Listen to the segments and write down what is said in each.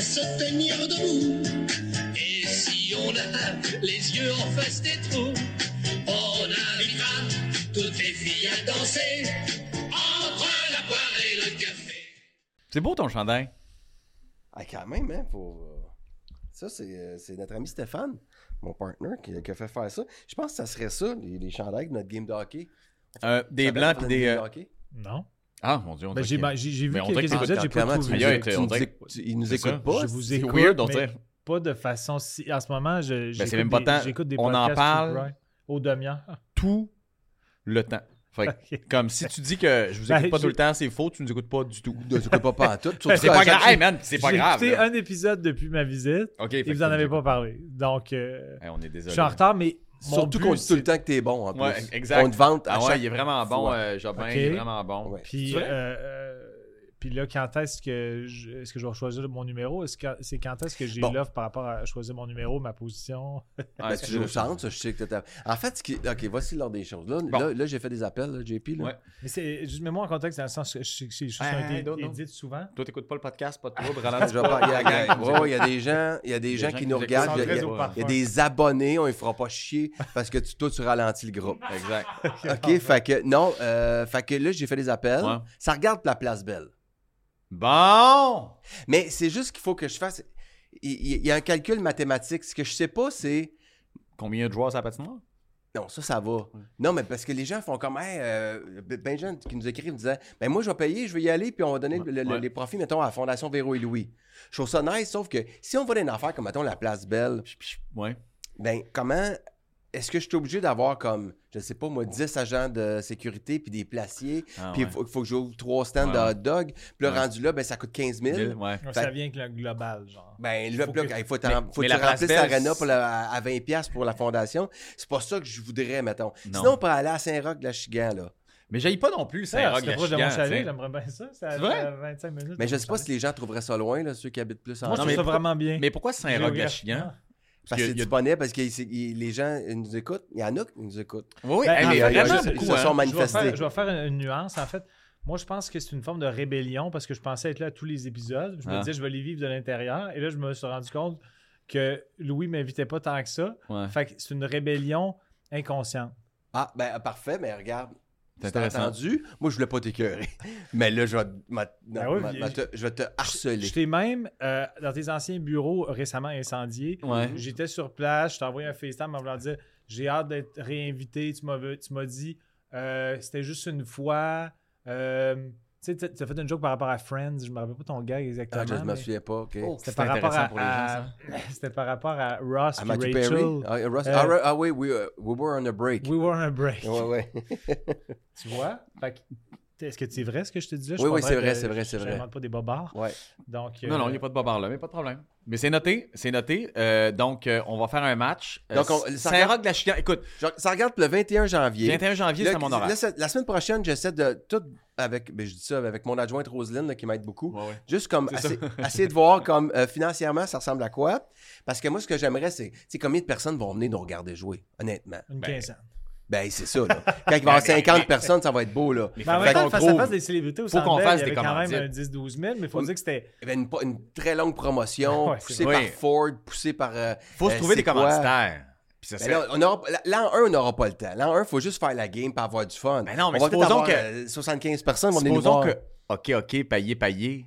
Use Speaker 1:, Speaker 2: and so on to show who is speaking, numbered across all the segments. Speaker 1: se tenir debout. Et si on a les yeux en face des trous, on invitera toutes les filles à danser entre la poire et le café.
Speaker 2: C'est beau ton chandail.
Speaker 3: Ah, quand même, hein, pour. euh, Ça, c'est euh, c'est notre ami Stéphane, mon partner, qui, qui a fait faire ça. Je pense que ça serait ça, les, les chandails de notre game de hockey.
Speaker 2: Euh, des
Speaker 3: Chandails de
Speaker 2: blancs puis
Speaker 3: notre
Speaker 2: des.
Speaker 3: game de
Speaker 2: euh,
Speaker 3: hockey.
Speaker 4: Non.
Speaker 2: Ah mon dieu, on
Speaker 4: Ben,
Speaker 2: dirait
Speaker 4: j'ai
Speaker 2: que-
Speaker 4: ben, j'ai- j'ai vu
Speaker 2: Mais on dirait
Speaker 4: quelques
Speaker 2: que-
Speaker 4: épisodes, j'ai pas
Speaker 3: Comment tu
Speaker 4: trouvé.
Speaker 2: Ailleurs,
Speaker 3: tu
Speaker 2: on
Speaker 3: nous
Speaker 2: dirait-
Speaker 3: écoutes- tu- ils nous
Speaker 2: c'est
Speaker 3: écoutent
Speaker 2: ça.
Speaker 3: pas.
Speaker 4: Je vous
Speaker 2: C'est
Speaker 4: écoute,
Speaker 2: weird, on
Speaker 4: mais
Speaker 2: dirait.
Speaker 4: pas de façon si... En ce moment, je- j'écoute
Speaker 2: Ben, même pas
Speaker 4: des-
Speaker 2: tant.
Speaker 4: j'écoute des
Speaker 2: On en
Speaker 4: podcasts qui
Speaker 2: parle.
Speaker 4: grind Au demi-heure.
Speaker 2: Tout le temps. Fait que, comme si tu dis que je vous
Speaker 4: Ben,
Speaker 2: écoute pas
Speaker 4: j'ai-
Speaker 2: tout le temps, c'est faux, tu nous écoutes pas du tout.
Speaker 3: Tu écoutes pas partout. Ah, surtout
Speaker 2: C'est pas
Speaker 3: à chaque-
Speaker 2: grave, Hey, man, c'est pas
Speaker 4: J'ai
Speaker 2: grave.
Speaker 4: écouté
Speaker 2: là.
Speaker 4: un épisode depuis ma visite
Speaker 2: Ok, fait
Speaker 4: et
Speaker 2: que
Speaker 4: vous en
Speaker 2: ça,
Speaker 4: avez
Speaker 2: j'ai-
Speaker 4: pas parlé. Donc, euh,
Speaker 2: Hey, on est
Speaker 4: je
Speaker 2: désolé.
Speaker 4: suis en retard, mais mon
Speaker 3: Surtout
Speaker 4: but,
Speaker 3: qu'on dit tout
Speaker 4: c'est-
Speaker 3: le temps que t'es bon, en plus.
Speaker 2: Ouais, exact.
Speaker 3: On te vante à
Speaker 2: Ah ouais,
Speaker 3: chaque...
Speaker 2: il est vraiment bon,
Speaker 3: fois.
Speaker 2: euh, Jobin,
Speaker 4: Ok.
Speaker 2: il est vraiment bon.
Speaker 3: Ouais.
Speaker 4: Puis,
Speaker 2: C'est vrai?
Speaker 4: euh, euh, puis là, quand est-ce que je, est-ce que je vais choisir mon numéro? Est-ce que c'est quand est-ce que j'ai
Speaker 3: Bon.
Speaker 4: l'offre par rapport à choisir mon numéro, ma position?
Speaker 2: Ah,
Speaker 3: Ben,
Speaker 2: est-ce
Speaker 3: tu
Speaker 2: que
Speaker 3: joues
Speaker 2: je-
Speaker 3: au centre, ça, je sais que t'as... En fait, ce qui... OK, voici l'ordre des choses. Là, là, là, j'ai fait des appels, là, JP. Là.
Speaker 2: Ouais.
Speaker 4: Mais c'est juste mets-moi en contexte dans le sens que je sais que c'est des choses qui
Speaker 2: Hey,
Speaker 4: ont
Speaker 2: hey,
Speaker 4: été
Speaker 2: don't know.
Speaker 4: dites souvent.
Speaker 2: Toi, t'écoutes pas le podcast, pas de trouble,
Speaker 3: Je
Speaker 2: ralentis
Speaker 3: vais
Speaker 2: pas.
Speaker 3: pas- Il y a- il y
Speaker 2: la
Speaker 3: a-
Speaker 2: gang.
Speaker 3: ouais, ouais, il y a des gens, Ah, il y a des gens qui nous
Speaker 2: écoutent.
Speaker 3: regardent. Il y a- il y a-
Speaker 4: au parfum.
Speaker 3: il y a des abonnés, on ne fera pas chier parce que tu, toi, tu ralentis le groupe.
Speaker 2: Exact.
Speaker 3: OK, fait que non, euh, fait que là, j'ai fait des appels.
Speaker 2: Ouais.
Speaker 3: Ça regarde la place belle.
Speaker 2: Bon!
Speaker 3: Mais c'est juste qu'il faut que je fasse. Il, il- il y a un calcul mathématique. Ce que je sais pas, c'est.
Speaker 2: Combien il y a de joueurs à la patinoire?
Speaker 3: Non, ça, ça va. Non, mais parce que les gens font comme. Hey, euh, Benjamin qui nous écrivent disant Ben moi, je vais payer, je vais y aller, puis on va donner le- le-
Speaker 2: Ouais.
Speaker 3: les profits, mettons, à la Fondation Véro et Louis. Je trouve ça nice, sauf que si on va dans une affaire comme, mettons, la place belle,
Speaker 2: Ouais.
Speaker 3: ben comment est-ce que je suis obligé d'avoir comme, je sais pas moi, 10 agents de sécurité puis des placiers,
Speaker 2: Ah,
Speaker 3: puis il
Speaker 2: ouais.
Speaker 3: faut, faut que j'ouvre trois stands
Speaker 2: Ouais,
Speaker 3: de
Speaker 2: ouais.
Speaker 3: hot dog, puis le
Speaker 2: Ouais.
Speaker 3: rendu là, ben ça coûte 15 000.
Speaker 2: Mille, ouais.
Speaker 4: Donc,
Speaker 3: Fait-
Speaker 4: Ça vient avec le global, genre.
Speaker 3: Ben, là,
Speaker 4: Faut
Speaker 3: puis là,
Speaker 4: que-
Speaker 3: il faut,
Speaker 2: Mais-
Speaker 3: t'en- faut
Speaker 2: mais
Speaker 3: que
Speaker 2: la
Speaker 3: tu remplisses
Speaker 2: place belle,
Speaker 3: l'arena
Speaker 2: c'est-
Speaker 3: pour la- à à 20 pièces pour la fondation. C'est pas ça que je voudrais, mettons.
Speaker 2: Non.
Speaker 3: Sinon, on peut aller à Saint-Roch de la Chigan, là.
Speaker 2: Mais j'aille pas non plus le
Speaker 4: Ça,
Speaker 2: Saint-Roch
Speaker 4: c'est proche de
Speaker 2: Michigan,
Speaker 4: mon chalet,
Speaker 2: t'sais.
Speaker 4: j'aimerais bien ça. ça
Speaker 2: C'est
Speaker 4: fait
Speaker 2: vrai?
Speaker 4: 25 minutes.
Speaker 3: Mais
Speaker 4: de
Speaker 3: je
Speaker 4: mon
Speaker 3: sais pas
Speaker 4: chalet.
Speaker 3: si les gens trouveraient ça loin, là, ceux qui habitent plus en...
Speaker 4: Moi, je
Speaker 2: Non,
Speaker 4: trouve
Speaker 2: mais
Speaker 4: ça
Speaker 2: pour-
Speaker 4: vraiment bien.
Speaker 2: Mais pourquoi Saint-Roch-Lachigan?
Speaker 4: Géographiquement.
Speaker 3: parce que c'est
Speaker 2: qu'il y a-
Speaker 3: disponible, parce que il- il- les gens ils nous écoutent. Il y en a qui nous écoutent.
Speaker 2: Oui, oui,
Speaker 4: Ben,
Speaker 2: hey, mais
Speaker 4: il y a- il y a
Speaker 2: vraiment
Speaker 4: juste-
Speaker 2: beaucoup,
Speaker 3: ils se
Speaker 2: hein.
Speaker 3: sont
Speaker 4: Je vais,
Speaker 3: manifestés.
Speaker 4: faire, je vais faire une- une nuance. En fait, moi, je pense que c'est une forme de rébellion parce que je pensais être là à tous les épisodes. Je me
Speaker 2: Ah.
Speaker 4: disais, je vais les vivre de l'intérieur. Et là, je me suis rendu compte que Louis m'invitait pas tant que ça.
Speaker 2: Ouais.
Speaker 4: Fait que c'est une rébellion inconsciente.
Speaker 3: Ah, ben parfait, mais regarde.
Speaker 2: C'est
Speaker 3: C'est
Speaker 2: intéressant.
Speaker 3: entendu. Moi, je voulais pas t'écœurer. Mais là, je vais, ma-
Speaker 4: Ben oui,
Speaker 3: ma-
Speaker 4: puis-
Speaker 3: ma- te, je vais te harceler.
Speaker 4: Je t'ai même, euh, dans tes anciens bureaux récemment incendiés,
Speaker 2: Ouais.
Speaker 4: j'étais sur place, je t'ai envoyé un FaceTime en voulant dire J'ai hâte d'être réinvité. Tu m'as tu m'as dit euh, C'était juste une fois. Euh, tu sais, tu as fait une joke par rapport à Friends. Je me rappelle pas ton gars exactement.
Speaker 3: Ah, je ne
Speaker 4: mais-
Speaker 3: me souviens pas. OK.
Speaker 4: C'était
Speaker 2: C'est
Speaker 4: par, rapport
Speaker 2: intéressant
Speaker 4: à,
Speaker 2: pour les gens, ça.
Speaker 4: à- c'était par rapport à Ross
Speaker 3: À
Speaker 4: et
Speaker 3: Matthew
Speaker 4: Rachel.
Speaker 3: Perry. Ah, Ross-
Speaker 4: Euh,
Speaker 3: ah, Ra- ah oui, we, uh, we were on a break.
Speaker 4: We were on a break.
Speaker 3: Ouais, ouais.
Speaker 4: Tu vois? Fait que, t'es- Est-ce que c'est vrai ce que je te dis là? Je
Speaker 3: Oui,
Speaker 4: suis
Speaker 3: oui,
Speaker 4: pas
Speaker 3: c'est
Speaker 4: de-
Speaker 3: vrai, c'est vrai,
Speaker 4: je-
Speaker 3: c'est
Speaker 4: Je
Speaker 3: vrai.
Speaker 4: demande pas des bobards.
Speaker 3: Ouais.
Speaker 4: Donc, euh,
Speaker 2: Non, non, il n'y a pas de bobard là, mais pas de problème. Mais c'est noté, c'est noté. Euh, donc, euh, on va faire un match. Euh,
Speaker 3: Donc, on- ça regarde-
Speaker 2: Saint-Roch-Lachigan. Écoute,
Speaker 3: Genre, ça regarde le 21
Speaker 2: le
Speaker 3: janvier.
Speaker 2: 21 janvier, c'est
Speaker 3: Là,
Speaker 2: à mon horaire.
Speaker 3: là, c'est- la semaine prochaine, j'essaie de tout avec, ben, je dis ça avec mon adjointe Roselyne là, qui m'aide beaucoup.
Speaker 2: Ouais, ouais.
Speaker 3: Juste comme
Speaker 2: C'est ça.
Speaker 3: essa- essayer de voir comme euh, financièrement ça ressemble à quoi. Parce que moi, ce que j'aimerais, c'est tu sais, combien de personnes vont venir nous regarder jouer, honnêtement.
Speaker 4: Une
Speaker 2: Ben,
Speaker 4: quinzaine.
Speaker 3: Ben, c'est ça. Là. Quand il va y avoir 50 personnes, ça va être beau. Là.
Speaker 2: Mais
Speaker 4: Mais Ben, en
Speaker 2: faudrait
Speaker 4: même
Speaker 2: qu'on
Speaker 4: temps, face à
Speaker 2: trouve-
Speaker 4: face des célébrités au
Speaker 2: Faut qu'on
Speaker 4: Centre Bell,
Speaker 2: fasse
Speaker 4: il y
Speaker 2: des
Speaker 4: avait quand même
Speaker 2: commandites.
Speaker 4: un 10-12 000, mais il faut dire que c'était...
Speaker 3: Il y avait une, po- une très longue promotion,
Speaker 4: Ouais, c'est
Speaker 3: poussée
Speaker 2: vrai.
Speaker 3: par
Speaker 2: Oui.
Speaker 3: Ford, poussée par. euh,
Speaker 2: faut se
Speaker 3: euh,
Speaker 2: trouver
Speaker 3: c'est
Speaker 2: des
Speaker 3: quoi.
Speaker 2: commanditaires. Puis ça
Speaker 3: Ben
Speaker 2: serait-
Speaker 3: là, on aura- l- l'an 1, on n'aura pas le temps. L'an 1, il faut juste faire la game et avoir du fun.
Speaker 2: Ben non, mais
Speaker 3: on va peut-être
Speaker 2: supposons
Speaker 3: avoir,
Speaker 2: que-
Speaker 3: euh, 75 personnes vont venir nous
Speaker 2: Supposons
Speaker 3: voir.
Speaker 2: que. OK, OK, payé, payé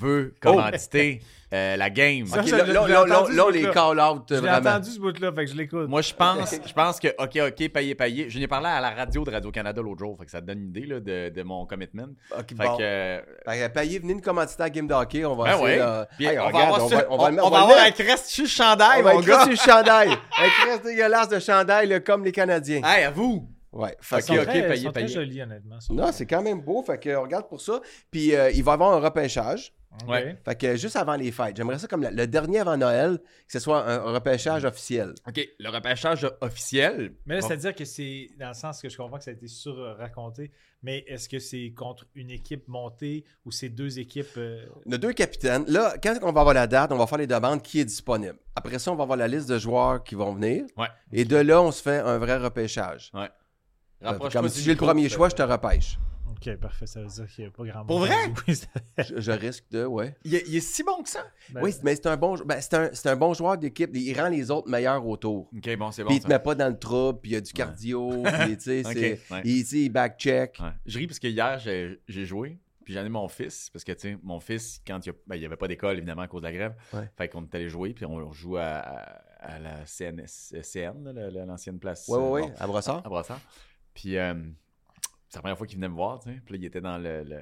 Speaker 2: veut commanditer euh, la game.
Speaker 4: Ça,
Speaker 3: Oh! Ok,
Speaker 4: je
Speaker 3: là,
Speaker 4: l'ai-
Speaker 3: là,
Speaker 4: je l'ai
Speaker 3: là, là,
Speaker 4: entendu,
Speaker 3: là,
Speaker 4: ce
Speaker 3: les
Speaker 4: truc-là.
Speaker 3: call-out,
Speaker 4: Je l'ai
Speaker 3: vraiment.
Speaker 4: entendu ce bout-là, fait que je l'écoute.
Speaker 2: Moi, je pense, je pense que OK, OK, payé, payé. Je n'ai parlé à la radio de Radio-Canada l'autre jour, fait que ça te donne une idée là, de, de mon commitment.
Speaker 3: Ok,
Speaker 2: Fait
Speaker 3: bon.
Speaker 2: que, euh,
Speaker 3: Fait que, Payé, venez nous commanditer à Game de hockey. On va
Speaker 2: ben
Speaker 3: essayer
Speaker 2: ouais.
Speaker 3: de-
Speaker 2: Puis
Speaker 3: Hey,
Speaker 2: on, va
Speaker 3: regarde,
Speaker 2: avoir
Speaker 3: on
Speaker 2: ça-
Speaker 3: va- on va le- on va le
Speaker 2: avoir un
Speaker 3: mettre.
Speaker 2: crest sur le chandail,
Speaker 3: On va
Speaker 2: mon
Speaker 3: être gros
Speaker 2: gars.
Speaker 3: sur le chandail. Un crest dégueulasse de chandail, là, comme les Canadiens.
Speaker 2: Hey, à vous.
Speaker 3: Ouais, Hein? fait
Speaker 4: Ils sont
Speaker 2: ok,
Speaker 3: que-
Speaker 2: ok,
Speaker 4: très- ils
Speaker 2: payé,
Speaker 4: sont très
Speaker 2: payé.
Speaker 4: jolis, honnêtement. ça.
Speaker 3: Non, c'est quand même beau. Fait que, on regarde pour ça. Puis, euh, il va y avoir un repêchage.
Speaker 4: Ok.
Speaker 2: Ouais.
Speaker 3: Fait que, juste avant les fêtes. J'aimerais ça comme la- le dernier avant Noël, que ce soit un repêchage officiel.
Speaker 2: OK, le repêchage officiel.
Speaker 4: Mais là,
Speaker 2: Bon.
Speaker 4: c'est-à-dire que c'est, dans le sens que je comprends que ça a été sur-raconté, mais est-ce que c'est contre une équipe montée ou c'est deux équipes... euh,
Speaker 3: On a deux capitaines. Là, quand on va avoir la date, on va faire les demandes qui est disponible. Après ça, on va avoir la liste de joueurs qui vont venir.
Speaker 2: Ouais.
Speaker 3: Et de là, on se fait un vrai repêchage. Euh,
Speaker 2: Rapproche-toi
Speaker 3: Comme
Speaker 2: du
Speaker 3: si j'ai le
Speaker 2: micro, euh,
Speaker 3: premier
Speaker 2: ça.
Speaker 3: choix, je te repêche.
Speaker 4: Ok, parfait. Ça veut dire qu'il n'y a pas grand
Speaker 2: Pour
Speaker 4: monde.
Speaker 2: vrai?
Speaker 4: Oui, c'est-
Speaker 3: Je, je risque de, ouais.
Speaker 2: Il, est- il est si bon que ça.
Speaker 4: ben,
Speaker 3: oui, mais c'est un bon, jou- ben, c'est un, c'est un bon joueur d'équipe. Il rend les autres meilleurs autour.
Speaker 2: Ok, bon, c'est
Speaker 3: puis
Speaker 2: bon.
Speaker 3: il te met pas dans le trouble, puis il y a du cardio, puis tu sais,
Speaker 2: Ok,
Speaker 3: c'est-
Speaker 2: ouais.
Speaker 3: il, tu sais, il back-check.
Speaker 2: Ouais. Je ris parce que hier, j'ai j'ai joué, puis j'ai amené mon fils, parce que, tu sais, mon fils, quand il n'y avait pas d'école, évidemment, à cause de la grève,
Speaker 3: Ouais.
Speaker 2: fait qu'on est allé jouer, puis on joue à, à- à la CNS, euh, CN, là, la- l'ancienne place.
Speaker 3: Ouais, ouais,
Speaker 2: euh,
Speaker 3: ouais,
Speaker 2: bon,
Speaker 3: à brossard.
Speaker 2: à Brassard. Puis, euh, c'est la première fois qu'il venait me voir, tu sais. Puis là, il était, dans le, le-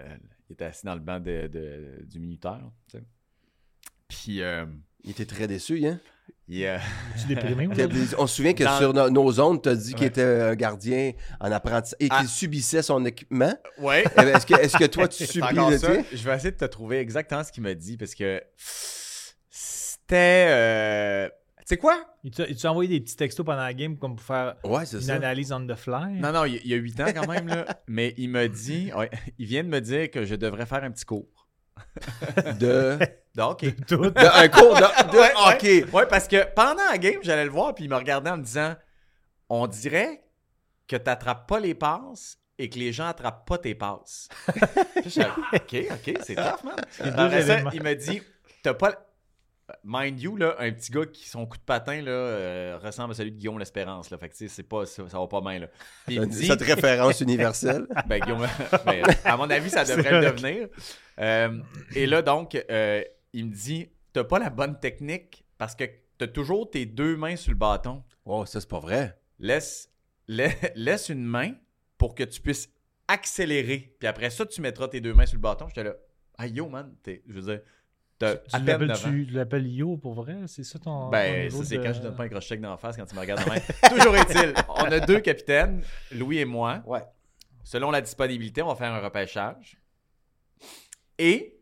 Speaker 2: il était assis dans le banc de- de- du militaire, tu sais. Puis, euh,
Speaker 3: Il était très déçu, hein?
Speaker 2: il, euh,
Speaker 4: tu déprimé
Speaker 3: T'as-
Speaker 4: aujourd'hui?
Speaker 3: On se souvient que
Speaker 2: Dans-
Speaker 3: sur no- nos ondes, tu as dit qu'il
Speaker 2: Ouais.
Speaker 3: était un gardien en apprentissage et qu'il
Speaker 2: Ah.
Speaker 3: subissait son équipement.
Speaker 2: ouais,
Speaker 3: Eh ben, Est-ce que, est-ce que toi, tu
Speaker 2: C'est
Speaker 3: subis
Speaker 2: encore
Speaker 3: le
Speaker 2: ça.
Speaker 3: tien?
Speaker 2: Je vais essayer de te trouver exactement ce qu'il m'a dit parce que c'était. euh, Tu sais quoi?
Speaker 4: Il t'a il t'a envoyé des petits textos pendant la game comme pour faire
Speaker 3: Ouais, c'est
Speaker 4: une
Speaker 3: ça.
Speaker 4: analyse on the fly?
Speaker 2: Non, non, il il y a 8 ans quand même, là. mais il m'a dit. ouais, il vient de me dire que je devrais faire un petit cours.
Speaker 3: De,
Speaker 2: De hockey.
Speaker 4: Tout.
Speaker 3: de- un cours de, de
Speaker 2: Ouais,
Speaker 3: hockey.
Speaker 2: Ouais, parce que pendant la game, j'allais le voir, puis il me regardait en me disant On dirait que tu n'attrapes pas les passes et que les gens attrapent pas tes passes. Puis j'étais, ok, ok, c'est tough, man. Après ça,
Speaker 4: événements.
Speaker 2: il m'a dit T'as pas. le- Mind you, là, un petit gars qui son coup de patin là, euh, ressemble à celui de Guillaume L'Espérance. Là, fait que tu sais, c'est pas, ça, ça va pas bien. Là. Puis il me dit,
Speaker 3: Cette référence universelle.
Speaker 2: ben, Guillaume, ben, à mon avis, ça
Speaker 4: C'est
Speaker 2: devrait
Speaker 4: vrai.
Speaker 2: le devenir. Euh, et là, donc, euh, il me dit T'as pas la bonne technique parce que t'as toujours tes deux mains sur le bâton.
Speaker 3: Oh, ça, c'est pas vrai.
Speaker 2: Laisse, la- laisse une main pour que tu puisses accélérer. Puis après ça, tu mettras tes deux mains sur le bâton. J'étais là Ah yo, man, t'es- je veux dire, t'as
Speaker 4: Tu-
Speaker 2: à peine
Speaker 4: tu l'appelles-
Speaker 2: neuf ans.
Speaker 4: Tu l'appelles Yo pour vrai? hein? C'est ça ton. ton
Speaker 2: Ben,
Speaker 4: niveau
Speaker 2: ça, c'est
Speaker 4: de-
Speaker 2: quand je donne pas un crochet dans la face quand tu me regardes de même. Toujours est-il, on a deux capitaines, Louis et moi.
Speaker 3: Ouais.
Speaker 2: Selon la disponibilité, on va faire un repêchage. Et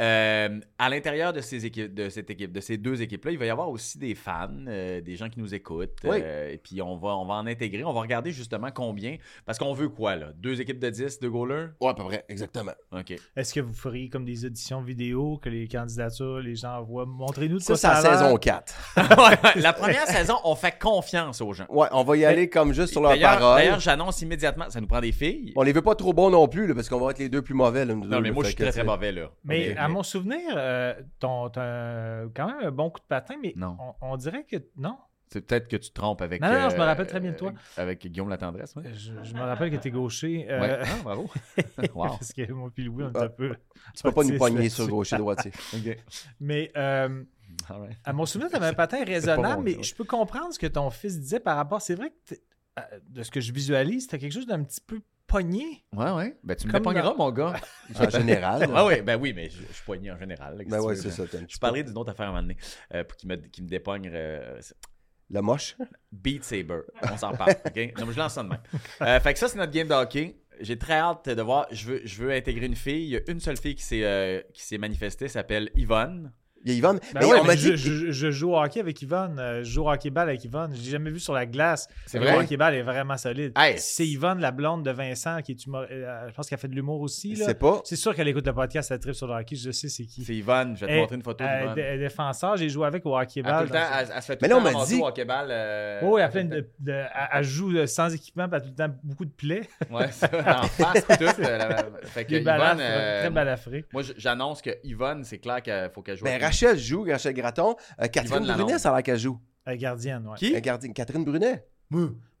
Speaker 2: euh, à l'intérieur de, ces équipes, de cette équipe, de ces deux équipes-là, il va y avoir aussi des fans, euh, des gens qui nous écoutent.
Speaker 3: Oui.
Speaker 2: euh, et puis on va, on va en intégrer. On va regarder justement combien. Parce qu'on veut quoi, là? Deux équipes de 10, deux goalers?
Speaker 3: Ouais, à peu près, exactement.
Speaker 2: OK.
Speaker 4: Est-ce que vous feriez comme des auditions vidéo que les candidatures, les gens envoient? Montrez-nous de
Speaker 3: Ça,
Speaker 4: quoi
Speaker 3: c'est
Speaker 4: ça
Speaker 3: la
Speaker 4: a l'air.
Speaker 3: saison 4.
Speaker 2: la première saison, on fait confiance aux gens.
Speaker 3: Ouais, on va y aller comme juste sur leur
Speaker 2: D'ailleurs-
Speaker 3: parole.
Speaker 2: D'ailleurs, j'annonce immédiatement, ça nous prend des filles.
Speaker 3: On les veut pas trop bons non plus, là, parce qu'on va être les deux plus mauvais. là, nous deux,
Speaker 2: Non, mais
Speaker 3: là,
Speaker 2: moi, je
Speaker 3: fait
Speaker 2: suis
Speaker 3: que,
Speaker 2: très, très
Speaker 3: tu sais.
Speaker 2: mauvais, là.
Speaker 4: Mais
Speaker 2: Ok.
Speaker 4: à mon souvenir, euh, ton, t'as quand même un bon coup de patin, mais
Speaker 2: Non.
Speaker 4: On, on dirait que. Non?
Speaker 2: C'est peut-être que tu te trompes avec. euh,
Speaker 4: Non, non, non, je me rappelle très bien de toi.
Speaker 2: Avec Guillaume Latendresse, oui.
Speaker 4: Je, je me rappelle que t'es gaucher. euh,
Speaker 2: Ouais. Ah, bravo. wow.
Speaker 4: Parce que moi puis Louis, on est un peu.
Speaker 3: Tu peux pas nous
Speaker 4: autiste
Speaker 3: pogner
Speaker 4: là-dessus.
Speaker 3: sur gaucher-droitier.
Speaker 2: OK.
Speaker 4: Mais euh,
Speaker 2: All right.
Speaker 4: à mon souvenir, t'avais un patin
Speaker 3: C'est pas
Speaker 4: raisonnable,
Speaker 3: bon,
Speaker 4: mais
Speaker 3: ça.
Speaker 4: je peux comprendre ce que ton fils disait par rapport. C'est vrai que, t'es- euh, de ce que je visualise, t'as quelque chose d'un petit peu pogné.
Speaker 2: Ouais, ouais. Ben, tu me
Speaker 4: Comme
Speaker 2: pogneras,
Speaker 4: dans-
Speaker 2: mon gars.
Speaker 3: En général.
Speaker 2: ouais,
Speaker 3: là.
Speaker 2: ouais. Ben oui, mais je, je poignais en général. là, qu'est-ce
Speaker 3: Ben
Speaker 2: que
Speaker 3: ouais,
Speaker 2: tu
Speaker 3: c'est
Speaker 2: veux,
Speaker 3: ça. t'as un petit
Speaker 2: Je
Speaker 3: peu-
Speaker 2: parlerai d'une autre affaire à un moment donné euh, pour qu'il me, qu'il me dépogne. euh,
Speaker 3: La moche.
Speaker 2: Beat Saber. On s'en parle. OK? Non, mais je lance ça de même. Euh, fait que ça, c'est notre game de hockey. J'ai très hâte de voir. Je veux, je veux intégrer une fille. Il y a une seule fille qui s'est euh, qui s'est manifestée. Elle s'appelle Yvonne.
Speaker 3: Il y a Yvan.
Speaker 4: Ben
Speaker 3: mais
Speaker 4: ouais,
Speaker 3: on
Speaker 4: mais
Speaker 3: m'a
Speaker 4: je,
Speaker 3: dit.
Speaker 4: je- je joue au hockey avec Yvonne. euh, je joue au hockey-ball avec Yvonne. Je l'ai jamais vu sur la glace.
Speaker 2: C'est
Speaker 4: Le
Speaker 2: vrai?
Speaker 4: hockey-ball est vraiment solide.
Speaker 2: Hey,
Speaker 4: C'est Yvonne, la blonde de Vincent, qui est humor- euh, Je pense qu'elle fait de l'humour aussi. là.
Speaker 3: C'est pas.
Speaker 4: C'est sûr qu'elle écoute le podcast, elle tripe sur le hockey. Je sais c'est qui. Eh,
Speaker 2: C'est Yvonne. Je vais te
Speaker 4: Hey,
Speaker 2: montrer une photo
Speaker 4: Elle
Speaker 2: d'Yvonne.
Speaker 4: est- elle est défenseur, j'ai joué avec au
Speaker 2: Elle, tout
Speaker 4: hockey-ball.
Speaker 2: le temps,
Speaker 4: dans-
Speaker 2: elle, elle se fait tout
Speaker 3: Mais
Speaker 2: le
Speaker 3: là, on
Speaker 2: temps
Speaker 3: m'a
Speaker 2: ramasser
Speaker 3: dit-
Speaker 2: au hockey-ball. euh,
Speaker 4: Oui, oui, elle,
Speaker 2: tout le
Speaker 4: fait de, de- elle- elle joue euh, sans équipement, puis elle a tout le temps beaucoup de plaies.
Speaker 2: temps. Ouais, ça, en face, puis tout. euh, la- Fait que
Speaker 4: Des
Speaker 2: Yvonne,
Speaker 4: balafres,
Speaker 2: euh,
Speaker 4: très balafrées.
Speaker 2: moi, j- j'annonce que Yvonne, c'est clair qu'il faut qu'elle joue.
Speaker 3: Ben,
Speaker 2: avec-
Speaker 3: Rachel joue, Rachel Gratton. Euh, Catherine
Speaker 2: Yvonne Lalonde.
Speaker 3: Brunet, ça a l'air qu'elle joue.
Speaker 4: Euh, gardienne, ouais.
Speaker 2: Qui?
Speaker 3: Euh, gardienne- Catherine Brunet.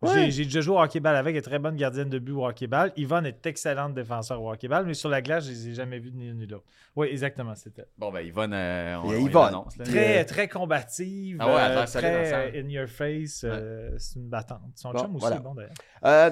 Speaker 4: J'ai-
Speaker 3: Ouais.
Speaker 4: J'ai déjà joué au hockey-ball avec, elle est très bonne gardienne de but au hockey-ball. Yvonne est excellente défenseur au hockey-ball, mais sur la glace, je les ai jamais vus ni l'un ni l'autre. Oui, exactement, c'était.
Speaker 2: Bon, ben, Yvonne, euh, on,
Speaker 3: Il y a
Speaker 2: on
Speaker 3: Yvonne. Euh,
Speaker 2: l'annonce, là.
Speaker 4: Très, très combative,
Speaker 2: Ah ouais, elle a
Speaker 4: euh,
Speaker 2: l'air solide dans la
Speaker 4: très
Speaker 2: salle.
Speaker 4: euh, in your face, euh, c'est une battante. Son
Speaker 3: Bon,
Speaker 4: chum aussi
Speaker 3: voilà.
Speaker 4: est bon d'ailleurs.
Speaker 3: Euh,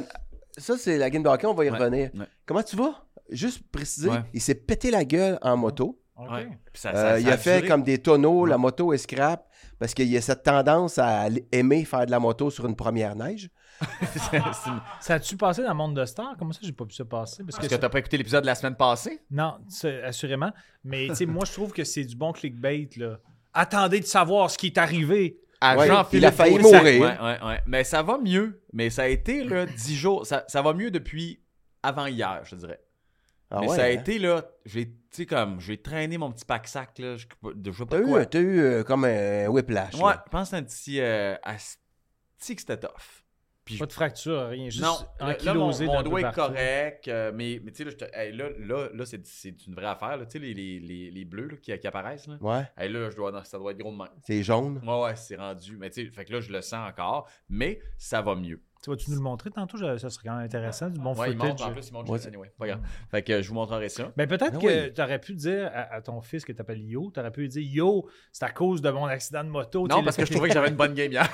Speaker 3: ça, c'est la game de hockey, on va y
Speaker 2: Ouais,
Speaker 3: revenir.
Speaker 2: ouais.
Speaker 3: Comment tu vas? Juste préciser,
Speaker 2: Ouais.
Speaker 3: il s'est pété la gueule en moto.
Speaker 4: Ok.
Speaker 2: Ouais. Puis ça- ça-
Speaker 3: Euh, il
Speaker 2: ça
Speaker 3: a fait
Speaker 2: duré.
Speaker 3: comme des tonneaux,
Speaker 2: Ouais.
Speaker 3: la moto est scrap, parce qu'il y a cette tendance à l- aimer faire de la moto sur une première neige.
Speaker 2: C'est une-
Speaker 4: Ça a-tu passé dans le monde de stars? Comment ça, j'ai pas pu ça passer? Parce que
Speaker 2: Parce que
Speaker 4: ça-
Speaker 2: t'as pas écouté l'épisode de la semaine passée?
Speaker 4: Non, ça, assurément. Mais tu sais, moi, je trouve que c'est du bon clickbait. Là. Attendez de savoir ce qui est arrivé.
Speaker 2: À
Speaker 3: Ouais,
Speaker 2: Jean-Philippe
Speaker 3: il a failli
Speaker 2: Gaultier.
Speaker 3: mourir.
Speaker 2: Ouais, ouais, ouais. Mais ça va mieux. Mais ça a été, là, 10 jours. Ça, ça va mieux depuis avant hier, je te dirais.
Speaker 3: Ah
Speaker 2: mais
Speaker 3: ouais,
Speaker 2: ça a
Speaker 3: hein?
Speaker 2: été, là, j'ai, tu sais, comme, j'ai traîné mon petit pack-sac, là. Je, je sais pas
Speaker 3: T'as eu,
Speaker 2: quoi.
Speaker 3: un- t'as eu euh, comme un whiplash.
Speaker 2: Ouais,
Speaker 3: là.
Speaker 2: je pense que c'est un petit. Euh, asti que c'était tough. Puis
Speaker 4: Pas de fracture, rien. Juste
Speaker 2: non, là, là, mon,
Speaker 4: ankylosé
Speaker 2: mon
Speaker 4: d'un peu
Speaker 2: doigt est
Speaker 4: partout.
Speaker 2: correct, euh, mais, mais tu sais, là, je te- hey, là, là, là, c'est, c'est une vraie affaire. là. Tu sais, les, les, les, les bleus là, qui, qui apparaissent, là.
Speaker 3: Ouais,
Speaker 2: Hey, là, je dois, non, ça doit être gros de même.
Speaker 3: c'est jaune.
Speaker 2: Ouais, ouais, c'est rendu. Mais tu sais, fait que là, je le sens encore, mais ça va mieux.
Speaker 4: Tu vas-tu nous le montrer tantôt? Je- Ça serait quand même intéressant, du bon
Speaker 2: ouais, il monte, en
Speaker 4: footage.
Speaker 2: plus, il monte
Speaker 3: Ouais,
Speaker 2: juste
Speaker 3: c'est-
Speaker 2: anyway. Pas grave. Fait que euh, je vous montrerai ça.
Speaker 4: Mais peut-être
Speaker 3: Ah
Speaker 4: que
Speaker 3: oui.
Speaker 4: tu aurais pu dire à, à ton fils que tu appelles Yo, tu aurais pu lui dire Yo, c'est à cause de mon accident de moto. tu
Speaker 2: Non,
Speaker 4: sais,
Speaker 2: parce
Speaker 4: le-
Speaker 2: que je trouvais que j'avais une bonne game hier.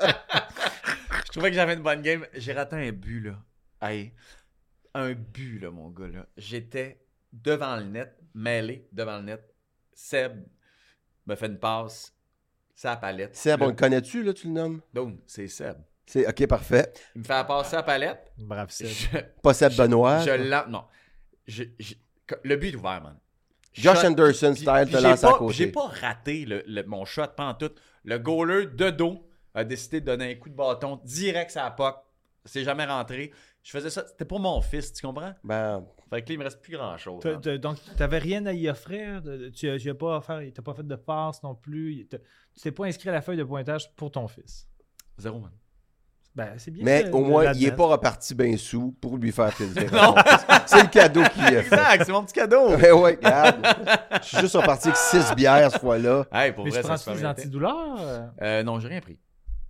Speaker 2: je trouvais que j'avais une bonne game. J'ai raté un but, là. Hey, un but, là, mon gars, là. J'étais devant le net, mêlé devant le net. Seb me fait une passe. Sa palette.
Speaker 3: Seb,
Speaker 2: Le-
Speaker 3: on le connais-tu, là, tu le nommes?
Speaker 2: Donc, c'est Seb.
Speaker 3: C'est OK, parfait.
Speaker 2: Il me fait la passe sa palette.
Speaker 4: Brave Seb.
Speaker 2: Je,
Speaker 3: Pas Seb Benoît.
Speaker 2: je l'en- Non. Je- je- le but est ouvert, man.
Speaker 3: Josh
Speaker 2: Shot-
Speaker 3: Anderson
Speaker 2: Puis-
Speaker 3: style
Speaker 2: puis
Speaker 3: te
Speaker 2: j'ai
Speaker 3: lance à
Speaker 2: pas- puis
Speaker 3: côté.
Speaker 2: J'ai pas raté le, le- mon shot pendant tout. Le goaler de dos a décidé de donner un coup de bâton direct sur la puck. C'est jamais rentré. Je faisais ça. C'était pour mon fils, tu comprends?
Speaker 3: Ben,
Speaker 2: Fait que là, il me reste plus grand-chose.
Speaker 4: T'as-
Speaker 2: hein.
Speaker 4: t'as- Donc, tu n'avais rien à y offrir. de- de- Tu n'as pas, offert- t'as pas fait de passe non plus. il- t'as- Tu t'es pas inscrit à la feuille de pointage pour ton fils.
Speaker 2: Zéro, man.
Speaker 4: Ben, c'est bien.
Speaker 3: mais
Speaker 4: ça,
Speaker 3: au moins, il est
Speaker 4: là-dedans.
Speaker 3: pas reparti bien sous pour lui faire plaisir. C'est le cadeau qu'il a fait.
Speaker 2: Exact, c'est mon petit
Speaker 4: Oh.
Speaker 2: cadeau.
Speaker 3: Ben Ouais, ouais, regarde. Je suis juste reparti avec six bières ce fois-là.
Speaker 2: Hey, pour
Speaker 4: Mais
Speaker 2: vrai,
Speaker 4: tu
Speaker 2: ça
Speaker 4: prends
Speaker 2: se
Speaker 4: des
Speaker 2: fait mériter.
Speaker 4: antidouleurs? euh,
Speaker 2: Euh, non, j'ai rien pris.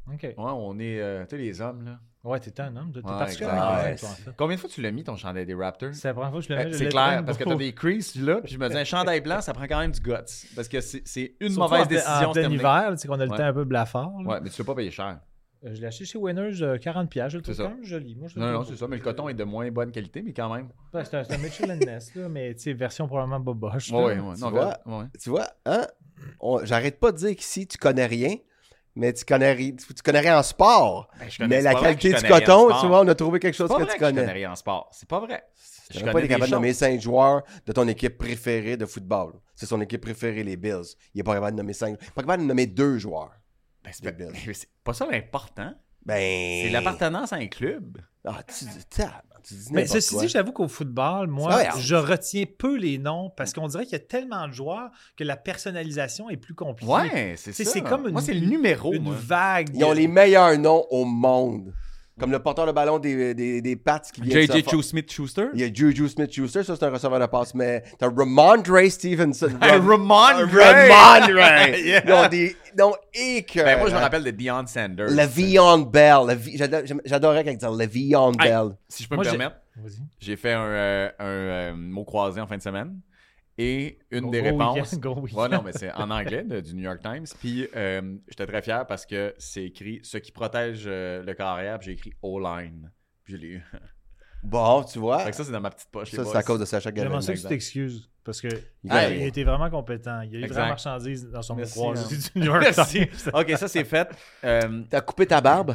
Speaker 4: OK.
Speaker 2: Ouais, on est. euh, tu sais, les hommes, là.
Speaker 4: Ouais, t'es un homme. T'es
Speaker 2: Ouais,
Speaker 4: particulièrement
Speaker 2: exact.
Speaker 3: Ouais,
Speaker 4: particulier toi, en fait.
Speaker 2: Combien de fois tu l'as mis, ton chandail des Raptors?
Speaker 4: C'est la première fois que je le
Speaker 2: Euh,
Speaker 4: mets. je
Speaker 2: C'est
Speaker 4: l'ai
Speaker 2: clair,
Speaker 4: traîné
Speaker 2: parce que
Speaker 4: beaucoup.
Speaker 2: t'as des creases, là. Puis je me dis, un chandail blanc, ça prend quand même du guts. Parce que c'est c'est une
Speaker 4: Surtout en
Speaker 2: mauvaise
Speaker 4: plein-
Speaker 2: décision.
Speaker 4: En
Speaker 2: c'est
Speaker 4: plein
Speaker 2: terminé.
Speaker 4: hiver, là, tu sais qu'on a le
Speaker 2: Ouais.
Speaker 4: temps un peu blafard. là.
Speaker 2: Ouais, mais tu peux pas payer cher.
Speaker 4: Euh, Je l'ai acheté chez Winners, euh, 40$. piastres, Je le trouve
Speaker 2: C'est ça.
Speaker 4: quand même joli. Moi, je le
Speaker 2: Non,
Speaker 4: trouve
Speaker 2: non,
Speaker 4: beau.
Speaker 2: c'est ça. Mais le coton est de moins bonne qualité, mais quand même.
Speaker 4: Ouais, c'est un, c'est un Mitchell Ness, là, mais tu sais, version probablement boboche. là.
Speaker 2: Ouais, ouais, ouais.
Speaker 3: Tu
Speaker 2: Non,
Speaker 3: vois?
Speaker 2: mais- ouais.
Speaker 3: Tu vois, hein? On- J'arrête pas de dire qu'ici, tu connais rien, mais tu connais, ri- tu tu connais rien en sport.
Speaker 2: Ben,
Speaker 3: Mais la qualité du coton, tu vois, on a trouvé quelque
Speaker 2: c'est
Speaker 3: chose
Speaker 2: pas
Speaker 3: que
Speaker 2: vrai
Speaker 3: tu
Speaker 2: que je connais
Speaker 3: connais.
Speaker 2: rien en sport. C'est pas vrai.
Speaker 3: Tu n'as pas été capable de nommer cinq joueurs de ton équipe préférée de football. C'est son équipe préférée, les Bills. Il n'est pas capable de nommer cinq. Pas capable de nommer deux joueurs.
Speaker 2: Ben, c'est pas- mais c'est pas ça l'important.
Speaker 3: Ben.
Speaker 2: C'est l'appartenance à un club.
Speaker 3: Ah, tu dis, tab, tu dis
Speaker 4: Mais
Speaker 3: n'importe
Speaker 4: ceci
Speaker 3: quoi.
Speaker 4: dit, j'avoue qu'au football, moi,
Speaker 3: C'est pas grave.
Speaker 4: je retiens peu les noms parce qu'on dirait qu'il y a tellement de joueurs que la personnalisation est plus compliquée.
Speaker 2: Ouais, oh, c'est
Speaker 4: C'est-
Speaker 2: ça.
Speaker 4: c'est comme une-
Speaker 2: Moi, c'est le numéro.
Speaker 4: Une
Speaker 2: moi.
Speaker 4: vague.
Speaker 3: Ils ont les meilleurs noms au monde. Comme le porteur de ballon des, des, des Pats qui vient de se
Speaker 2: J.J.
Speaker 3: faire-
Speaker 2: Smith-Schuster.
Speaker 3: Il y a Juju Smith-Schuster, ça c'est un receveur de passe, mais t'as Ramondre Stevenson. Ram-
Speaker 2: Ramon Ray.
Speaker 3: Ramondre!
Speaker 2: Yeah.
Speaker 3: Ils ont des noms écœurants.
Speaker 2: Ben, moi, je me rappelle de Deion Sanders.
Speaker 3: Le Vion Bell. le Vi- j'ado- j'aime- J'adorais quand ils disaient le Vion Bell.
Speaker 2: Si je peux
Speaker 4: Moi,
Speaker 2: me
Speaker 4: j'ai-
Speaker 2: permettre,
Speaker 4: Vas-y.
Speaker 2: j'ai fait un, euh, un, euh, mot croisé en fin de semaine. Et une
Speaker 4: Gros-
Speaker 2: des
Speaker 4: gros week-end,
Speaker 2: réponses,
Speaker 4: gros week-end.
Speaker 2: Ouais, non, mais c'est en anglais de- du New York Times. Puis euh, j'étais très fier parce que c'est écrit ce qui protège euh, le carrière. Puis j'ai écrit O-line. Puis je l'ai eu.
Speaker 3: Bon, tu vois.
Speaker 2: Fait que ça, c'est dans ma petite poche. les
Speaker 3: Ça, c'est
Speaker 2: boys.
Speaker 3: à cause de Sacha Gavin.
Speaker 4: J'aimerais ça que tu
Speaker 2: exact.
Speaker 4: t'excuses parce que
Speaker 3: Il
Speaker 4: il a
Speaker 2: Hey.
Speaker 4: été vraiment compétent. Il a eu
Speaker 2: Ah,
Speaker 4: de la
Speaker 2: Exact.
Speaker 4: marchandise dans son
Speaker 2: Merci,
Speaker 4: croisé
Speaker 2: hein.
Speaker 4: du New York
Speaker 2: Merci.
Speaker 4: Times.
Speaker 2: Ok, ça, c'est fait. Euh,
Speaker 3: T'as coupé ta barbe?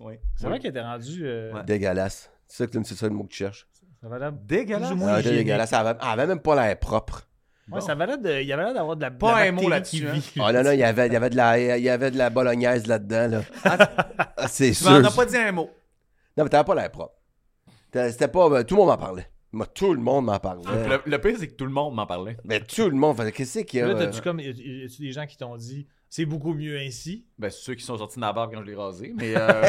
Speaker 2: ouais.
Speaker 4: C'est vrai qu'il était rendu. euh,
Speaker 2: Ouais.
Speaker 3: Dégueulasse. C'est ça que tu me c'est ça le mot que tu cherches.
Speaker 4: Ça valait.
Speaker 2: Dégueulasse.
Speaker 4: Plus ou moins. Oui,
Speaker 3: Ah,
Speaker 4: hygiénique.
Speaker 3: dégueulasse. Elle avait, elle avait même pas l'air propre.
Speaker 4: Ouais, ça valait de- Il avait l'air d'avoir de la. de
Speaker 2: Pas
Speaker 4: la
Speaker 2: un mot
Speaker 4: bactérie qui
Speaker 2: là-dessus, hein.
Speaker 4: vit.
Speaker 3: Ah non, non, il y avait, il y avait de la, il y avait de la bolognaise là-dedans, là. Ah, c'est
Speaker 2: Tu
Speaker 3: sûr.
Speaker 2: m'en as pas dit un mot.
Speaker 3: Non, mais t'avais pas l'air propre. T'as- C'était pas. ben, tout le monde m'en parlait. Moi, tout le monde m'en parlait.
Speaker 2: Le, le pire, c'est que tout le monde m'en parlait.
Speaker 3: Mais tout le monde faisait. Qu'est-ce qu'il y a?
Speaker 4: Là,
Speaker 3: euh,
Speaker 4: t'as-tu comme. Y a-tu des gens qui t'ont dit c'est beaucoup mieux ainsi
Speaker 2: Ben, c'est ceux qui sont sortis de la barbe quand je l'ai rasé. Mais euh,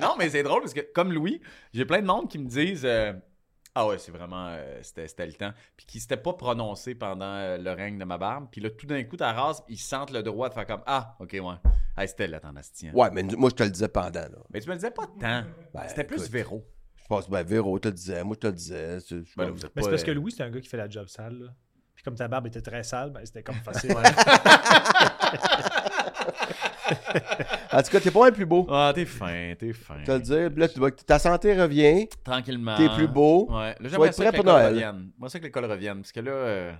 Speaker 2: non, mais c'est drôle parce que, comme Louis, j'ai plein de monde qui me disent euh, Ah ouais, c'est vraiment. euh, c'était, c'était le temps. Puis qui s'étaient pas prononcé pendant euh, le règne de ma barbe. Puis là, tout d'un coup, ta rase, ils sentent le droit de faire comme Ah, ok, ouais. Hey, c'était le temps d'Astien.
Speaker 3: Ouais, mais nous- moi, je te le disais pendant, là.
Speaker 2: Mais tu me le disais pas tant.
Speaker 3: Ben,
Speaker 2: c'était plus
Speaker 3: écoute,
Speaker 2: Véro.
Speaker 3: Je pense, ben, Véro te le disait, moi, je te le disais. c'est- je-
Speaker 2: Ben, là, vous êtes
Speaker 4: Mais c'est
Speaker 2: pas,
Speaker 4: parce que
Speaker 2: euh,
Speaker 4: Louis, c'est un gars qui fait la job sale. là. Puis comme ta barbe était très sale, ben, c'était comme facile.
Speaker 3: En tout cas, t'es pas un plus beau.
Speaker 2: Ah, t'es fin, t'es fin.
Speaker 3: Je te le dis. Puis Là, tu vois que ta santé revient.
Speaker 2: Tranquillement.
Speaker 3: T'es plus beau.
Speaker 2: Ouais. Là,
Speaker 3: vas
Speaker 2: j'aimerais
Speaker 3: être
Speaker 2: ça
Speaker 3: prêt
Speaker 2: que
Speaker 3: pour
Speaker 2: l'école
Speaker 3: Noël.
Speaker 2: revienne. Moi, ça que l'école revienne. Parce que là, euh,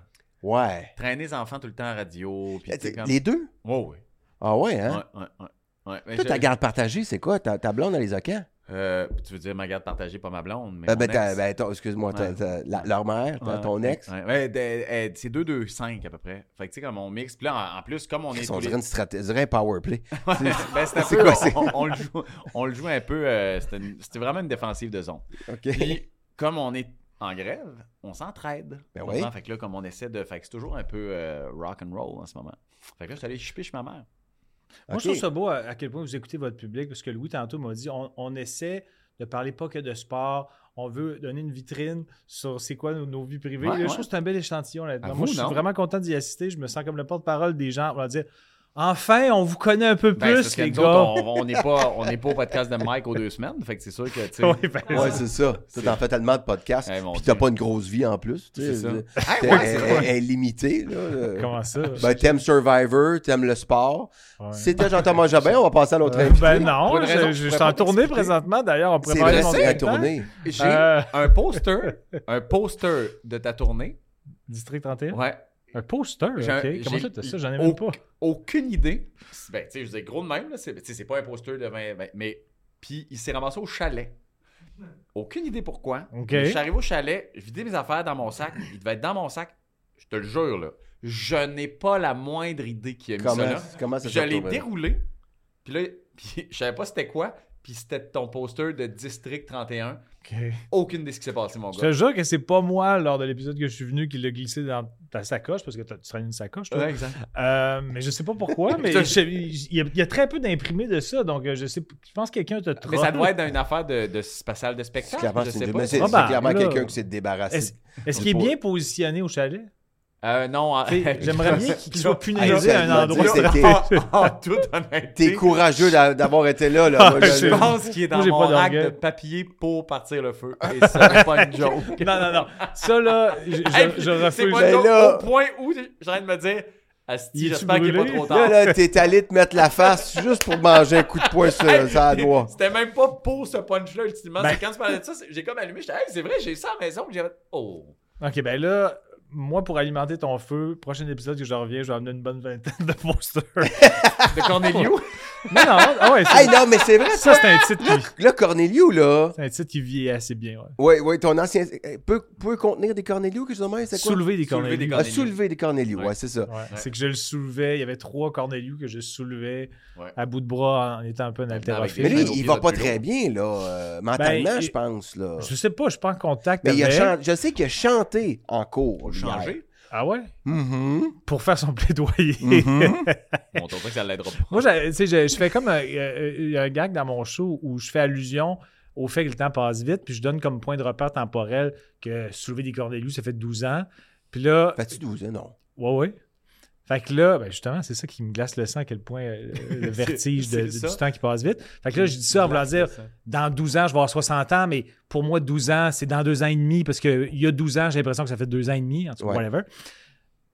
Speaker 3: Ouais.
Speaker 2: traîner les enfants tout le temps à la radio. Puis, tu sais, comme-
Speaker 3: Eh, Les deux?
Speaker 2: Ouais, ouais.
Speaker 3: Ah ouais, hein?
Speaker 2: Ouais, ouais, ouais. ouais. Mais
Speaker 3: Toi,
Speaker 2: je-
Speaker 3: ta garde partagée, c'est quoi? Ta, ta blonde, elle les a quand?
Speaker 2: Euh, tu veux dire ma garde partagée, pas ma blonde. Mais
Speaker 3: Euh,
Speaker 2: mon
Speaker 3: ben, ta-
Speaker 2: ex.
Speaker 3: ben, ton- excuse-moi, ta-
Speaker 2: Ouais.
Speaker 3: ta- la- leur mère, ta-
Speaker 2: Ouais,
Speaker 3: ton
Speaker 2: ouais,
Speaker 3: ex.
Speaker 2: ouais. Ouais, de- euh, c'est 2-2-5 à peu près. Fait que tu sais, comme on mixe. Puis là, en, en plus, comme on est.
Speaker 3: Chris,
Speaker 2: tous
Speaker 3: On
Speaker 2: les-
Speaker 3: dirait une stratégie, on dirait un power play.
Speaker 2: ben, c'est un
Speaker 3: C'est
Speaker 2: peu-
Speaker 3: quoi, c'est-
Speaker 2: on, on le joue, on le joue un peu. euh, c'était une- c'était vraiment une défensive de zone.
Speaker 3: OK.
Speaker 2: Puis, comme on est en grève, on s'entraide.
Speaker 3: Ben
Speaker 2: Tu
Speaker 3: oui.
Speaker 2: comprends? Fait que là, comme on essaie de. Fait que c'est toujours un peu euh, rock and roll en ce moment. Fait que là, je suis allé chipper chez ma mère.
Speaker 4: Moi,
Speaker 3: Ok.
Speaker 4: je trouve ça beau à, à quel point vous écoutez votre public, parce que Louis, tantôt, m'a dit on, on essaie de parler pas que de sport. On veut donner une vitrine sur c'est quoi nos, nos vies privées.
Speaker 2: Ouais,
Speaker 4: Là, Je
Speaker 2: ouais.
Speaker 4: trouve que c'est un bel échantillon là-dedans.
Speaker 2: À
Speaker 4: Moi,
Speaker 2: vous,
Speaker 4: je suis
Speaker 2: non?
Speaker 4: vraiment content d'y assister. Je me sens comme le porte-parole des gens. On va dire enfin, on vous connaît un peu
Speaker 2: Ben, c'est parce
Speaker 4: plus,
Speaker 2: que
Speaker 4: les
Speaker 2: nous autres,
Speaker 4: gars.
Speaker 2: on on n'est pas, on n'est pas au podcast de Mike aux deux semaines. Fait que c'est sûr que, tu sais.
Speaker 4: Ouais, ben,
Speaker 3: Ouais, c'est ça. Toi, t'en fais tellement de podcasts,
Speaker 2: Eh, mon
Speaker 3: puis t'as
Speaker 2: Dieu.
Speaker 3: pas une grosse vie en plus. tu sais.
Speaker 2: C'est ça.
Speaker 3: Euh,
Speaker 2: Hey,
Speaker 3: t'es-
Speaker 2: ouais, c'est
Speaker 3: Elle
Speaker 2: vrai.
Speaker 3: elle est limitée. là.
Speaker 4: Comment ça
Speaker 3: Ben, t'aimes Survivor, t'aimes le sport.
Speaker 4: Ouais.
Speaker 3: C'était Jean-Thomas Jobin, on va passer à l'autre invité.
Speaker 4: Ben
Speaker 2: Pour
Speaker 4: non,
Speaker 2: une
Speaker 4: je,
Speaker 2: raison
Speaker 4: je-
Speaker 2: que je
Speaker 4: je
Speaker 2: pourrais
Speaker 4: suis en
Speaker 2: pas
Speaker 4: tournée
Speaker 2: t'expliquer.
Speaker 4: présentement d'ailleurs. On
Speaker 3: C'est
Speaker 4: prépare
Speaker 3: vrai,
Speaker 4: mon
Speaker 3: c'est la
Speaker 4: spectacle.
Speaker 3: tournée.
Speaker 2: J'ai
Speaker 4: Euh,
Speaker 2: un poster, un poster de ta tournée.
Speaker 4: District 31.
Speaker 2: Ouais.
Speaker 4: Un poster,
Speaker 2: J'ai un-
Speaker 4: ok. Comment
Speaker 2: j'ai-
Speaker 4: ça, t'as ça? J'en ai
Speaker 2: au-
Speaker 4: même pas.
Speaker 2: Aucune idée. Ben, tu sais, je dis gros de même, là. C'est, tu sais, c'est pas un poster de 20, ben, mais. Puis il s'est ramassé au chalet. Aucune idée pourquoi.
Speaker 4: Ok.
Speaker 2: Je suis arrivé au chalet, je vidais mes affaires dans mon sac. Il devait être dans mon sac. Je te le jure, là. Je n'ai pas la moindre idée qui a mis ça
Speaker 3: Comment,
Speaker 2: là.
Speaker 3: comment ça
Speaker 2: Je
Speaker 3: s'est
Speaker 2: l'ai
Speaker 3: retrouvé?
Speaker 2: déroulé. Puis là, puis je savais pas c'était quoi. Puis c'était ton poster de District 31.
Speaker 4: Ok.
Speaker 2: Aucune idée de ce qui s'est passé, mon
Speaker 4: Je
Speaker 2: gars.
Speaker 4: te jure que c'est pas moi, lors de l'épisode que je suis venu, qui l'a glissé dans ta sacoche, parce que t'as- tu traînes une sacoche, toi.
Speaker 2: Ouais, exact.
Speaker 4: Euh, mais je sais pas pourquoi, mais
Speaker 2: Je-
Speaker 4: je- il y, a- il y a très peu d'imprimés de ça, donc euh, je sais. Je pense que quelqu'un te
Speaker 2: Ah, Mais ça doit être dans une affaire de, de spatiale de spectacle.
Speaker 3: Clairement,
Speaker 2: je
Speaker 3: c'est
Speaker 2: sais
Speaker 3: une-
Speaker 2: pas.
Speaker 3: mais c'est-
Speaker 4: Probable,
Speaker 3: c'est clairement
Speaker 4: Ah, ben, là.
Speaker 3: quelqu'un qui s'est débarrassé.
Speaker 4: Est-ce est-ce qu'il est
Speaker 3: Pour-
Speaker 4: bien positionné au chalet?
Speaker 2: Euh, non, en-
Speaker 4: Tu sais, J'aimerais bien qu'il qu'il soit
Speaker 3: Hey,
Speaker 4: punérisé à
Speaker 3: ça,
Speaker 4: un
Speaker 2: Là,
Speaker 4: endroit.
Speaker 3: je me dis, c'était-
Speaker 2: en, en toute honnêteté,
Speaker 3: T'es courageux d'a- d'avoir été là. là.
Speaker 4: Ah,
Speaker 3: Moi,
Speaker 2: je
Speaker 4: c'est-
Speaker 2: pense qu'il est dans
Speaker 4: Moi, j'ai
Speaker 2: mon
Speaker 4: pas
Speaker 2: rack de
Speaker 4: d'orgueil.
Speaker 2: papier pour partir le feu. Et ça, c'est pas une joke.
Speaker 4: Non, non, non. Ça, là, je, je-
Speaker 2: Hey, puis,
Speaker 4: je
Speaker 2: C'est
Speaker 4: refuse.
Speaker 2: pas une
Speaker 3: Ben
Speaker 2: joke
Speaker 3: là-
Speaker 2: au point où j'arrête de me dire Asti,
Speaker 4: Il est-tu
Speaker 2: j'espère qu'il est pas
Speaker 4: brûlé?
Speaker 2: trop tard.
Speaker 3: Là, là, t'es allé te mettre la face juste pour manger un coup de poing sur,
Speaker 2: Hey,
Speaker 3: sur la doigt.
Speaker 2: C'était même pas pour ce punch-là, ultimement.
Speaker 4: Ben-
Speaker 2: C'est quand tu parlais de ça, c'est- j'ai comme allumé. J'étais, hey, c'est vrai, j'ai ça à la maison. J'ai fait, oh.
Speaker 4: Ok, ben là, moi, pour alimenter ton feu, prochain épisode que je reviens, je vais amener une bonne vingtaine de posters.
Speaker 2: De Cornelio.
Speaker 4: non, non, ah ouais,
Speaker 3: Hey,
Speaker 4: c'est-
Speaker 3: non, mais c'est vrai, ça.
Speaker 4: ça, c'est un titre qui.
Speaker 3: Là, Corneliu, là.
Speaker 4: C'est un titre qui vieillit assez bien, ouais.
Speaker 3: Oui, oui, ton ancien. euh, Peut, peut contenir des Corneliu, que je demande, c'est quoi?
Speaker 4: Soulever
Speaker 2: Soulever
Speaker 4: des
Speaker 2: des
Speaker 4: cornelius.
Speaker 3: Ah,
Speaker 2: Corneliu.
Speaker 3: soulever des Corneliu, ouais,
Speaker 2: Ouais.
Speaker 3: c'est ça.
Speaker 4: Ouais, C'est que je le soulevais. Il y avait trois cornelius que je soulevais
Speaker 2: Ouais.
Speaker 4: à bout de bras en, en étant un peu un haltérophile.
Speaker 3: Mais
Speaker 2: J'ai
Speaker 3: lui,
Speaker 2: mal au
Speaker 3: il
Speaker 2: pied
Speaker 3: va pas
Speaker 2: depuis
Speaker 3: très bien, là. euh, mentalement,
Speaker 4: Ben,
Speaker 3: je
Speaker 4: il-
Speaker 3: pense, là.
Speaker 4: Je sais pas, je suis pas en contact
Speaker 3: Mais il a
Speaker 4: avec.
Speaker 3: chan- je sais qu'il a chanté en cours.
Speaker 2: Pour
Speaker 3: hier.
Speaker 2: changer.
Speaker 4: Ah ouais?
Speaker 3: Mhm,
Speaker 4: Pour faire son plaidoyer.
Speaker 3: mhm.
Speaker 2: Bon, on trouve que ça l'aidera pas.
Speaker 4: Moi, j'ai- tu sais, je, je fais comme un, euh, euh, un gag dans mon show où je fais allusion au fait que le temps passe vite, puis je donne comme point de repère temporel que soulever des cornelius, ça fait 12 ans. Puis là,
Speaker 3: Fais-tu 12 ans, hein, non?
Speaker 4: ouais, ouais. Fait que là, ben justement, c'est ça qui me glace le sang, à quel point euh, le vertige de-
Speaker 2: c'est
Speaker 4: de-
Speaker 2: ça.
Speaker 4: du temps qui passe vite. Fait que là, je dis ça en voulant dire, dans 12 ans, je vais avoir 60 ans, mais pour moi, 12 ans, c'est dans 2 ans et demi, parce qu'il y a 12 ans, j'ai l'impression que ça fait 2 ans et demi, en tout cas,
Speaker 3: Ouais.
Speaker 4: whatever.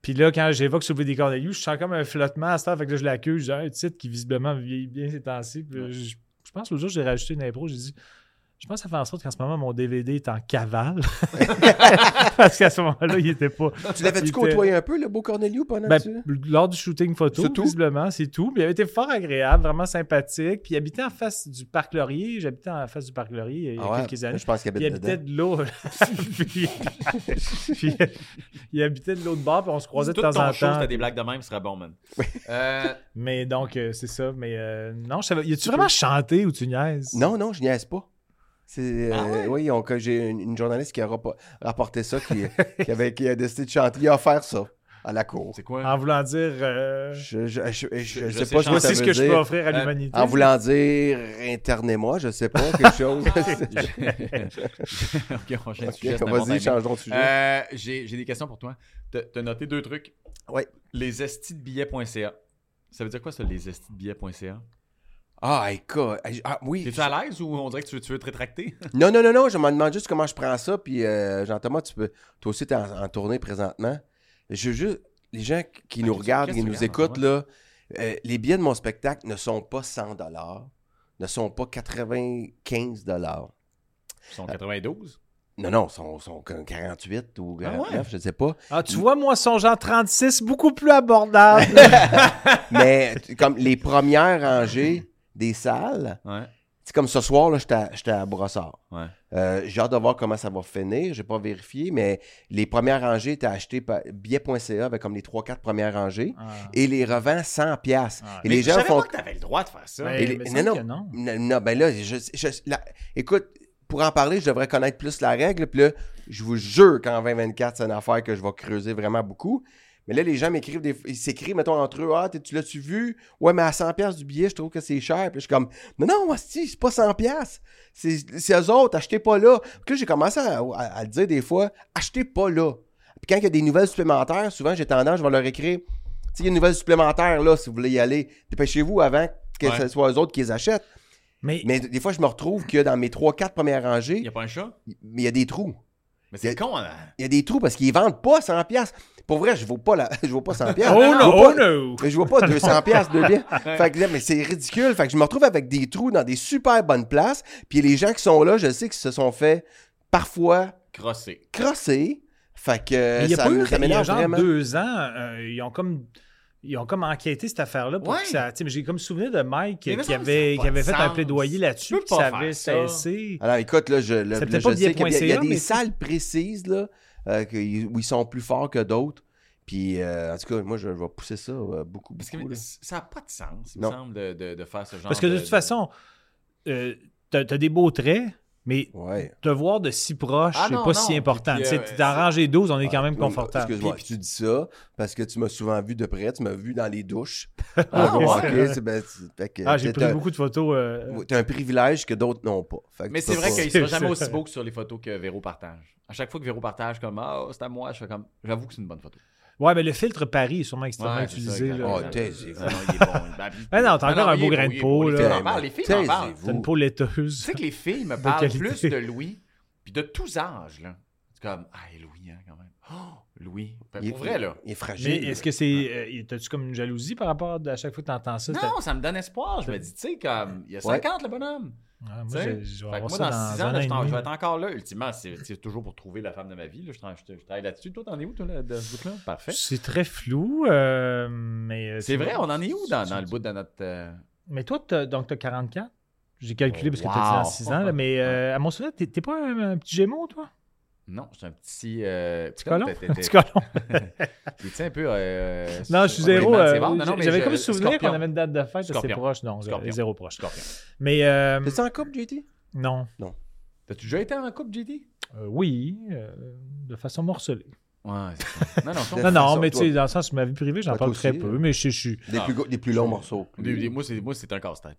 Speaker 4: Puis là, quand j'évoque soulever des cornelius, je sens comme un flottement à cette heure, fait que là, je l'accuse, j'ai un titre qui visiblement vieillit bien ces temps-ci. Puis là, je, je pense que l'autre jour, j'ai rajouté une impro, j'ai dit. Je pense que ça fait en sorte qu'en ce moment, mon DVD est en cavale. Parce qu'à ce moment-là, il n'était pas.
Speaker 3: Tu l'avais-tu
Speaker 4: Il
Speaker 3: côtoyé un peu, le beau Corneliu, pendant
Speaker 4: Ben,
Speaker 3: que tu.
Speaker 4: lors du shooting photo,
Speaker 3: C'est tout?
Speaker 4: visiblement, c'est tout. Mais il avait été fort agréable, vraiment sympathique. Puis il habitait en face du parc Laurier. J'habitais en face du parc Laurier il y a
Speaker 3: Ah ouais,
Speaker 4: quelques années.
Speaker 3: Je pense qu'il
Speaker 4: Il
Speaker 3: habite
Speaker 4: habitait
Speaker 3: dedans.
Speaker 4: de l'eau. puis, puis, il habitait de l'autre bord, puis on se croisait de
Speaker 2: Tout
Speaker 4: temps
Speaker 2: ton
Speaker 4: en
Speaker 2: show,
Speaker 4: temps.
Speaker 2: c'était des blagues de même, ce serait bon, man. Euh,
Speaker 4: Mais donc, euh, c'est ça. Mais euh, non, je savais. tu vraiment chanté ou tu niaises?
Speaker 3: Non, non, je niaise pas. C'est, euh,
Speaker 2: Ah ouais?
Speaker 3: Oui, on- que j'ai une, une journaliste qui a rappo- rapporté ça, qui, qui avait, qui a décidé de chanter. Il a offert ça à la cour.
Speaker 2: c'est quoi?
Speaker 4: En voulant dire. euh,
Speaker 3: Je, je, je- je- je
Speaker 2: Je
Speaker 3: sais
Speaker 2: sais
Speaker 3: pas
Speaker 2: chanter.
Speaker 3: ce que
Speaker 4: voici
Speaker 3: ça
Speaker 4: ce
Speaker 3: veut
Speaker 4: que je peux
Speaker 3: dire.
Speaker 4: offrir à
Speaker 2: Euh,
Speaker 4: l'humanité.
Speaker 3: En voulant dire internez-moi, je sais pas, quelque chose.
Speaker 2: ok, on change de sujet.
Speaker 3: Ok,
Speaker 2: c'était mon
Speaker 3: Vas-y,
Speaker 2: timing.
Speaker 3: changeons de sujet.
Speaker 2: Euh, J'ai j'ai des questions pour toi. T'as t'as noté deux trucs.
Speaker 3: Ouais.
Speaker 2: Les estisdebillets.ca. Ça veut dire quoi, ça, les estisdebillets.ca?
Speaker 3: Ah, écoute. Ah, oui.
Speaker 2: T'es-tu à l'aise ou on dirait que tu, veux- tu veux te rétracter?
Speaker 3: Non, non, non, non, je me demande juste comment je prends ça. Puis, euh, Jean-Thomas, tu peux. Toi aussi, t'es en, en tournée présentement. Je veux juste. Les gens qui nous
Speaker 2: Ben, qu'est-ce-
Speaker 3: regardent,
Speaker 2: qu'est-ce
Speaker 3: qui
Speaker 2: que tu
Speaker 3: nous
Speaker 2: regardes,
Speaker 3: écoutent, là, euh, les billets de mon spectacle ne sont pas 100 ne sont pas 95
Speaker 2: Ils
Speaker 3: Ah.
Speaker 2: sont 92.
Speaker 3: Non, non, sont, sont comme 48 ou
Speaker 2: Ah ouais?
Speaker 3: 49, je ne sais pas.
Speaker 4: Ah, tu vois, moi, songeant 36, beaucoup plus abordable.
Speaker 3: Mais tu- comme les premières rangées des salles,
Speaker 2: Ouais.
Speaker 3: c'est comme ce soir, là, j'étais à- j'étais à Brossard.
Speaker 2: Ouais.
Speaker 3: Euh, j'ai hâte de voir comment ça va finir. J'ai pas vérifié, mais les premières rangées étaient achetées par biais.ca avec comme les 3-4 premières rangées
Speaker 4: Ah.
Speaker 3: et les revend 100$. piastres.
Speaker 4: Ah,
Speaker 3: et
Speaker 2: Mais
Speaker 3: les
Speaker 2: je
Speaker 3: gens
Speaker 2: savais
Speaker 3: font.
Speaker 2: pas que t'avais le droit de faire ça.
Speaker 4: Mais-
Speaker 3: Et les-
Speaker 4: mais
Speaker 3: non,
Speaker 4: ça me dit que non.
Speaker 3: Non, non, ben là, je, je- la- écoute, pour en parler, je devrais connaître plus la règle. Puis là, je vous jure qu'en 2024, c'est une affaire que je vais creuser vraiment beaucoup. Mais là, les gens m'écrivent, des... ils s'écrivent, mettons, entre eux, ah, t'es- tu l'as-tu vu? Ouais, mais à 100$ du billet, je trouve que c'est cher. Puis je suis comme, non, non, hostie, c'est pas 100$. C'est c'est eux autres, achetez pas là. Puis là, j'ai commencé à, à- à le dire des fois, achetez pas là. Puis quand il y a des nouvelles supplémentaires, souvent, j'ai tendance, je vais leur écrire, tu sais, il y a une nouvelle supplémentaire là, si vous voulez y aller, dépêchez-vous avant que
Speaker 2: Ouais.
Speaker 3: ce soit eux autres qui les achètent.
Speaker 4: Mais,
Speaker 3: Mais des fois, je me retrouve que dans mes 3-4 premières
Speaker 2: Il n'y
Speaker 3: rangées,
Speaker 2: a pas un chat?
Speaker 3: mais il y a des trous.
Speaker 2: Mais c'est
Speaker 3: Il y a-
Speaker 2: con, hein?
Speaker 3: Il y a des trous parce qu'ils vendent pas 100 pièces. Pour vrai, je vaux pas la... je vaux pas 100 pièces.
Speaker 4: oh
Speaker 3: je
Speaker 4: no,
Speaker 3: vaux
Speaker 4: oh
Speaker 3: pas...
Speaker 4: no!
Speaker 3: Mais je vois pas 200 pièces de bien. Fait que là, mais c'est ridicule. Fait que je me retrouve avec des trous dans des super bonnes places. Puis les gens qui sont là, je sais qu'ils se sont fait parfois
Speaker 2: Crossé.
Speaker 3: crosser. Fait que
Speaker 2: Euh,
Speaker 4: Mais il y a
Speaker 3: ça,
Speaker 4: pas eu,
Speaker 3: me- ça
Speaker 4: il y a
Speaker 3: m'énerve
Speaker 4: genre
Speaker 3: vraiment.
Speaker 4: deux ans, euh, ils ont comme. Ils ont comme enquêté cette affaire-là pour
Speaker 2: Ouais.
Speaker 4: que ça. tu sais, mais J'ai comme souvenir de Mike
Speaker 2: Mais il
Speaker 4: qui,
Speaker 2: me
Speaker 4: qui
Speaker 2: semble que ça
Speaker 4: avait,
Speaker 2: a pas
Speaker 4: qui
Speaker 2: de
Speaker 4: avait fait un
Speaker 2: sens.
Speaker 4: plaidoyer là-dessus,
Speaker 2: peux
Speaker 4: puis
Speaker 2: pas
Speaker 4: ça
Speaker 2: faire
Speaker 4: avait
Speaker 2: ça.
Speaker 4: cessé.
Speaker 3: Alors écoute, là, je, là,
Speaker 4: C'est
Speaker 3: là,
Speaker 4: peut-être
Speaker 3: je
Speaker 4: pas
Speaker 3: sais qu'il y a- il y a
Speaker 4: billet.ca,
Speaker 3: des
Speaker 4: mais-
Speaker 3: salles précises là, euh, que- où ils sont plus forts que d'autres. Puis euh, en tout cas, moi, je, vais pousser ça euh, beaucoup,
Speaker 2: Parce que
Speaker 3: beaucoup, là.
Speaker 2: ça n'a pas de sens, il
Speaker 3: Non.
Speaker 2: me semble, de, de- de faire ce genre
Speaker 4: Parce que de toute façon, euh, t'as t'as des beaux traits, mais
Speaker 3: Ouais.
Speaker 4: te voir de si proche,
Speaker 2: Ah
Speaker 4: c'est
Speaker 2: non,
Speaker 4: pas
Speaker 2: non,
Speaker 4: si important.
Speaker 2: puis,
Speaker 4: Tu
Speaker 2: euh,
Speaker 4: sais, Dans
Speaker 2: c'est-
Speaker 4: rangée 12, on est quand
Speaker 3: Ah,
Speaker 4: même
Speaker 3: toi,
Speaker 4: confortable.
Speaker 3: Excuse-moi,
Speaker 2: Puis-
Speaker 3: tu dis ça parce que tu m'as souvent vu de près, tu m'as vu dans les douches.
Speaker 2: Ah,
Speaker 3: Ok,
Speaker 2: ouais.
Speaker 3: c'est- ben, c'est- fait que
Speaker 4: Ah, j'ai
Speaker 3: t'es
Speaker 4: pris
Speaker 3: un-
Speaker 4: beaucoup de photos. euh,
Speaker 3: T'as un privilège que d'autres n'ont pas. Fait que
Speaker 2: Mais
Speaker 3: tu
Speaker 2: c'est
Speaker 3: peux
Speaker 2: vrai
Speaker 3: pas-
Speaker 2: qu'il sera
Speaker 4: C'est
Speaker 2: jamais
Speaker 4: ça.
Speaker 2: aussi beau que sur les photos que Véro partage. À chaque fois que Véro partage, comme Ah, c'est à moi, je fais comme J'avoue que c'est une bonne photo.
Speaker 4: Ouais, mais le filtre Paris est sûrement extrêmement
Speaker 2: Ouais, c'est ça,
Speaker 4: utilisé.
Speaker 2: exactement.
Speaker 4: là.
Speaker 3: Oh, taisez-vous.
Speaker 2: Non, il est bon, il babille.
Speaker 4: Ah non, t'as
Speaker 2: Ah
Speaker 4: encore un
Speaker 2: il
Speaker 4: beau
Speaker 2: est
Speaker 4: grain de
Speaker 2: il est
Speaker 4: peau,
Speaker 2: beau. Les
Speaker 4: là.
Speaker 2: filles en parlent, les filles en parlent.
Speaker 3: Taisez-vous.
Speaker 4: T'as une peau
Speaker 2: Tu
Speaker 4: laiteuse.
Speaker 2: sais que les filles me parlent
Speaker 4: qualité.
Speaker 2: plus de Louis, puis de tous âges, là. C'est comme, ah, et Louis, hein, quand même. Oh, Louis. Fait,
Speaker 3: Il est-
Speaker 2: pour vrai, là.
Speaker 3: Il est
Speaker 4: Mais
Speaker 3: fragile.
Speaker 4: est-ce que c'est. euh, T'as-tu comme une jalousie par rapport à à chaque fois que t'entends ça? t'as-
Speaker 2: Non, ça me donne espoir. Je me dis, tu sais, comme, il y a 50, le bonhomme.
Speaker 4: Ah, moi,
Speaker 2: Tu sais,
Speaker 4: je, je vais
Speaker 2: Fait que
Speaker 4: avoir
Speaker 2: moi,
Speaker 4: ça dans,
Speaker 2: dans 6 ans,
Speaker 4: un
Speaker 2: là, je,
Speaker 4: an
Speaker 2: t'en-
Speaker 4: et
Speaker 2: je vais
Speaker 4: demi.
Speaker 2: être encore là. Ultimement, c'est c'est toujours pour trouver la femme de ma vie. Là. Je, t'en- je te- je travaille là-dessus. Toi, t'en es où, toi, là, de ce bout-là? Parfait.
Speaker 4: C'est très flou, euh, mais. euh,
Speaker 2: C'est
Speaker 4: tu
Speaker 2: vrai,
Speaker 4: vois,
Speaker 2: on en est où
Speaker 4: tu-
Speaker 2: dans,
Speaker 4: tu-
Speaker 2: dans le bout de notre. euh,
Speaker 4: Mais toi, t'as- donc, t'as 44? J'ai calculé parce que t'as
Speaker 2: Wow.
Speaker 4: dit dans 6 ans, là, mais euh, à mon souvenir, t'es t'es pas un, un petit gémeau, toi?
Speaker 2: Non, c'est un petit. Euh...
Speaker 4: Petit colon?
Speaker 2: t'es- t'es-
Speaker 4: Petit colon?
Speaker 2: t'es- t'es un peu. euh,
Speaker 4: Non, je suis
Speaker 2: complètement
Speaker 4: zéro. euh,
Speaker 2: sévère. Non, non, mais
Speaker 4: J'avais
Speaker 2: je-
Speaker 4: comme souvenir
Speaker 2: Scorpion.
Speaker 4: qu'on avait une date de fête assez
Speaker 2: Scorpion.
Speaker 4: proche. Non,
Speaker 2: Scorpion.
Speaker 4: zéro proche.
Speaker 2: Scorpion.
Speaker 4: Mais euh,
Speaker 3: T'es-tu en couple, JT?
Speaker 2: Ah.
Speaker 4: non.
Speaker 2: T'as-tu déjà été en couple, JD?
Speaker 4: Euh, oui, euh, de façon morcelée.
Speaker 2: Ouais, c'est ça. Non, non, je
Speaker 3: De
Speaker 4: Non, non,
Speaker 3: façon,
Speaker 4: mais tu
Speaker 3: toi-
Speaker 4: sais, dans le sens, ma vie privée, j'en
Speaker 3: Toi
Speaker 4: parle
Speaker 3: aussi,
Speaker 4: très peu,
Speaker 3: euh.
Speaker 4: mais je je suis.
Speaker 3: Des,
Speaker 2: Ah.
Speaker 3: plus, gros- des plus longs morceaux.
Speaker 2: Des- des- moi, c'est, moi, c'est un casse-tête.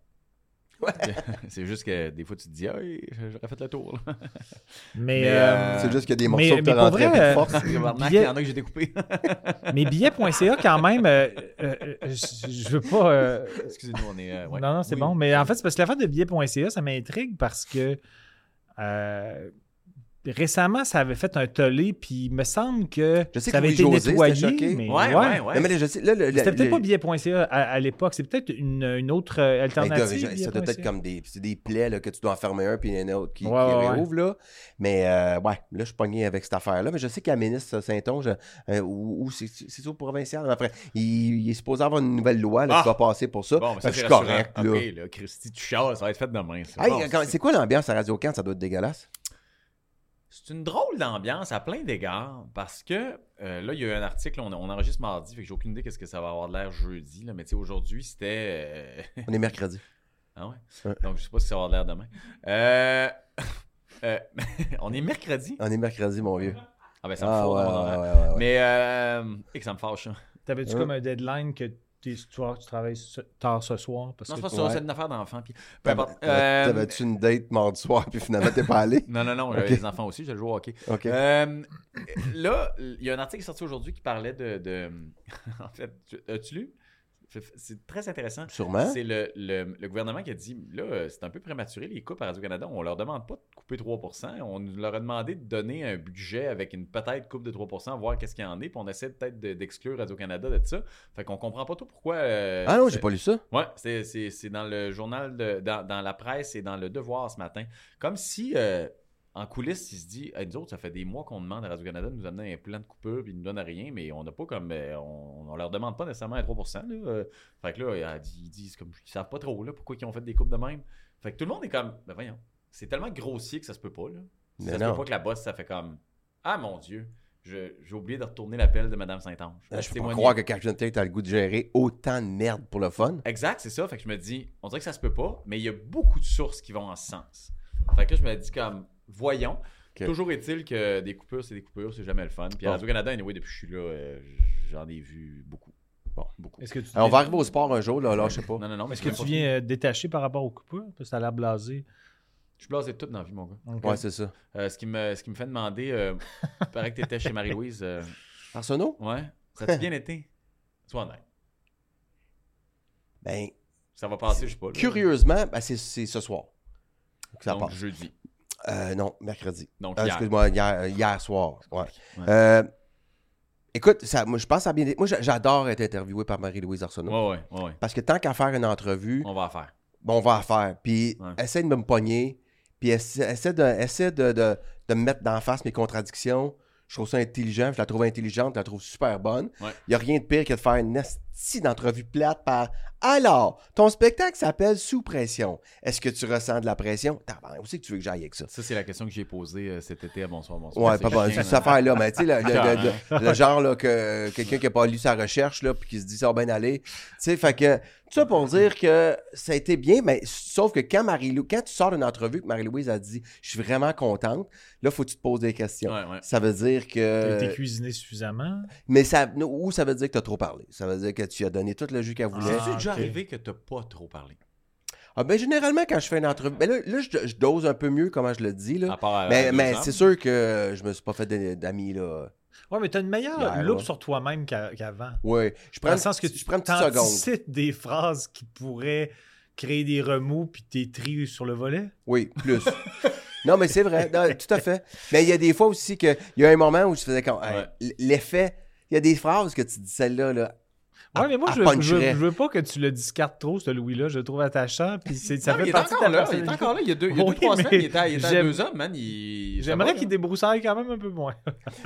Speaker 2: c'est juste que des fois, tu te dis, hey, j'aurais fait le tour. là.
Speaker 4: Mais,
Speaker 2: Mais,
Speaker 4: euh,
Speaker 3: C'est juste qu'il y a des
Speaker 4: Mais-
Speaker 3: morceaux que
Speaker 4: mais
Speaker 3: t'as
Speaker 4: pour
Speaker 3: rentrés
Speaker 4: vrai,
Speaker 3: avec force.
Speaker 2: Remarque, il
Speaker 4: Billet-
Speaker 2: y en a que j'ai découpé.
Speaker 4: mais billets.ca, quand même, euh, euh, euh, je je veux pas. euh,
Speaker 2: Excusez-nous, on est. euh, ouais.
Speaker 4: Non, non, c'est
Speaker 2: Oui.
Speaker 4: bon. Mais en fait, c'est parce que l'affaire de billets.ca, ça m'intrigue parce que euh, récemment, ça avait fait un tollé, puis il me semble que
Speaker 3: Je sais que
Speaker 4: ça avait été
Speaker 3: Louis-José était
Speaker 4: nettoyé.
Speaker 3: choqué.
Speaker 4: Mais,
Speaker 2: Ouais,
Speaker 4: ouais.
Speaker 2: ouais, ouais.
Speaker 3: Non, mais là, je sais, là, le-
Speaker 4: C'était
Speaker 3: le-
Speaker 4: peut-être pas
Speaker 3: le-
Speaker 4: billet.ca à, à l'époque, c'est peut-être une, une autre euh,
Speaker 3: Ben, ils doivent-
Speaker 4: alternative.
Speaker 3: ça doit être
Speaker 4: billet.ca.
Speaker 3: comme des, c'est des plaies là, que tu dois en fermer un puis il y en a un autre qui,
Speaker 4: Ouais,
Speaker 3: qui
Speaker 4: ouais,
Speaker 3: réouvre. Là. Mais euh, ouais, là, je suis pogné avec cette affaire-là. Mais je sais qu'à ministre Saint-Onge, euh, ou, ou c'est c'est au provincial, après, il, il est supposé avoir une nouvelle loi là, qui
Speaker 2: Ah!
Speaker 3: va passer pour ça.
Speaker 2: Bon, mais
Speaker 3: Fait
Speaker 2: ça,
Speaker 3: que je
Speaker 2: c'est
Speaker 3: suis
Speaker 2: rassurant.
Speaker 3: correct. là.
Speaker 2: Ok, là, Christy, tu chiales, ça va être fait demain. ça.
Speaker 3: Hey,
Speaker 2: Bon,
Speaker 3: quand-
Speaker 2: c'est...
Speaker 3: c'est quoi l'ambiance à radio can Ça doit être dégueulasse.
Speaker 2: c'est une drôle d'ambiance à plein d'égards parce que euh, là, il y a eu un article, on, on enregistre mardi, fait que j'ai aucune idée qu'est-ce que ça va avoir de l'air jeudi. Là, mais tu sais, aujourd'hui, c'était. euh,
Speaker 3: On est mercredi.
Speaker 2: Ah ouais?
Speaker 3: Ouais.
Speaker 2: Donc, je sais pas si ça va avoir de l'air demain. Euh, euh, on est mercredi.
Speaker 3: On est mercredi, mon vieux.
Speaker 2: Ah ben, ça me
Speaker 3: Ah,
Speaker 2: fout,
Speaker 3: ouais,
Speaker 2: on en a.
Speaker 3: ouais, ouais, ouais, ouais.
Speaker 2: Mais, euh, et que ça me fâche. hein.
Speaker 4: T'avais-tu
Speaker 3: Ouais.
Speaker 4: comme un deadline que t'es- tu, vois, tu travailles ce- tard ce soir? Parce
Speaker 2: Non,
Speaker 4: que
Speaker 2: c'est pas
Speaker 3: ouais.
Speaker 2: ça, c'est une affaire d'enfant. Puis, peu
Speaker 3: T'avais-
Speaker 2: importe. Euh,
Speaker 3: T'avais- T'avais-tu une date mardi soir puis finalement t'es pas allé?
Speaker 2: non, non, non, j'avais
Speaker 3: Ok.
Speaker 2: des enfants aussi, je le joue au hockey.
Speaker 3: OK.
Speaker 2: Euh, là, il y a un article sorti aujourd'hui qui parlait de. de- en fait, tu- as-tu lu? C'est très intéressant.
Speaker 3: Sûrement.
Speaker 2: C'est le, le- le gouvernement qui a dit là, euh, c'est un peu prématuré, les coupes à Radio-Canada. On leur demande pas de couper 3 On nous leur a demandé de donner un budget avec une peut-être coupe de 3 voir qu'est-ce qu'il y en est. Puis on essaie peut-être de- d'exclure Radio-Canada de ça. Fait qu'on comprend pas tout pourquoi. euh,
Speaker 3: Ah non,
Speaker 2: c'est-
Speaker 3: j'ai pas lu ça.
Speaker 2: Ouais, c'est- c'est c'est dans le journal, de- dans, dans la presse et dans le Devoir ce matin. Comme si, euh, en coulisses, il se dit Hey, Nous autres, ça fait des mois qu'on demande à Radio-Canada de nous amener un plan de coupure, puis ils nous donnent rien, mais on n'a pas comme. euh, on, on leur demande pas nécessairement un 3 là. Euh, Fait que là, ils- ils disent comme. Ils savent pas trop, là, pourquoi ils ont fait des coupes de même. Fait que tout le monde est comme Ben voyons, c'est tellement grossier que ça se peut pas, là.
Speaker 3: Mais
Speaker 2: ça se
Speaker 3: non.
Speaker 2: peut pas que la bosse, ça fait comme Ah mon Dieu, je- j'ai oublié de retourner l'appel de Madame Saint-Ange.
Speaker 3: Ben, Je peux pas
Speaker 2: Témoigner.
Speaker 3: croire que Captain Tate a le goût de gérer autant de merde pour le fun.
Speaker 2: Exact, c'est ça. Fait que je me dis, on dirait que ça se peut pas, mais il y a beaucoup de sources qui vont en ce sens. Fait que là, je me dis comme, voyons.
Speaker 3: Ok.
Speaker 2: Toujours est-il que des coupures, c'est des coupures, c'est jamais le fun. Puis à
Speaker 3: Bon.
Speaker 2: Radio-Canada, anyway, depuis que je suis là, euh, j'en ai vu beaucoup. Bon, beaucoup.
Speaker 4: Est-ce que tu
Speaker 3: Alors, on va arriver au sport un jour, là, là je sais pas.
Speaker 2: Non, non, non, mais
Speaker 4: Est-ce que tu viens euh, détaché par rapport aux coupures? Parce que ça a l'air blasé.
Speaker 2: Je blasé de tout dans la vie, mon gars.
Speaker 4: Ok.
Speaker 3: Ouais, c'est ça.
Speaker 2: Euh, ce, qui me, ce qui me fait demander, euh, il paraît que t'étais chez Marie-Louise. euh,
Speaker 3: Arsenault?
Speaker 2: ouais, ça t'a bien été? Sois honnête.
Speaker 3: Ben,
Speaker 2: Ça va passer, je sais pas. là.
Speaker 3: curieusement, ben, c'est, c'est ce soir que ça
Speaker 2: Donc,
Speaker 3: part.
Speaker 2: jeudi.
Speaker 3: Euh, non, mercredi.
Speaker 2: Donc,
Speaker 3: Euh,
Speaker 2: hier.
Speaker 3: excuse-moi, hier, euh, hier soir. ouais.
Speaker 2: Ouais.
Speaker 3: Euh, écoute, ça, moi, je pense que ça a bien été. Moi, j'a- j'adore être interviewé par Marie-Louise Arsenault.
Speaker 2: Ouais, ouais, ouais, ouais.
Speaker 3: Parce que tant qu'à faire une entrevue,
Speaker 2: On va la faire.
Speaker 3: bon, ben, on va la faire. Puis
Speaker 2: Ouais.
Speaker 3: essaie de me pogner. Puis essaie, essaie de, essaie de, de- de me mettre d'en face mes contradictions. Je trouve ça intelligent. Je la trouve intelligente. Je la trouve super bonne. Il
Speaker 2: Ouais.
Speaker 3: n'y a rien de pire que de faire une esti d'entrevue plate par Alors, ton spectacle s'appelle Sous pression. Est-ce que tu ressens de la pression Tabarnak, Où c'est que tu veux que j'aille avec ça
Speaker 2: Ça, c'est la question que j'ai posée euh, cet été à Bonsoir, Bonsoir.
Speaker 3: Ouais,
Speaker 2: C'est
Speaker 3: pas bon,
Speaker 2: quelqu'un,
Speaker 3: cette
Speaker 2: euh,
Speaker 3: affaire-là, mais tu sais, le, le- le-
Speaker 2: Clairement.
Speaker 3: le- le genre là, que quelqu'un qui n'a pas lu sa recherche, là, puis qui se dit ça va bien aller. Tu sais, fait que, tout ça pour dire que ça a été bien, mais sauf que quand marie quand tu sors d'une entrevue que Marie-Louise a dit, je suis vraiment contente, là, faut que tu te poses des questions.
Speaker 2: Ouais, ouais.
Speaker 3: Ça veut dire
Speaker 4: T'as été
Speaker 3: que.
Speaker 4: cuisiné suffisamment.
Speaker 3: Mais ça. Ou ça veut dire que tu as trop parlé. Ça veut dire que tu as donné tout le jus qu'elle voulait.
Speaker 2: C'est-tu déjà
Speaker 4: ok.
Speaker 2: arrivé que t'as pas trop parlé?
Speaker 3: Ah, ben, généralement, quand je fais une entrevue. Ben là, là, je, je dose un peu mieux comment je le dis, là.
Speaker 2: À part à- à
Speaker 3: mais
Speaker 2: Ah, euh, deux
Speaker 3: mais
Speaker 2: ans.
Speaker 3: c'est sûr que je me suis pas fait d- d'amis, là.
Speaker 4: Ouais, mais t'as une meilleure
Speaker 3: Hier,
Speaker 4: loupe
Speaker 3: ouais.
Speaker 4: sur toi-même qu'a- qu'avant.
Speaker 3: Oui. Je prends,
Speaker 4: Dans le sens que
Speaker 3: je
Speaker 4: tu
Speaker 3: prends une petite seconde.
Speaker 4: t'anticipes des phrases qui pourraient créer des remous puis t'es tri sur le volet.
Speaker 3: Oui, plus. non, mais c'est vrai, non, tout à fait. Mais il y a des fois aussi que il y a un moment où je faisais comme hey,
Speaker 2: Ouais.
Speaker 3: l- l'effet. Il y a des phrases que tu dis celle-là. Là.
Speaker 4: Ouais,
Speaker 3: Elle-
Speaker 4: mais moi,
Speaker 3: elle
Speaker 4: je, je- je,
Speaker 3: puncherait.
Speaker 4: je veux pas que tu le discartes trop, ce Louis-là. Je le trouve attachant. Puis c'est- ça
Speaker 2: Non, mais il
Speaker 4: fait
Speaker 2: est
Speaker 4: partie de
Speaker 2: encore
Speaker 4: ta hein.
Speaker 2: là, il est encore là. Il y a deux, il y a deux,
Speaker 4: Oui,
Speaker 2: trois
Speaker 4: mais
Speaker 2: semaines, il était à, il était à
Speaker 4: j'aime-
Speaker 2: deux hommes, man. il- ça va,
Speaker 4: J'aimerais
Speaker 2: là.
Speaker 4: qu'il débroussaille quand même un peu moins.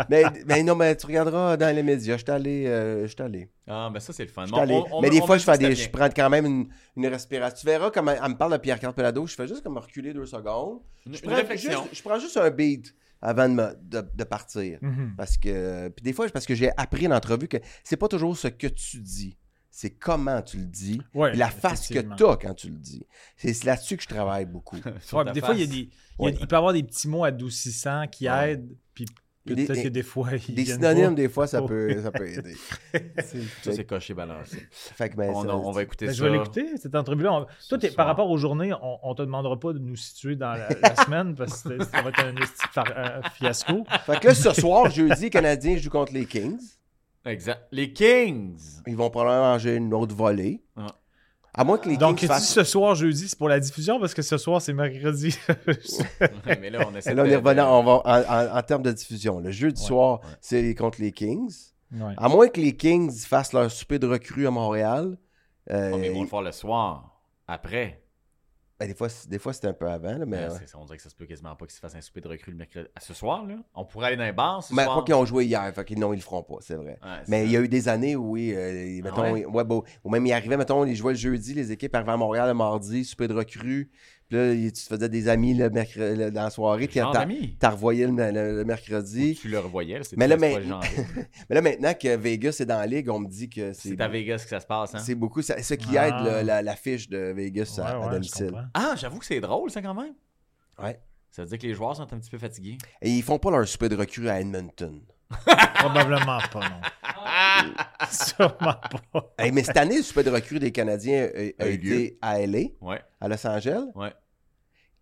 Speaker 3: mais, mais non, mais tu regarderas dans les médias. Je suis allé. euh, je suis allé.
Speaker 2: Ah, ben ça, c'est le fun.
Speaker 3: Je suis
Speaker 2: Bon,
Speaker 3: allé.
Speaker 2: on- on-
Speaker 3: mais des
Speaker 2: on
Speaker 3: fois,
Speaker 2: me
Speaker 3: je, fais
Speaker 2: dit que
Speaker 3: des,
Speaker 2: c'était
Speaker 3: je prends quand même une, une respiration. Tu verras comme elle, elle me parle de Pierre-Carl Pelado. Je fais juste comme reculer deux secondes.
Speaker 2: bien.
Speaker 3: Je
Speaker 2: Une- une
Speaker 3: prends,
Speaker 2: réflexion.
Speaker 3: juste, je prends juste un beat avant de, me- de, de partir.
Speaker 4: Mhm.
Speaker 3: Parce que. Puis des fois, parce que j'ai appris en entrevue que c'est pas toujours ce que tu dis, c'est comment tu le dis.
Speaker 4: Ouais,
Speaker 3: Puis la face que
Speaker 4: effectivement.
Speaker 3: tu as quand tu le dis. C'est c'est là-dessus que je travaille beaucoup.
Speaker 2: Sur
Speaker 4: Ouais,
Speaker 2: ta
Speaker 4: puis des fois, il, y a
Speaker 2: face.
Speaker 4: des, il, y a-
Speaker 3: Ouais.
Speaker 4: il peut y avoir des petits mots adoucissants qui
Speaker 2: Ouais.
Speaker 4: aident. Puis
Speaker 3: Il y a
Speaker 4: peut-être
Speaker 3: des-
Speaker 4: que des fois, ils
Speaker 3: Des
Speaker 4: viennent
Speaker 3: synonymes,
Speaker 4: pas.
Speaker 3: des fois, ça,
Speaker 4: Oh.
Speaker 3: peut, ça peut aider. C'est-
Speaker 2: Ça, c'est coché balancé.
Speaker 3: fait que, ben,
Speaker 2: On,
Speaker 3: ça-
Speaker 2: on va écouter
Speaker 4: Ben,
Speaker 2: ça.
Speaker 4: je vais l'écouter, cette entrevue-là. On-
Speaker 2: Ce
Speaker 4: Toi, t'es-
Speaker 2: soir.
Speaker 4: par rapport aux journées, on, on te demandera pas de nous situer dans la, la semaine parce que ça va être un, esti de far- un fiasco.
Speaker 3: Fait que là, ce soir, jeudi, les Canadiens jouent contre les Kings.
Speaker 2: Exact. Les Kings.
Speaker 3: Ils vont probablement manger une autre volée.
Speaker 2: Ah.
Speaker 3: À moins que les
Speaker 4: Donc,
Speaker 3: Kings
Speaker 4: tu dis
Speaker 3: fassent...
Speaker 4: ce soir, jeudi, c'est pour la diffusion parce que ce soir, c'est mercredi.
Speaker 2: Ouais, mais là, on essaie
Speaker 3: Et Là, on
Speaker 2: de-
Speaker 3: est revenant on va, en, en- en termes de diffusion. Le jeudi
Speaker 4: Ouais,
Speaker 3: soir,
Speaker 2: ouais.
Speaker 3: c'est contre les Kings.
Speaker 4: Ouais.
Speaker 3: À moins que les Kings fassent leur souper de recrues à Montréal. euh,
Speaker 2: Oh, mais ils vont le faire le soir. Après.
Speaker 3: ben, des fois, c'est- des fois, c'était un peu avant, là, mais...
Speaker 2: Ben,
Speaker 3: ouais.
Speaker 2: c'est- On dirait que ça se peut quasiment pas qu'ils se fassent un souper de recrue le mercredi. À ce soir, là. On pourrait aller dans les bars ce
Speaker 3: Mais
Speaker 2: soir.
Speaker 3: pas Ben, qu'ils ont joué hier, fait que non, ils le feront pas, c'est vrai.
Speaker 2: Ouais, c'est
Speaker 3: Mais il
Speaker 2: ça.
Speaker 3: y a eu des années où, oui, euh, mettons,
Speaker 2: Ah ouais?
Speaker 3: ils- ouais, bon, ou même ils arrivaient, mettons, ils jouaient le jeudi, les équipes arrivaient à Montréal le mardi, souper de recrues, puis là, ils- tu te faisais des amis le mercredi, dans la soirée, puis
Speaker 2: Genre
Speaker 3: t'as-
Speaker 2: d'amis.
Speaker 3: t'as revoyé le, le- le mercredi.
Speaker 2: Tu le revoyais, c'est
Speaker 3: Mais là, mais-
Speaker 2: pas le genre.
Speaker 3: Mais là, maintenant que Vegas est dans la ligue, on me dit que c'est...
Speaker 2: C'est à Vegas que ça se passe, hein?
Speaker 3: C'est beaucoup, ça- ce qui
Speaker 4: Ah.
Speaker 3: aide le- la, la fiche de Vegas à,
Speaker 4: Ouais,
Speaker 3: à
Speaker 4: ouais, je
Speaker 3: domicile.
Speaker 4: comprends.
Speaker 2: Ah, j'avoue que c'est drôle, ça, quand même.
Speaker 3: Ouais.
Speaker 2: Ça veut dire que les joueurs sont un petit peu fatigués.
Speaker 3: Et ils font pas leur souper de recrues à Edmonton.
Speaker 4: Probablement pas, non. Sûrement pas.
Speaker 3: Hey, mais cette année, le souper de recrues des Canadiens a, a
Speaker 2: A eu
Speaker 3: été à LA,
Speaker 2: Ouais.
Speaker 3: à Los Angeles.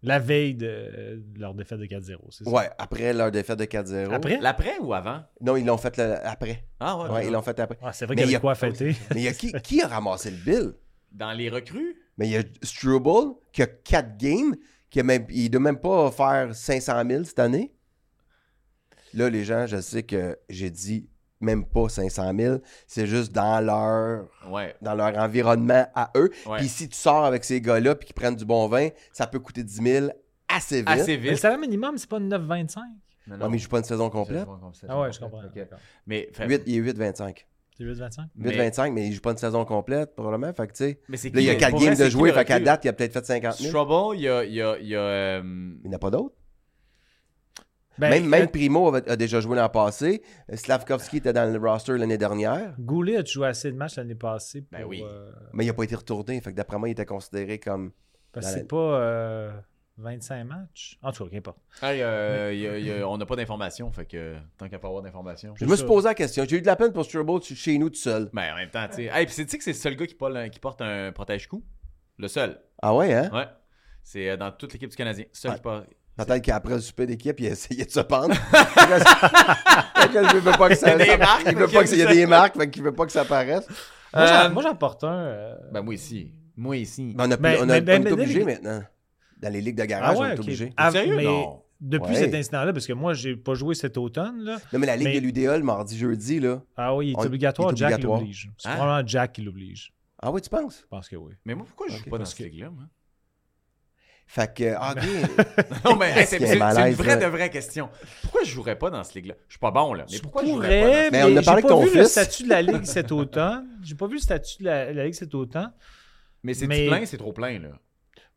Speaker 4: La veille de, euh, de leur défaite de 4-0, c'est ça?
Speaker 3: Ouais, après leur défaite de 4-0.
Speaker 4: Après?
Speaker 2: L'après ou avant?
Speaker 3: Non, ils l'ont fait le- après.
Speaker 2: Ah ouais.
Speaker 3: Eh? Ouais, ils l'ont fait après.
Speaker 4: Ah, c'est vrai
Speaker 3: Mais
Speaker 4: qu'il y
Speaker 3: il y a-
Speaker 4: avait quoi à fêter.
Speaker 3: Mais il y a qui, qui a ramassé le bill?
Speaker 2: Dans les recrues?
Speaker 3: Mais il y a Struble qui a 4 games, qui a même, il doit même pas faire 500 000 cette année. Là, les gens, je sais que j'ai dit même pas 500 000, c'est juste dans leur,
Speaker 2: Ouais.
Speaker 3: dans leur environnement à eux.
Speaker 2: Ouais.
Speaker 3: Puis si tu sors avec ces gars-là puis qu'ils prennent du bon vin, ça peut coûter 10 000 assez vite.
Speaker 2: Assez
Speaker 4: Mais le
Speaker 2: vite.
Speaker 4: salaire minimum, c'est pas 9,25.
Speaker 2: Ah Non,
Speaker 3: Ouais, mais je joue pas une saison complète.
Speaker 4: Ah ouais, je comprends. d'accord.
Speaker 2: Mais, fait-
Speaker 3: 8, il est 8-25.
Speaker 4: C'est 8,25?
Speaker 2: mais-
Speaker 3: 8-25, mais il joue pas une saison complète, probablement. Fait que, tu sais,
Speaker 2: mais c'est
Speaker 3: Là, il y a
Speaker 2: qui,
Speaker 3: quatre
Speaker 2: pour
Speaker 3: games
Speaker 2: vrai,
Speaker 3: de
Speaker 2: c'est qui
Speaker 3: jouer,
Speaker 2: le
Speaker 3: fait qu'à
Speaker 2: recrue?
Speaker 3: date, il y a peut-être fait 50 000.
Speaker 2: Trouble, il y a. Il y a, il y a, euh,
Speaker 3: Il n'y en a pas d'autres.
Speaker 4: Ben,
Speaker 3: même
Speaker 4: euh,
Speaker 3: même Primo a, a déjà joué l'an passé. Slavkovski était dans le roster l'année dernière,
Speaker 4: Goulet a joué assez de matchs l'année passée pour.
Speaker 2: Ben oui.
Speaker 4: euh,
Speaker 3: mais il n'a pas été retourné. Fait que d'après moi, il était considéré comme.
Speaker 4: parce
Speaker 3: Dans
Speaker 4: que
Speaker 3: la-
Speaker 4: c'est pas. euh, 25 matchs. En tout cas, qu'importe.
Speaker 2: Hey, euh, y a- y a- on n'a pas d'informations, fait que tant qu'à pas avoir d'informations.
Speaker 3: Je me
Speaker 4: ça.
Speaker 3: suis posé la question. J'ai eu de la peine pour Strabo chez nous tout seul.
Speaker 2: Mais en même temps, tu sais. Hey, puis c'est- tu sais que c'est le seul gars qui porte un, qui porte un protège-coup Le seul.
Speaker 3: Ah ouais, hein?
Speaker 2: Ouais. C'est euh, dans toute l'équipe du Canadien. Seul qui porte.
Speaker 3: Peut-être qu'après le souper d'équipe, il essayait de se pendre. Peut-être que je veux pas que ça.
Speaker 2: Il y a des marques,
Speaker 3: Il veut
Speaker 2: fait
Speaker 3: pas que
Speaker 2: qu'il
Speaker 3: ça- il y a
Speaker 2: aime
Speaker 3: des marques, fait qu'il veut pas que ça apparaisse.
Speaker 4: Moi, j'en-
Speaker 2: Euh,
Speaker 4: Moi, j'en porte un. euh,
Speaker 2: Ben, moi ici. Moi ici.
Speaker 3: Mais Ben, on, a,
Speaker 4: Ben, Mais-
Speaker 3: on, a,
Speaker 4: mais-
Speaker 3: on
Speaker 4: mais-
Speaker 3: est
Speaker 4: mais-
Speaker 3: obligé
Speaker 4: mais-
Speaker 3: maintenant. Dans les ligues de garage, on est
Speaker 4: ok.
Speaker 3: obligé.
Speaker 4: Ah,
Speaker 2: Sérieux?
Speaker 4: mais
Speaker 2: Non.
Speaker 4: Depuis
Speaker 3: Ouais.
Speaker 4: cet incident-là, parce que moi, j'ai pas joué cet automne. Là.
Speaker 3: Non, mais la ligue
Speaker 4: Mais-
Speaker 3: de l'UDA, le mardi, jeudi, là.
Speaker 4: Ah oui, il est
Speaker 3: On-
Speaker 4: obligatoire.
Speaker 3: il est
Speaker 4: Jack
Speaker 3: obligatoire.
Speaker 4: l'oblige. C'est
Speaker 2: Hein?
Speaker 4: probablement Jack qui l'oblige.
Speaker 3: Ah ouais, tu penses?
Speaker 4: Je pense que oui.
Speaker 2: Mais moi, pourquoi je joue
Speaker 3: Ok,
Speaker 2: pas dans
Speaker 4: parce
Speaker 2: cette
Speaker 4: que-
Speaker 2: ligue-là, moi?
Speaker 3: Fait que, ah,
Speaker 4: Ben,
Speaker 3: ok.
Speaker 2: Non, mais hey, c'est
Speaker 3: qu'il y a
Speaker 2: c'est- c'est
Speaker 3: un malaise,
Speaker 2: une vraie
Speaker 3: là?
Speaker 2: de vraie question. Pourquoi je jouerais pas dans cette ligue-là? Je suis pas bon, là. Mais
Speaker 4: Tu
Speaker 2: pourquoi je jouerais pas dans
Speaker 4: pourrais,
Speaker 2: cette
Speaker 3: Mais on a
Speaker 4: j'ai
Speaker 3: parlé
Speaker 4: pas
Speaker 3: avec ton
Speaker 4: vu le
Speaker 3: fils.
Speaker 4: statut de la Ligue cet automne. J'ai pas vu le statut de la, la Ligue cet automn.
Speaker 2: Mais c'est
Speaker 4: Mais-
Speaker 2: du plein, c'est trop plein, là.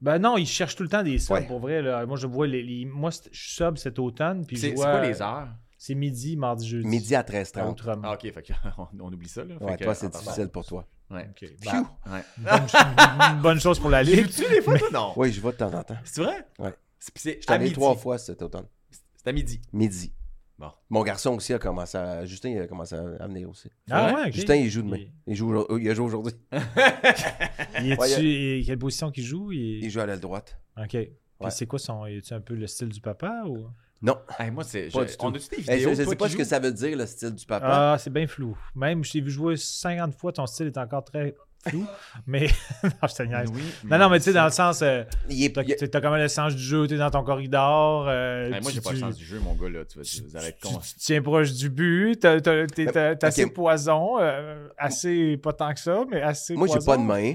Speaker 4: Ben non, ils cherchent tout le temps des subs,
Speaker 3: Ouais.
Speaker 4: pour vrai. là. Moi, je vois les, les- Moi, c'est- je suis sub cet automne. Puis
Speaker 2: C'est
Speaker 4: je
Speaker 2: c'est
Speaker 4: vois- euh,
Speaker 2: quoi les heures?
Speaker 4: C'est midi, mardi, jeudi. Ah,
Speaker 3: Midi à
Speaker 4: à
Speaker 3: 13h30.
Speaker 4: Outram.
Speaker 2: Ah, ok, fait que on, on oublie ça, là. Fait
Speaker 3: Ouais,
Speaker 2: que- ah,
Speaker 3: toi, c'est
Speaker 2: attends,
Speaker 4: bah,
Speaker 3: difficile pour toi.
Speaker 2: Ouais.
Speaker 4: Ok.
Speaker 3: Phew!
Speaker 4: Ben,
Speaker 2: ouais.
Speaker 4: une bonne ch- une bonne chose pour la Ligue.
Speaker 2: Joues-tu des fois, toi? Non.
Speaker 3: Oui, je vais de temps en temps.
Speaker 2: C'est vrai?
Speaker 3: Ouais.
Speaker 2: C'est- puis C'est
Speaker 3: J'étais
Speaker 2: à
Speaker 3: allé
Speaker 2: midi.
Speaker 3: trois fois cet automne.
Speaker 2: C'est à midi.
Speaker 3: Midi.
Speaker 2: Bon.
Speaker 3: Mon garçon aussi a commencé à. Justin, il a commencé à venir aussi.
Speaker 4: Ah ouais, ok.
Speaker 3: Justin, il joue demain.
Speaker 4: Il-
Speaker 3: Il, joue au- il a joué aujourd'hui.
Speaker 4: Il est-tu-
Speaker 3: Ouais,
Speaker 4: il- Quelle position qu'il joue il-
Speaker 3: Il joue à l'aile droite.
Speaker 4: OK. Puis
Speaker 3: Ouais.
Speaker 4: c'est quoi son. est un peu le style du papa ou.
Speaker 2: Hey, moi, c'est.
Speaker 3: Pas
Speaker 2: Eh, je-
Speaker 3: du tout.
Speaker 2: On a-tu des
Speaker 3: Hey, Eh, je
Speaker 2: vidéos?
Speaker 3: ne sais
Speaker 2: toi,
Speaker 3: pas
Speaker 2: qui
Speaker 3: ce que
Speaker 2: joues?
Speaker 3: ça veut dire, le style du papa.
Speaker 4: Ah, c'est bien flou. Même, je t'ai vu jouer 50 fois, ton style est encore très flou. mais. non, je te niaise.
Speaker 2: Oui,
Speaker 4: Non, non, Ben mais tu sais, dans le sens. euh,
Speaker 3: il est,
Speaker 4: t'as
Speaker 3: il-
Speaker 4: t'as- t'as quand même le sens du jeu, t'es dans ton corridor. euh,
Speaker 2: Hey, Ben, moi,
Speaker 4: tu-
Speaker 2: j'ai pas le
Speaker 4: tu-
Speaker 2: sens du jeu, mon gars, là. Tu vas, tu vas
Speaker 4: Tu,
Speaker 2: être con.
Speaker 4: tu tiens proche du but, t'as t'as- t'es- t'as- t'as
Speaker 3: Ok.
Speaker 4: assez poison, euh, assez pas tant que ça, mais assez
Speaker 3: Moi, j'ai
Speaker 4: poison.
Speaker 3: pas de main.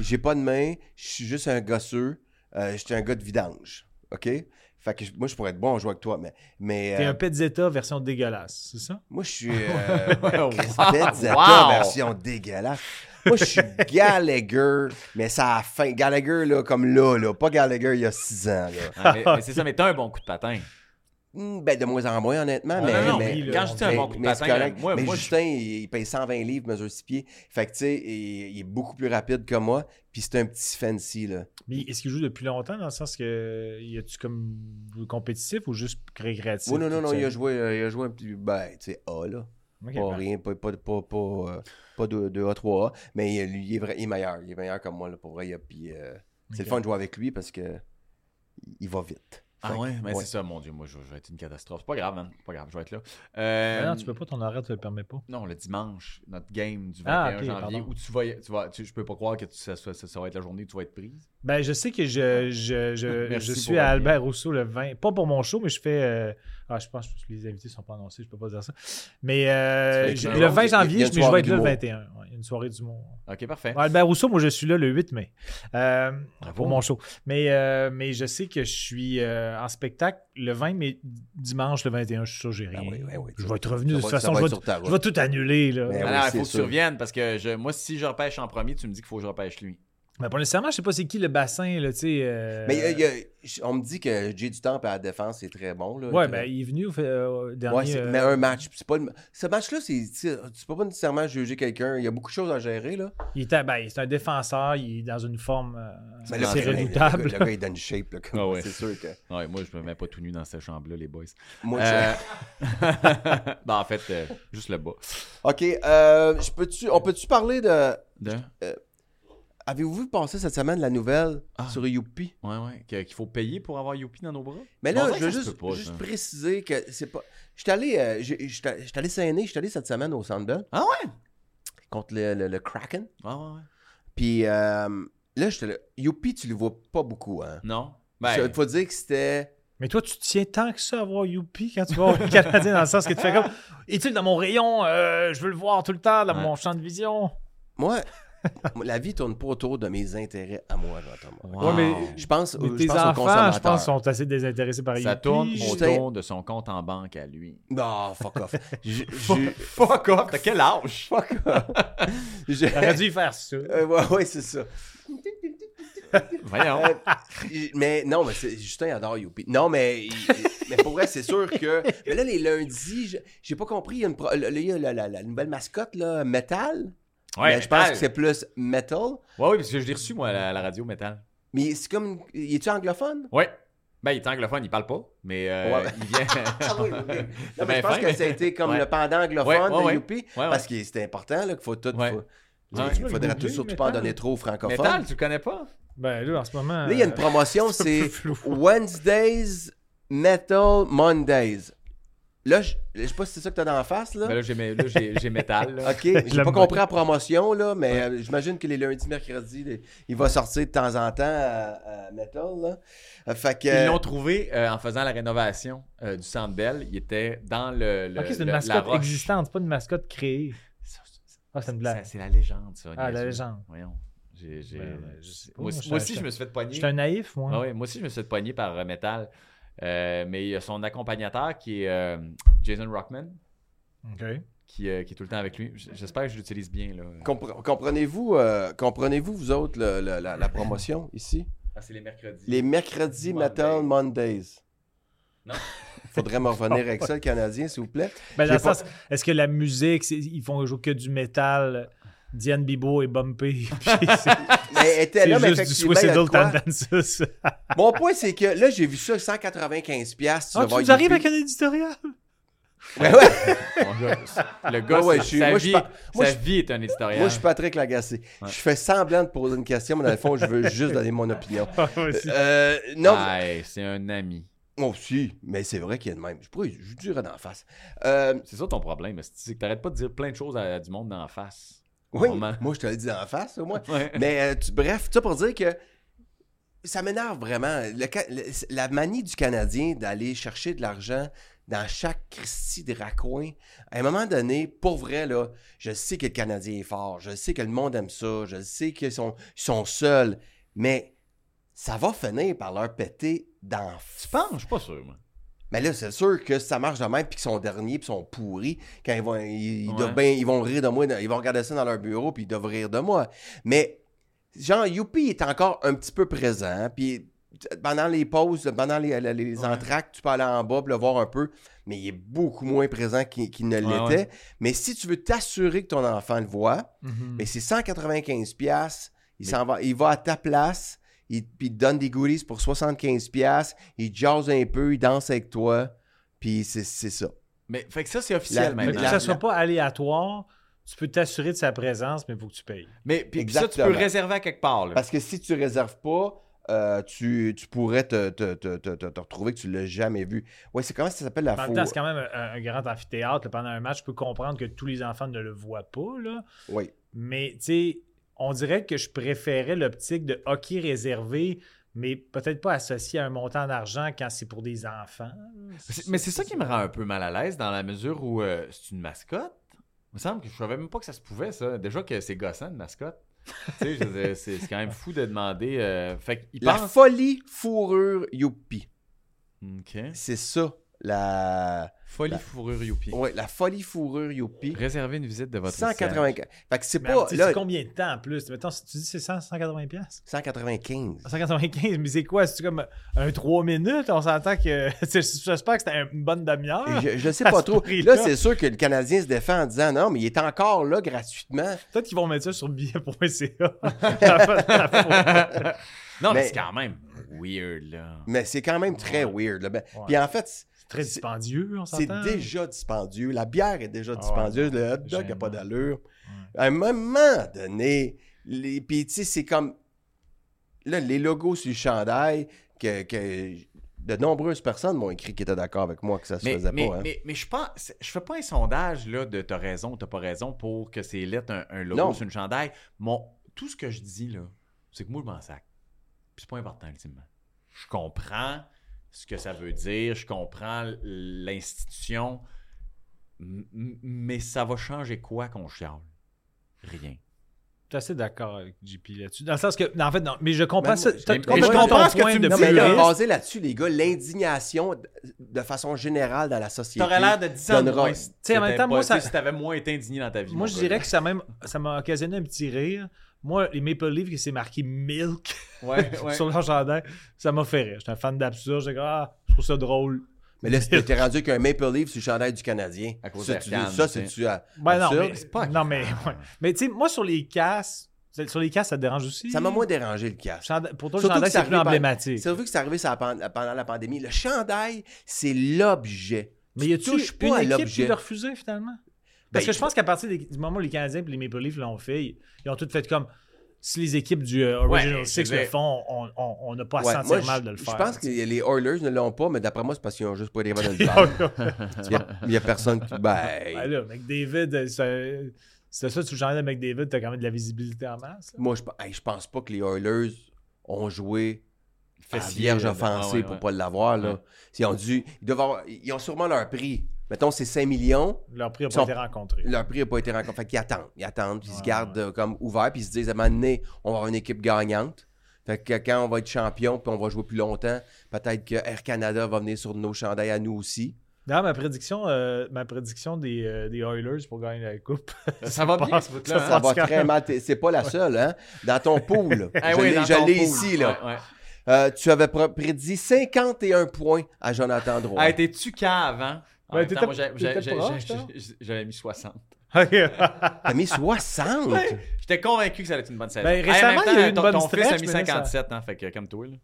Speaker 3: J'ai pas de main. Je suis juste un gosseux. Euh, je suis un gars de vidange. OK? Fait que je- moi, je pourrais être bon en jouant avec toi, mais. mais
Speaker 4: T'es
Speaker 3: euh,
Speaker 4: un Pezzetta version dégueulasse, c'est ça?
Speaker 3: Moi, je suis. Euh,
Speaker 2: Wow.
Speaker 3: Pezzetta
Speaker 2: Wow.
Speaker 3: version dégueulasse. Moi, je suis Gallagher, mais ça a fin. Gallagher, là, comme là, là. Pas Gallagher il y a six ans, là.
Speaker 2: Ah, mais- mais c'est ça, mais t'as un bon coup de patin.
Speaker 3: Hmm, ben, de moins en moins, honnêtement.
Speaker 4: Ah,
Speaker 3: mais,
Speaker 2: non, non,
Speaker 3: mais-
Speaker 4: oui, là,
Speaker 2: quand
Speaker 4: on
Speaker 2: je dis un
Speaker 3: mais-
Speaker 2: bon coup de
Speaker 3: mais c'est
Speaker 2: patin,
Speaker 3: correct.
Speaker 2: là, moi,
Speaker 3: mais
Speaker 2: moi, je-
Speaker 3: Justin, il, il paye 120 livres, mesure 6 pieds. Fait que, tu sais, il, il est beaucoup plus rapide que moi. Puis c'est un petit fancy, là.
Speaker 4: Mais est-ce qu'il joue depuis longtemps dans le sens que y a-tu comme compétitif ou juste récréatif?
Speaker 3: Oh non, non,
Speaker 4: tout
Speaker 3: non,
Speaker 4: seul?
Speaker 3: il a joué, euh, il a joué un petit. Ben, tu sais, A, là.
Speaker 4: Ok,
Speaker 3: pas
Speaker 4: parfait.
Speaker 3: rien, pas, pas, pas, pas, euh, pas de, de A, 3A. Mais euh, lui, il est, vrai- il est meilleur. Il est meilleur comme moi, là, pour vrai. il a- puis, euh, C'est
Speaker 4: Ok.
Speaker 3: le fun de jouer avec lui parce que il va vite.
Speaker 2: Ah
Speaker 3: Fait-
Speaker 2: ouais, mais
Speaker 3: ouais.
Speaker 2: c'est ça, mon Dieu, moi je, je vais être une catastrophe. C'est pas grave, man. Pas grave, je vais être là.
Speaker 4: Mais
Speaker 2: Euh,
Speaker 4: non, tu peux pas, ton horaire te le permet pas.
Speaker 2: non, le dimanche, notre game du 21
Speaker 4: Ah, ok,
Speaker 2: janvier,
Speaker 4: pardon.
Speaker 2: où tu vas, tu vas tu- je peux pas croire que tu- ça, ça- ça va être la journée où tu vas être prise.
Speaker 4: Ben, je sais que je, je, je,
Speaker 2: Merci
Speaker 4: je
Speaker 2: pour
Speaker 4: suis
Speaker 2: la
Speaker 4: à Albert Rousseau le 20. Pas pour mon show, mais je fais. euh, Ah, je pense que les invités sont pas annoncés, je peux pas dire ça. Mais euh,
Speaker 2: Tu fais
Speaker 4: je-
Speaker 2: que-
Speaker 4: le 20
Speaker 3: Il y a- il y
Speaker 4: janvier,
Speaker 3: a une
Speaker 4: mais je vais
Speaker 3: soirée
Speaker 4: être là le
Speaker 3: d'humour.
Speaker 4: 21. Ouais, il y a une soirée du monde.
Speaker 2: Ok, parfait.
Speaker 4: Albert Rousseau, moi, je suis là le 8 mai euh,
Speaker 3: Ah
Speaker 2: Bravo.
Speaker 4: pour mon show. Mais, euh, mais je sais que je suis euh, en spectacle le 20 mai, dimanche le 21. Je suis sûr que j'ai rien.
Speaker 3: Ah oui, oui, oui,
Speaker 4: je
Speaker 3: ça-
Speaker 4: vais être revenu
Speaker 3: ça
Speaker 4: de
Speaker 3: va- ça
Speaker 4: toute façon.
Speaker 3: va
Speaker 4: Je vais,
Speaker 3: être sur ta
Speaker 4: je vais
Speaker 3: route.
Speaker 4: tout annuler. Là.
Speaker 3: Mais
Speaker 4: Mais,
Speaker 3: oui,
Speaker 2: Alors,
Speaker 3: c'est
Speaker 2: il faut que tu
Speaker 3: sûr.
Speaker 2: reviennes parce que je, moi, si je repêche en premier, tu me dis qu'il faut que je repêche lui.
Speaker 4: pas nécessairement, je sais pas c'est qui le bassin. Là, tu sais, euh,
Speaker 3: Mais euh, il y a- je- on me dit que Jay Dutemps à la défense, c'est très bon. Là,
Speaker 4: Ouais,
Speaker 3: Que-
Speaker 4: ben, il est venu au euh, au dernier.
Speaker 3: Ouais, c'est-
Speaker 4: euh,
Speaker 3: mais un match. puis c'est Pas le- Ce match-là, c'est- c'est- tu peux pas nécessairement juger quelqu'un. Il y a beaucoup de choses à gérer. Là.
Speaker 4: Il était, ben, c'est un défenseur, il est dans une forme euh,
Speaker 3: Mais là,
Speaker 4: assez
Speaker 3: le- le-
Speaker 4: redoutable.
Speaker 3: Le, gars, le gars, il donne shape. là, comme-
Speaker 2: Ah ouais.
Speaker 3: C'est sûr que.
Speaker 2: Ouais, moi, je me mets pas tout nu dans cette chambre-là, les boys.
Speaker 3: Moi, je-
Speaker 2: Euh, ben, en fait, euh, juste le bas.
Speaker 3: Ok, euh, je peux-tu- on peut-tu parler de.
Speaker 2: De...
Speaker 3: Avez-vous vu passer cette semaine la nouvelle
Speaker 2: Ah.
Speaker 3: sur Youpi?
Speaker 2: Ouais, ouais. que- Qu'il faut payer pour avoir Youpi dans nos bras.
Speaker 3: Mais
Speaker 2: On
Speaker 3: là,
Speaker 2: dirait
Speaker 3: je veux
Speaker 2: que ça se
Speaker 3: juste,
Speaker 2: peut pas,
Speaker 3: juste
Speaker 2: ça.
Speaker 3: préciser que c'est pas. J'étais allé, euh, j'ai- j'étais j'étais allé saigner, j'étais allé cette semaine au Centre Bell
Speaker 2: Ah ouais?
Speaker 3: contre le, le- le Kraken.
Speaker 2: Ah ouais, ouais.
Speaker 3: Puis euh, là, j'étais là. Youpi, tu le vois pas beaucoup, hein?
Speaker 2: Non.
Speaker 3: Il
Speaker 2: Ben,
Speaker 3: faut dire que c'était.
Speaker 4: Mais toi, tu tiens tant que ça à voir Youpi quand tu vas voir le Canadien, dans le sens que tu fais comme est-il dans mon rayon Euh, Je veux le voir tout le temps, dans
Speaker 2: Ouais.
Speaker 4: mon champ de vision.
Speaker 3: Moi, la vie tourne pas autour de mes intérêts à moi, Jean-Thomas.
Speaker 2: wow.
Speaker 4: Ouais, mais-
Speaker 3: Je pense,
Speaker 4: Mais
Speaker 3: euh, je
Speaker 4: tes
Speaker 3: pense aux
Speaker 4: enfants, je
Speaker 3: consommateurs.
Speaker 4: pense, sont assez désintéressés par
Speaker 2: Ça
Speaker 4: Youpi.
Speaker 2: tourne
Speaker 4: Je-
Speaker 3: au-
Speaker 2: autour de son compte en banque à lui.
Speaker 3: Non, fuck off. Je- je-
Speaker 2: Fuck off, t'as quel âge?
Speaker 3: fuck off. Je-
Speaker 4: T'aurais dû y faire ça.
Speaker 3: Euh, ouais, ouais, c'est ça.
Speaker 2: Voyons.
Speaker 3: Il- mais non, mais c'est- Justin adore Youpi. Non, mais, il- il- mais pour vrai, c'est sûr que. Mais là, les lundis, je- j'ai pas compris. Il y a, une pro- là, il y a la, la- la nouvelle mascotte, là, Metal.
Speaker 2: Ouais,
Speaker 3: mais je pense
Speaker 2: métal.
Speaker 3: que c'est plus Metal.
Speaker 2: Ouais, oui, parce que je l'ai reçu, moi, à la, à la radio métal.
Speaker 3: Mais c'est comme. une- Il est-tu anglophone?
Speaker 2: Ouais. Ben, il est anglophone, il parle pas, mais euh,
Speaker 3: Ouais.
Speaker 2: il vient.
Speaker 3: Ah oui, ok. Non, mais
Speaker 2: bien
Speaker 3: je pense
Speaker 2: fin,
Speaker 3: que
Speaker 2: mais-
Speaker 3: ça a été comme
Speaker 2: Ouais.
Speaker 3: le pendant
Speaker 2: Ouais,
Speaker 3: anglophone
Speaker 2: ouais,
Speaker 3: de
Speaker 2: ouais.
Speaker 3: Youpi.
Speaker 2: ouais.
Speaker 3: Parce que c'est important, là, qu'il faut tout.
Speaker 2: Ouais.
Speaker 3: faut-
Speaker 2: Ouais.
Speaker 3: Il faudrait tout,
Speaker 4: Google,
Speaker 3: surtout pas en
Speaker 4: mettons.
Speaker 3: donner trop aux francophones.
Speaker 2: Metal, tu le connais pas?
Speaker 4: Ben là, en ce moment.
Speaker 3: Là, il y a
Speaker 4: euh,
Speaker 3: une promotion,
Speaker 4: c'est un
Speaker 3: c'est
Speaker 4: peu flou.
Speaker 3: Wednesdays Metal Mondays. Là, je je sais pas si c'est ça que t'as dans la face, là.
Speaker 2: Ben là, j'ai, mes- là, j'ai, j'ai Metal. là.
Speaker 3: OK, j'ai
Speaker 4: l'aime
Speaker 3: pas
Speaker 4: pas.
Speaker 3: compris la promotion, là, mais euh, j'imagine que les lundis, mercredis, les- il va sortir de temps en temps à, à Metal, là. Euh, Fait que...
Speaker 2: Ils l'ont trouvé euh, en faisant la rénovation euh, du Centre Bell. Il était dans le, le-
Speaker 4: Ok, c'est
Speaker 2: le-
Speaker 4: une
Speaker 2: la
Speaker 4: mascotte
Speaker 2: roche.
Speaker 4: existante, c'est pas une mascotte créée.
Speaker 2: Ça, c'est-
Speaker 4: Ah, c'est une
Speaker 2: ça,
Speaker 4: blague.
Speaker 2: c'est la légende, ça.
Speaker 4: Ah, la
Speaker 2: niaiseux.
Speaker 4: légende.
Speaker 2: Voyons. J'ai, j'ai- euh,
Speaker 4: Ben, ben, je sais pas,
Speaker 2: moi,
Speaker 4: moi,
Speaker 2: aussi-
Speaker 4: je-
Speaker 2: moi aussi,
Speaker 4: je-
Speaker 2: je me suis fait pogner.
Speaker 4: J'étais un naïf, moi.
Speaker 2: Ah ouais, moi aussi, je me suis fait pogner par euh, Metal. Euh, mais il y a son accompagnateur qui est euh, Jason Rockman,
Speaker 4: Ok.
Speaker 2: qui, euh, qui est tout le temps avec lui. J- J'espère que je l'utilise bien. Là.
Speaker 3: Compre- Comprenez-vous, euh, comprenez-vous vous autres, le- le- la, la promotion ici?
Speaker 2: Ah, c'est les mercredis.
Speaker 3: Les mercredis
Speaker 2: Mondays.
Speaker 3: Metal Mondays.
Speaker 2: Non.
Speaker 3: Faudrait me revenir avec ça, le Canadien, s'il vous plaît.
Speaker 4: Ben, dans
Speaker 3: J'ai
Speaker 4: le sens, est-ce que la musique, c'est- ils font jouer que du métal, Diane Bibo et Bumpy, puis c'est
Speaker 3: Mais elle était
Speaker 4: c'est
Speaker 3: là, mais
Speaker 4: juste du
Speaker 3: effectivement, il y a de
Speaker 4: Suicidal
Speaker 3: quoi.
Speaker 4: Tendencies.
Speaker 3: Mon point, c'est que là, j'ai vu ça 195$. piastres,
Speaker 4: Ah,
Speaker 3: vas
Speaker 4: tu nous
Speaker 3: voir
Speaker 4: arrives avec
Speaker 3: Youpi.
Speaker 4: un éditorial?
Speaker 3: Ouais, ouais.
Speaker 2: le gars,
Speaker 3: Ah ouais,
Speaker 2: sa-
Speaker 3: je suis-
Speaker 2: sa,
Speaker 3: moi, je
Speaker 2: vie,
Speaker 3: par- moi,
Speaker 2: sa
Speaker 3: je-
Speaker 2: vie est un historien.
Speaker 3: Moi, je suis Patrick Lagacé.
Speaker 2: Ouais.
Speaker 3: Je fais semblant de poser une question, mais dans le fond, je veux juste donner mon opinion.
Speaker 4: Ah, moi aussi.
Speaker 3: Euh, non,
Speaker 2: c'est un ami.
Speaker 3: moi aussi, mais c'est vrai qu'il y a de même. Je pourrais, je dirais d'en face. Euh,
Speaker 2: C'est ça ton problème. C'est que t'arrêtes pas de dire plein de choses à, à du monde d'en face.
Speaker 3: oui,
Speaker 2: Vraiment.
Speaker 3: moi, je te l'ai dit d'en face, au moins.
Speaker 2: Ouais.
Speaker 3: Mais euh, tu- bref, ça pour dire que ça m'énerve vraiment. Le Ca- le- la manie du Canadien d'aller chercher de l'argent dans chaque Christie de raccoin. À un moment donné, pour vrai, là, je sais que le Canadien est fort, je sais que le monde aime ça, je sais qu'ils sont, ils sont seuls, mais ça va finir par leur péter dans
Speaker 2: Tu penses? Je suis pas sûr, moi.
Speaker 3: mais là, c'est sûr que si ça marche de même, puis qu'ils sont derniers, puis qu'ils sont pourris, quand ils vont, ils, ils
Speaker 2: Ouais.
Speaker 3: doivent bien- ils vont rire de moi, ils vont regarder ça dans leur bureau, puis ils doivent rire de moi. Mais, genre, Youpi est encore un petit peu présent, puis pendant les pauses, pendant les, les- les
Speaker 2: Ouais.
Speaker 3: entractes, tu peux aller en bas, puis le voir un peu, mais il est beaucoup moins présent qu'il qu'il ne
Speaker 2: Ouais,
Speaker 3: l'était.
Speaker 2: ouais.
Speaker 3: Mais si tu veux t'assurer que ton enfant le voit,
Speaker 4: mhm. Mm.
Speaker 3: mais c'est 195 pièces. Il
Speaker 2: Mais-
Speaker 3: s'en va, il va à ta place, il, puis il te donne des goodies pour 75 pièces, il jase un peu, il danse avec toi, puis c'est c'est ça.
Speaker 2: Mais fait que ça, c'est officiel
Speaker 3: La-
Speaker 4: Fait que
Speaker 2: maintenant.
Speaker 4: ça soit pas aléatoire, tu peux t'assurer de sa présence, mais il faut que tu payes.
Speaker 2: Mais puis, puis ça, tu peux
Speaker 3: Exactement.
Speaker 2: le réserver à quelque part. Là.
Speaker 3: Parce que si tu réserves pas, euh, tu, tu pourrais te, te, te, te, te- te retrouver que tu l'as jamais vu. Ouais, c'est comment ça s'appelle la
Speaker 4: En même
Speaker 3: faux
Speaker 4: temps, c'est quand même un, un grand amphithéâtre. là. pendant un match, je peux comprendre que tous les enfants ne le voient pas, là.
Speaker 3: Oui.
Speaker 4: Mais, tu sais, on dirait que je préférais l'optique de hockey réservé, mais peut-être pas associé à un montant d'argent quand c'est pour des enfants.
Speaker 2: C'est- Mais c'est ça qui me rend un peu mal à l'aise dans la mesure où euh, c'est une mascotte. Il me semble que je savais même pas que ça se pouvait, ça. Déjà que c'est gossant, une mascotte. tu sais, je veux dire, c'est c'est quand même fou de demander. euh, Fait qu'il
Speaker 3: La
Speaker 2: pense.
Speaker 3: folie fourrure youpi.
Speaker 2: Ok.
Speaker 3: C'est ça. La...
Speaker 2: Folie
Speaker 3: La-
Speaker 2: fourrure youpi.
Speaker 3: Ouais, la folie fourrure youpi.
Speaker 2: Réserver une visite de votre
Speaker 3: 195. Fait que c'est
Speaker 4: Mais
Speaker 3: pas.
Speaker 4: tu sais,
Speaker 3: Là,
Speaker 4: c'est combien de temps en plus? Mettons, si tu dis c'est 100, 180 pièces.
Speaker 3: 195.
Speaker 4: 195, mais c'est quoi? C'est-tu comme un 3 minutes? On s'entend que... tu sais, J'espère que c'était une bonne demi-heure.
Speaker 3: Je, je sais
Speaker 4: à
Speaker 3: pas
Speaker 4: ce
Speaker 3: trop.
Speaker 4: prix-là.
Speaker 3: Là, c'est sûr que le Canadien se défend en disant non, mais il est encore là gratuitement.
Speaker 4: Peut-être qu'ils vont mettre ça sur billet.ca. La faute, la faute.
Speaker 2: non, mais,
Speaker 3: Mais-
Speaker 2: c'est quand même weird, là.
Speaker 3: Mais c'est quand même très weird. là. Ben, Puis en fait,
Speaker 4: C'est très
Speaker 3: C'est-
Speaker 4: dispendieux, on
Speaker 3: c'est
Speaker 4: s'entend.
Speaker 3: déjà dispendieux. La bière est déjà
Speaker 2: Ah
Speaker 4: ouais,
Speaker 3: dispendieuse. le hot dog n'a
Speaker 4: gênant.
Speaker 3: pas d'allure. À un moment donné, les, puis tu sais, c'est comme. Là, les logos sur le chandail, que, que de nombreuses personnes m'ont écrit qui étaient d'accord avec moi que ça se
Speaker 2: Mais,
Speaker 3: faisait
Speaker 2: mais,
Speaker 3: pas. hein.
Speaker 2: mais, mais je pense, c'est- je fais pas un sondage là, de t'as raison ou t'as pas raison pour que c'est lettre un, un logo
Speaker 3: Non.
Speaker 2: sur une chandail. Mon, tout ce que je dis là, c'est que moi je m'en sac. Puis c'est pas important ultimement. Je comprends ce que ça veut dire, je comprends l'institution, m- m- mais ça va changer quoi qu'on chiale? Rien.
Speaker 4: Je suis assez d'accord avec JP là-dessus. Dans le sens que, en fait, non, mais je comprends
Speaker 3: Ben,
Speaker 4: ça.
Speaker 3: moi,
Speaker 4: t'as-
Speaker 2: mais-
Speaker 3: mais je
Speaker 4: ton
Speaker 2: comprends ce que
Speaker 4: point
Speaker 2: tu me
Speaker 4: de
Speaker 3: Non, mais
Speaker 2: plus,
Speaker 3: là,
Speaker 2: hein.
Speaker 4: puriste.
Speaker 3: basé là-dessus, les gars, l'indignation de, de façon générale dans la société.
Speaker 2: T'aurais l'air de 10 ans de
Speaker 3: donnera-
Speaker 2: moins.
Speaker 3: Tu
Speaker 4: sais, en même
Speaker 2: t'étais
Speaker 4: temps, moi,
Speaker 2: pas-
Speaker 4: ça-
Speaker 2: tu sais, Si t'avais moins été indigné dans ta vie.
Speaker 4: Moi, je dirais que ça même, ça m'a occasionné un petit rire. Moi, les Maple Leafs qui s'est marqué Milk
Speaker 2: que. Ouais, ouais.
Speaker 4: sur leur chandail, ça m'a fait rire. J'étais un fan d'absurde. J'étais comme, ah, je trouve ça drôle.
Speaker 3: Mais là, c'était t'es rendu qu'un Maple Leaf sur le chandail du Canadien.
Speaker 2: À cause
Speaker 3: ça,
Speaker 2: de
Speaker 3: tu-
Speaker 2: Arcane,
Speaker 3: ça,
Speaker 2: tu sais.
Speaker 3: c'est-tu à-
Speaker 4: Ben non,
Speaker 3: absurde?
Speaker 4: mais,
Speaker 2: c'est pas
Speaker 4: non, mais, ouais. mais tu sais, moi, sur les casses, C'est- Sur les casques, ça te dérange aussi?
Speaker 3: Ça m'a moins dérangé le cash.
Speaker 4: Chanda- Pour toi, le
Speaker 3: Surtout
Speaker 4: chandail,
Speaker 3: que ça
Speaker 4: c'est plus
Speaker 3: arrive par-
Speaker 4: emblématique.
Speaker 3: C'est vrai que c'est arrivé sur la pan- pendant la pandémie. Le chandail, c'est l'objet.
Speaker 4: Mais y
Speaker 3: Tu
Speaker 4: a-tu
Speaker 3: touches pas à
Speaker 4: une équipe
Speaker 3: l'objet.
Speaker 4: qui l'a refusé finalement?
Speaker 3: Ben,
Speaker 4: Parce que je pense qu'à partir des- du moment où les Canadiens et les Maple Leafs l'ont fait, ils- ils ont tout fait comme si les équipes du euh, Original
Speaker 2: Ouais,
Speaker 4: Six
Speaker 2: je veux
Speaker 4: le
Speaker 2: dire-
Speaker 4: font, on- on on n'a pas à se
Speaker 3: Ouais,
Speaker 4: sentir
Speaker 3: moi,
Speaker 4: mal
Speaker 3: je-
Speaker 4: de le
Speaker 3: je
Speaker 4: faire.
Speaker 3: pense que les Oilers ne l'ont pas, mais d'après moi, c'est parce qu'ils ont juste pas les dans le ballon. Il y a- Il y a personne qui.
Speaker 4: Ben
Speaker 3: Ben,
Speaker 4: là, McDavid, euh, c'est c'est ça, tu changes de McDavid, t'as quand même de la visibilité en masse. là.
Speaker 3: moi, je, hey, je pense pas que les Oilers ont joué à
Speaker 2: Fessier,
Speaker 3: vierge
Speaker 2: là.
Speaker 3: offensée
Speaker 2: Ah ouais,
Speaker 3: pour
Speaker 2: ouais.
Speaker 3: pas l'avoir. Là.
Speaker 2: Ouais.
Speaker 3: Ils, ont dû, ils, doivent avoir- ils ont sûrement leur prix. Mettons, c'est 5 millions.
Speaker 4: Leur prix n'a
Speaker 3: Ils sont-
Speaker 4: pas été rencontré.
Speaker 3: Leur prix n'a pas été rencontré. Fait qu'ils attendent. Ils attendent. Puis ils se
Speaker 4: Ouais,
Speaker 3: gardent
Speaker 4: ouais.
Speaker 3: euh, comme ouverts. Puis ils se disent, à un moment donné, on va avoir une équipe gagnante. Fait que quand on va être champion, puis on va jouer plus longtemps, peut-être que Air Canada va venir sur nos chandails à nous aussi.
Speaker 4: Non, ma prédiction, euh, ma prédiction des, euh, des Oilers pour gagner la Coupe.
Speaker 2: Ça va bien, ce bout-là.
Speaker 4: Ça
Speaker 3: Ça
Speaker 2: hein?
Speaker 3: va
Speaker 4: Parce que-
Speaker 3: très mal. T'es- C'est pas la seule, hein? Dans ton pool.
Speaker 2: Eh
Speaker 3: je
Speaker 2: oui,
Speaker 3: l'ai-
Speaker 2: dans
Speaker 3: je
Speaker 2: ton
Speaker 3: l'ai
Speaker 2: pool.
Speaker 3: ici, là.
Speaker 2: Ouais, ouais.
Speaker 3: Euh, tu avais pr- prédit 51 points à Jonathan Drouin.
Speaker 2: Ah, t'es-tu cave, hein? En
Speaker 4: Ouais,
Speaker 2: même temps,
Speaker 4: Ben, t'étais-
Speaker 2: moi, j'ai-
Speaker 4: t'étais
Speaker 2: j'ai- j'ai-
Speaker 4: proche,
Speaker 2: j'ai-
Speaker 4: toi.
Speaker 2: j'ai- J'avais mis 60.
Speaker 4: Ah,
Speaker 3: T'as mis 60!
Speaker 2: J'étais convaincu que ça allait être une bonne saison.
Speaker 4: Ben,
Speaker 2: Eh, en
Speaker 4: récemment,
Speaker 2: même temps,
Speaker 4: il y a eu une
Speaker 2: ton-
Speaker 4: bonne
Speaker 2: Ton fils a
Speaker 4: stretch,
Speaker 2: mis
Speaker 4: mais là, ça-
Speaker 2: 57, hein, fait que comme toi, là.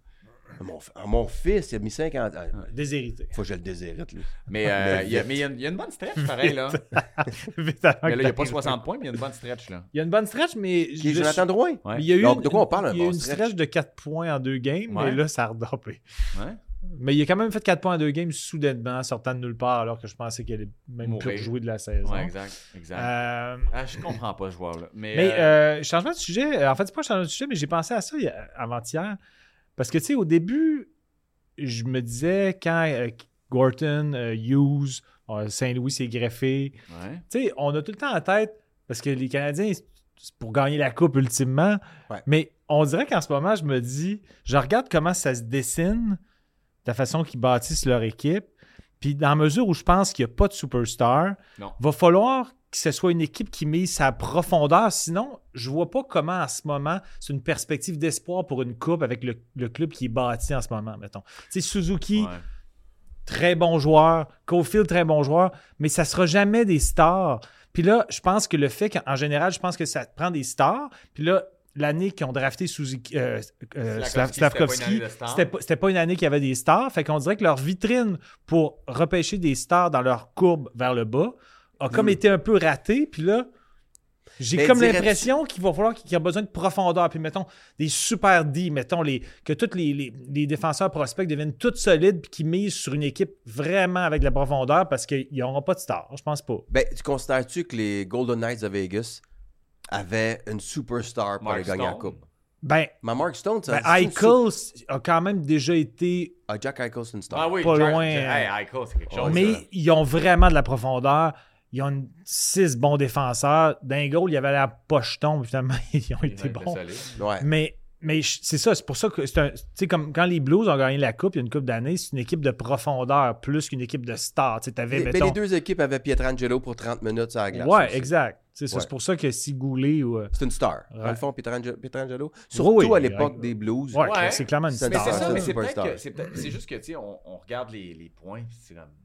Speaker 3: Ah, Mon, f- mon fils, il a mis 50. Ah,
Speaker 4: Déshérité.
Speaker 3: Faut que je le désérite, lui.
Speaker 2: Mais
Speaker 4: Ah,
Speaker 2: euh, il y a- mais il y a une- il y a une bonne stretch, pareil, là.
Speaker 4: Vite avant
Speaker 2: Mais là,
Speaker 4: que
Speaker 2: il n'y a
Speaker 4: t'arrives.
Speaker 2: pas 60 points, mais il y a une bonne stretch, là.
Speaker 4: Il y a une bonne stretch, mais.
Speaker 3: Qui est
Speaker 4: je-
Speaker 3: Jonathan Drouin?
Speaker 2: Ouais.
Speaker 4: Mais il y a eu
Speaker 3: Donc,
Speaker 4: une-
Speaker 3: de quoi on parle, un
Speaker 4: Il y a eu
Speaker 3: bon
Speaker 4: une
Speaker 3: stretch?
Speaker 4: stretch de 4 points en 2 games,
Speaker 2: Ouais.
Speaker 4: mais là, ça a redopé.
Speaker 2: Ouais.
Speaker 4: Mais il a quand même fait 4 points en 2 games soudainement, sortant de nulle part, alors que je pensais qu'il allait même plus
Speaker 2: Mourir.
Speaker 4: rejouer de la saison.
Speaker 2: Ouais, exact. exact.
Speaker 4: Euh,
Speaker 2: Ah, je comprends pas ce joueur-là. Mais,
Speaker 4: mais
Speaker 2: euh,
Speaker 4: euh, changement de sujet, en fait, c'est pas un changement de sujet, mais j'ai pensé à ça il y a- avant-hier. Parce que, tu sais, au début, je me disais quand euh, Gorton, euh, Hughes, euh, Saint-Louis s'est greffé,
Speaker 2: ouais.
Speaker 4: tu sais, on a tout le temps en tête, parce que les Canadiens, c'est pour gagner la Coupe ultimement,
Speaker 3: Ouais.
Speaker 4: mais on dirait qu'en ce moment, je me dis, je regarde comment ça se dessine, la façon qu'ils bâtissent leur équipe, puis dans la mesure où je pense qu'il n'y a pas de superstar,
Speaker 2: Non.
Speaker 4: va falloir que ce soit une équipe qui mise sa profondeur, sinon, je vois pas comment en ce moment, c'est une perspective d'espoir pour une Coupe avec le, le club qui est bâti en ce moment, mettons. Tu sais, Suzuki,
Speaker 2: Ouais.
Speaker 4: très bon joueur, Cofield, très bon joueur, mais ça sera jamais des stars. Puis là, je pense que le fait qu'en général, je pense que ça te prend des stars. Puis là, l'année qu'ils ont drafté Suzuki, euh, euh, Slav-
Speaker 2: Slavkovski, c'était pas une année
Speaker 4: Slavkovski,
Speaker 2: de star.
Speaker 4: c'était pas, c'était pas une année qu'il y avait des stars. Fait qu'on dirait que leur vitrine pour repêcher des stars dans leur courbe vers le bas a comme été un peu ratée. Puis là, j'ai
Speaker 3: Ben,
Speaker 4: comme
Speaker 3: Hmm. dirais-tu-
Speaker 4: l'impression qu'il va falloir qu'il y a besoin de profondeur. Puis mettons, des super D, mettons, les, que tous les, les- les défenseurs prospects deviennent tous solides puis qu'ils misent sur une équipe vraiment avec de la profondeur parce qu'ils n'auront pas de stars. Je pense pas.
Speaker 3: Ben, tu considères-tu que les Golden Knights de Vegas avaient une superstar pour
Speaker 2: Mark
Speaker 3: aller gagner la
Speaker 2: Stone.
Speaker 3: Coupe?
Speaker 4: Ben,
Speaker 3: Ma Mark Stone, ça
Speaker 4: ben,
Speaker 3: c'est une sou-
Speaker 4: Eichel a quand même déjà été,
Speaker 3: Ah, Jack Eichel, c'est une star.
Speaker 2: Ah oui,
Speaker 4: Pas
Speaker 2: Jack-
Speaker 4: loin,
Speaker 2: Jack- Hey, Eichel, c'est quelque chose.
Speaker 4: mais
Speaker 2: là.
Speaker 4: ils ont vraiment de la profondeur. Ils ont une- six bons défenseurs. D'un goal, il y avait la pocheton, mais finalement, ils ont
Speaker 2: Il était
Speaker 4: été bons.
Speaker 2: solide.
Speaker 3: Ouais.
Speaker 4: Mais, mais je- c'est ça, c'est pour ça que c'est un. Tu sais, comme quand les Blues ont gagné la Coupe il y a une Coupe d'année, c'est une équipe de profondeur plus qu'une équipe de stars. Tu sais, t'avais,
Speaker 3: Les, ben,
Speaker 4: mettons-
Speaker 3: les deux équipes avaient Pietrangelo pour 30 minutes sur la glace.
Speaker 4: Ouais,
Speaker 3: aussi.
Speaker 4: exact. Tu sais, ça,
Speaker 3: Ouais.
Speaker 4: C'est pour ça que si Goulet ou. euh,
Speaker 3: C'est une star. Dans
Speaker 4: Ouais.
Speaker 3: le fond, Pietrangelo, Pietrangelo surtout
Speaker 4: Oui,
Speaker 3: à l'époque
Speaker 4: Eichel.
Speaker 3: des Blues.
Speaker 4: Ouais,
Speaker 2: Ouais.
Speaker 4: c'est clairement une
Speaker 3: C'est-
Speaker 4: star.
Speaker 2: Mais c'est
Speaker 3: Star,
Speaker 2: ça, mais
Speaker 3: c'est
Speaker 2: c'est
Speaker 3: super
Speaker 2: peut-être
Speaker 3: star.
Speaker 2: que- c'est peut-être- c'est juste que, tu sais, on, on regarde les, les points, puis c'est comme, ouais.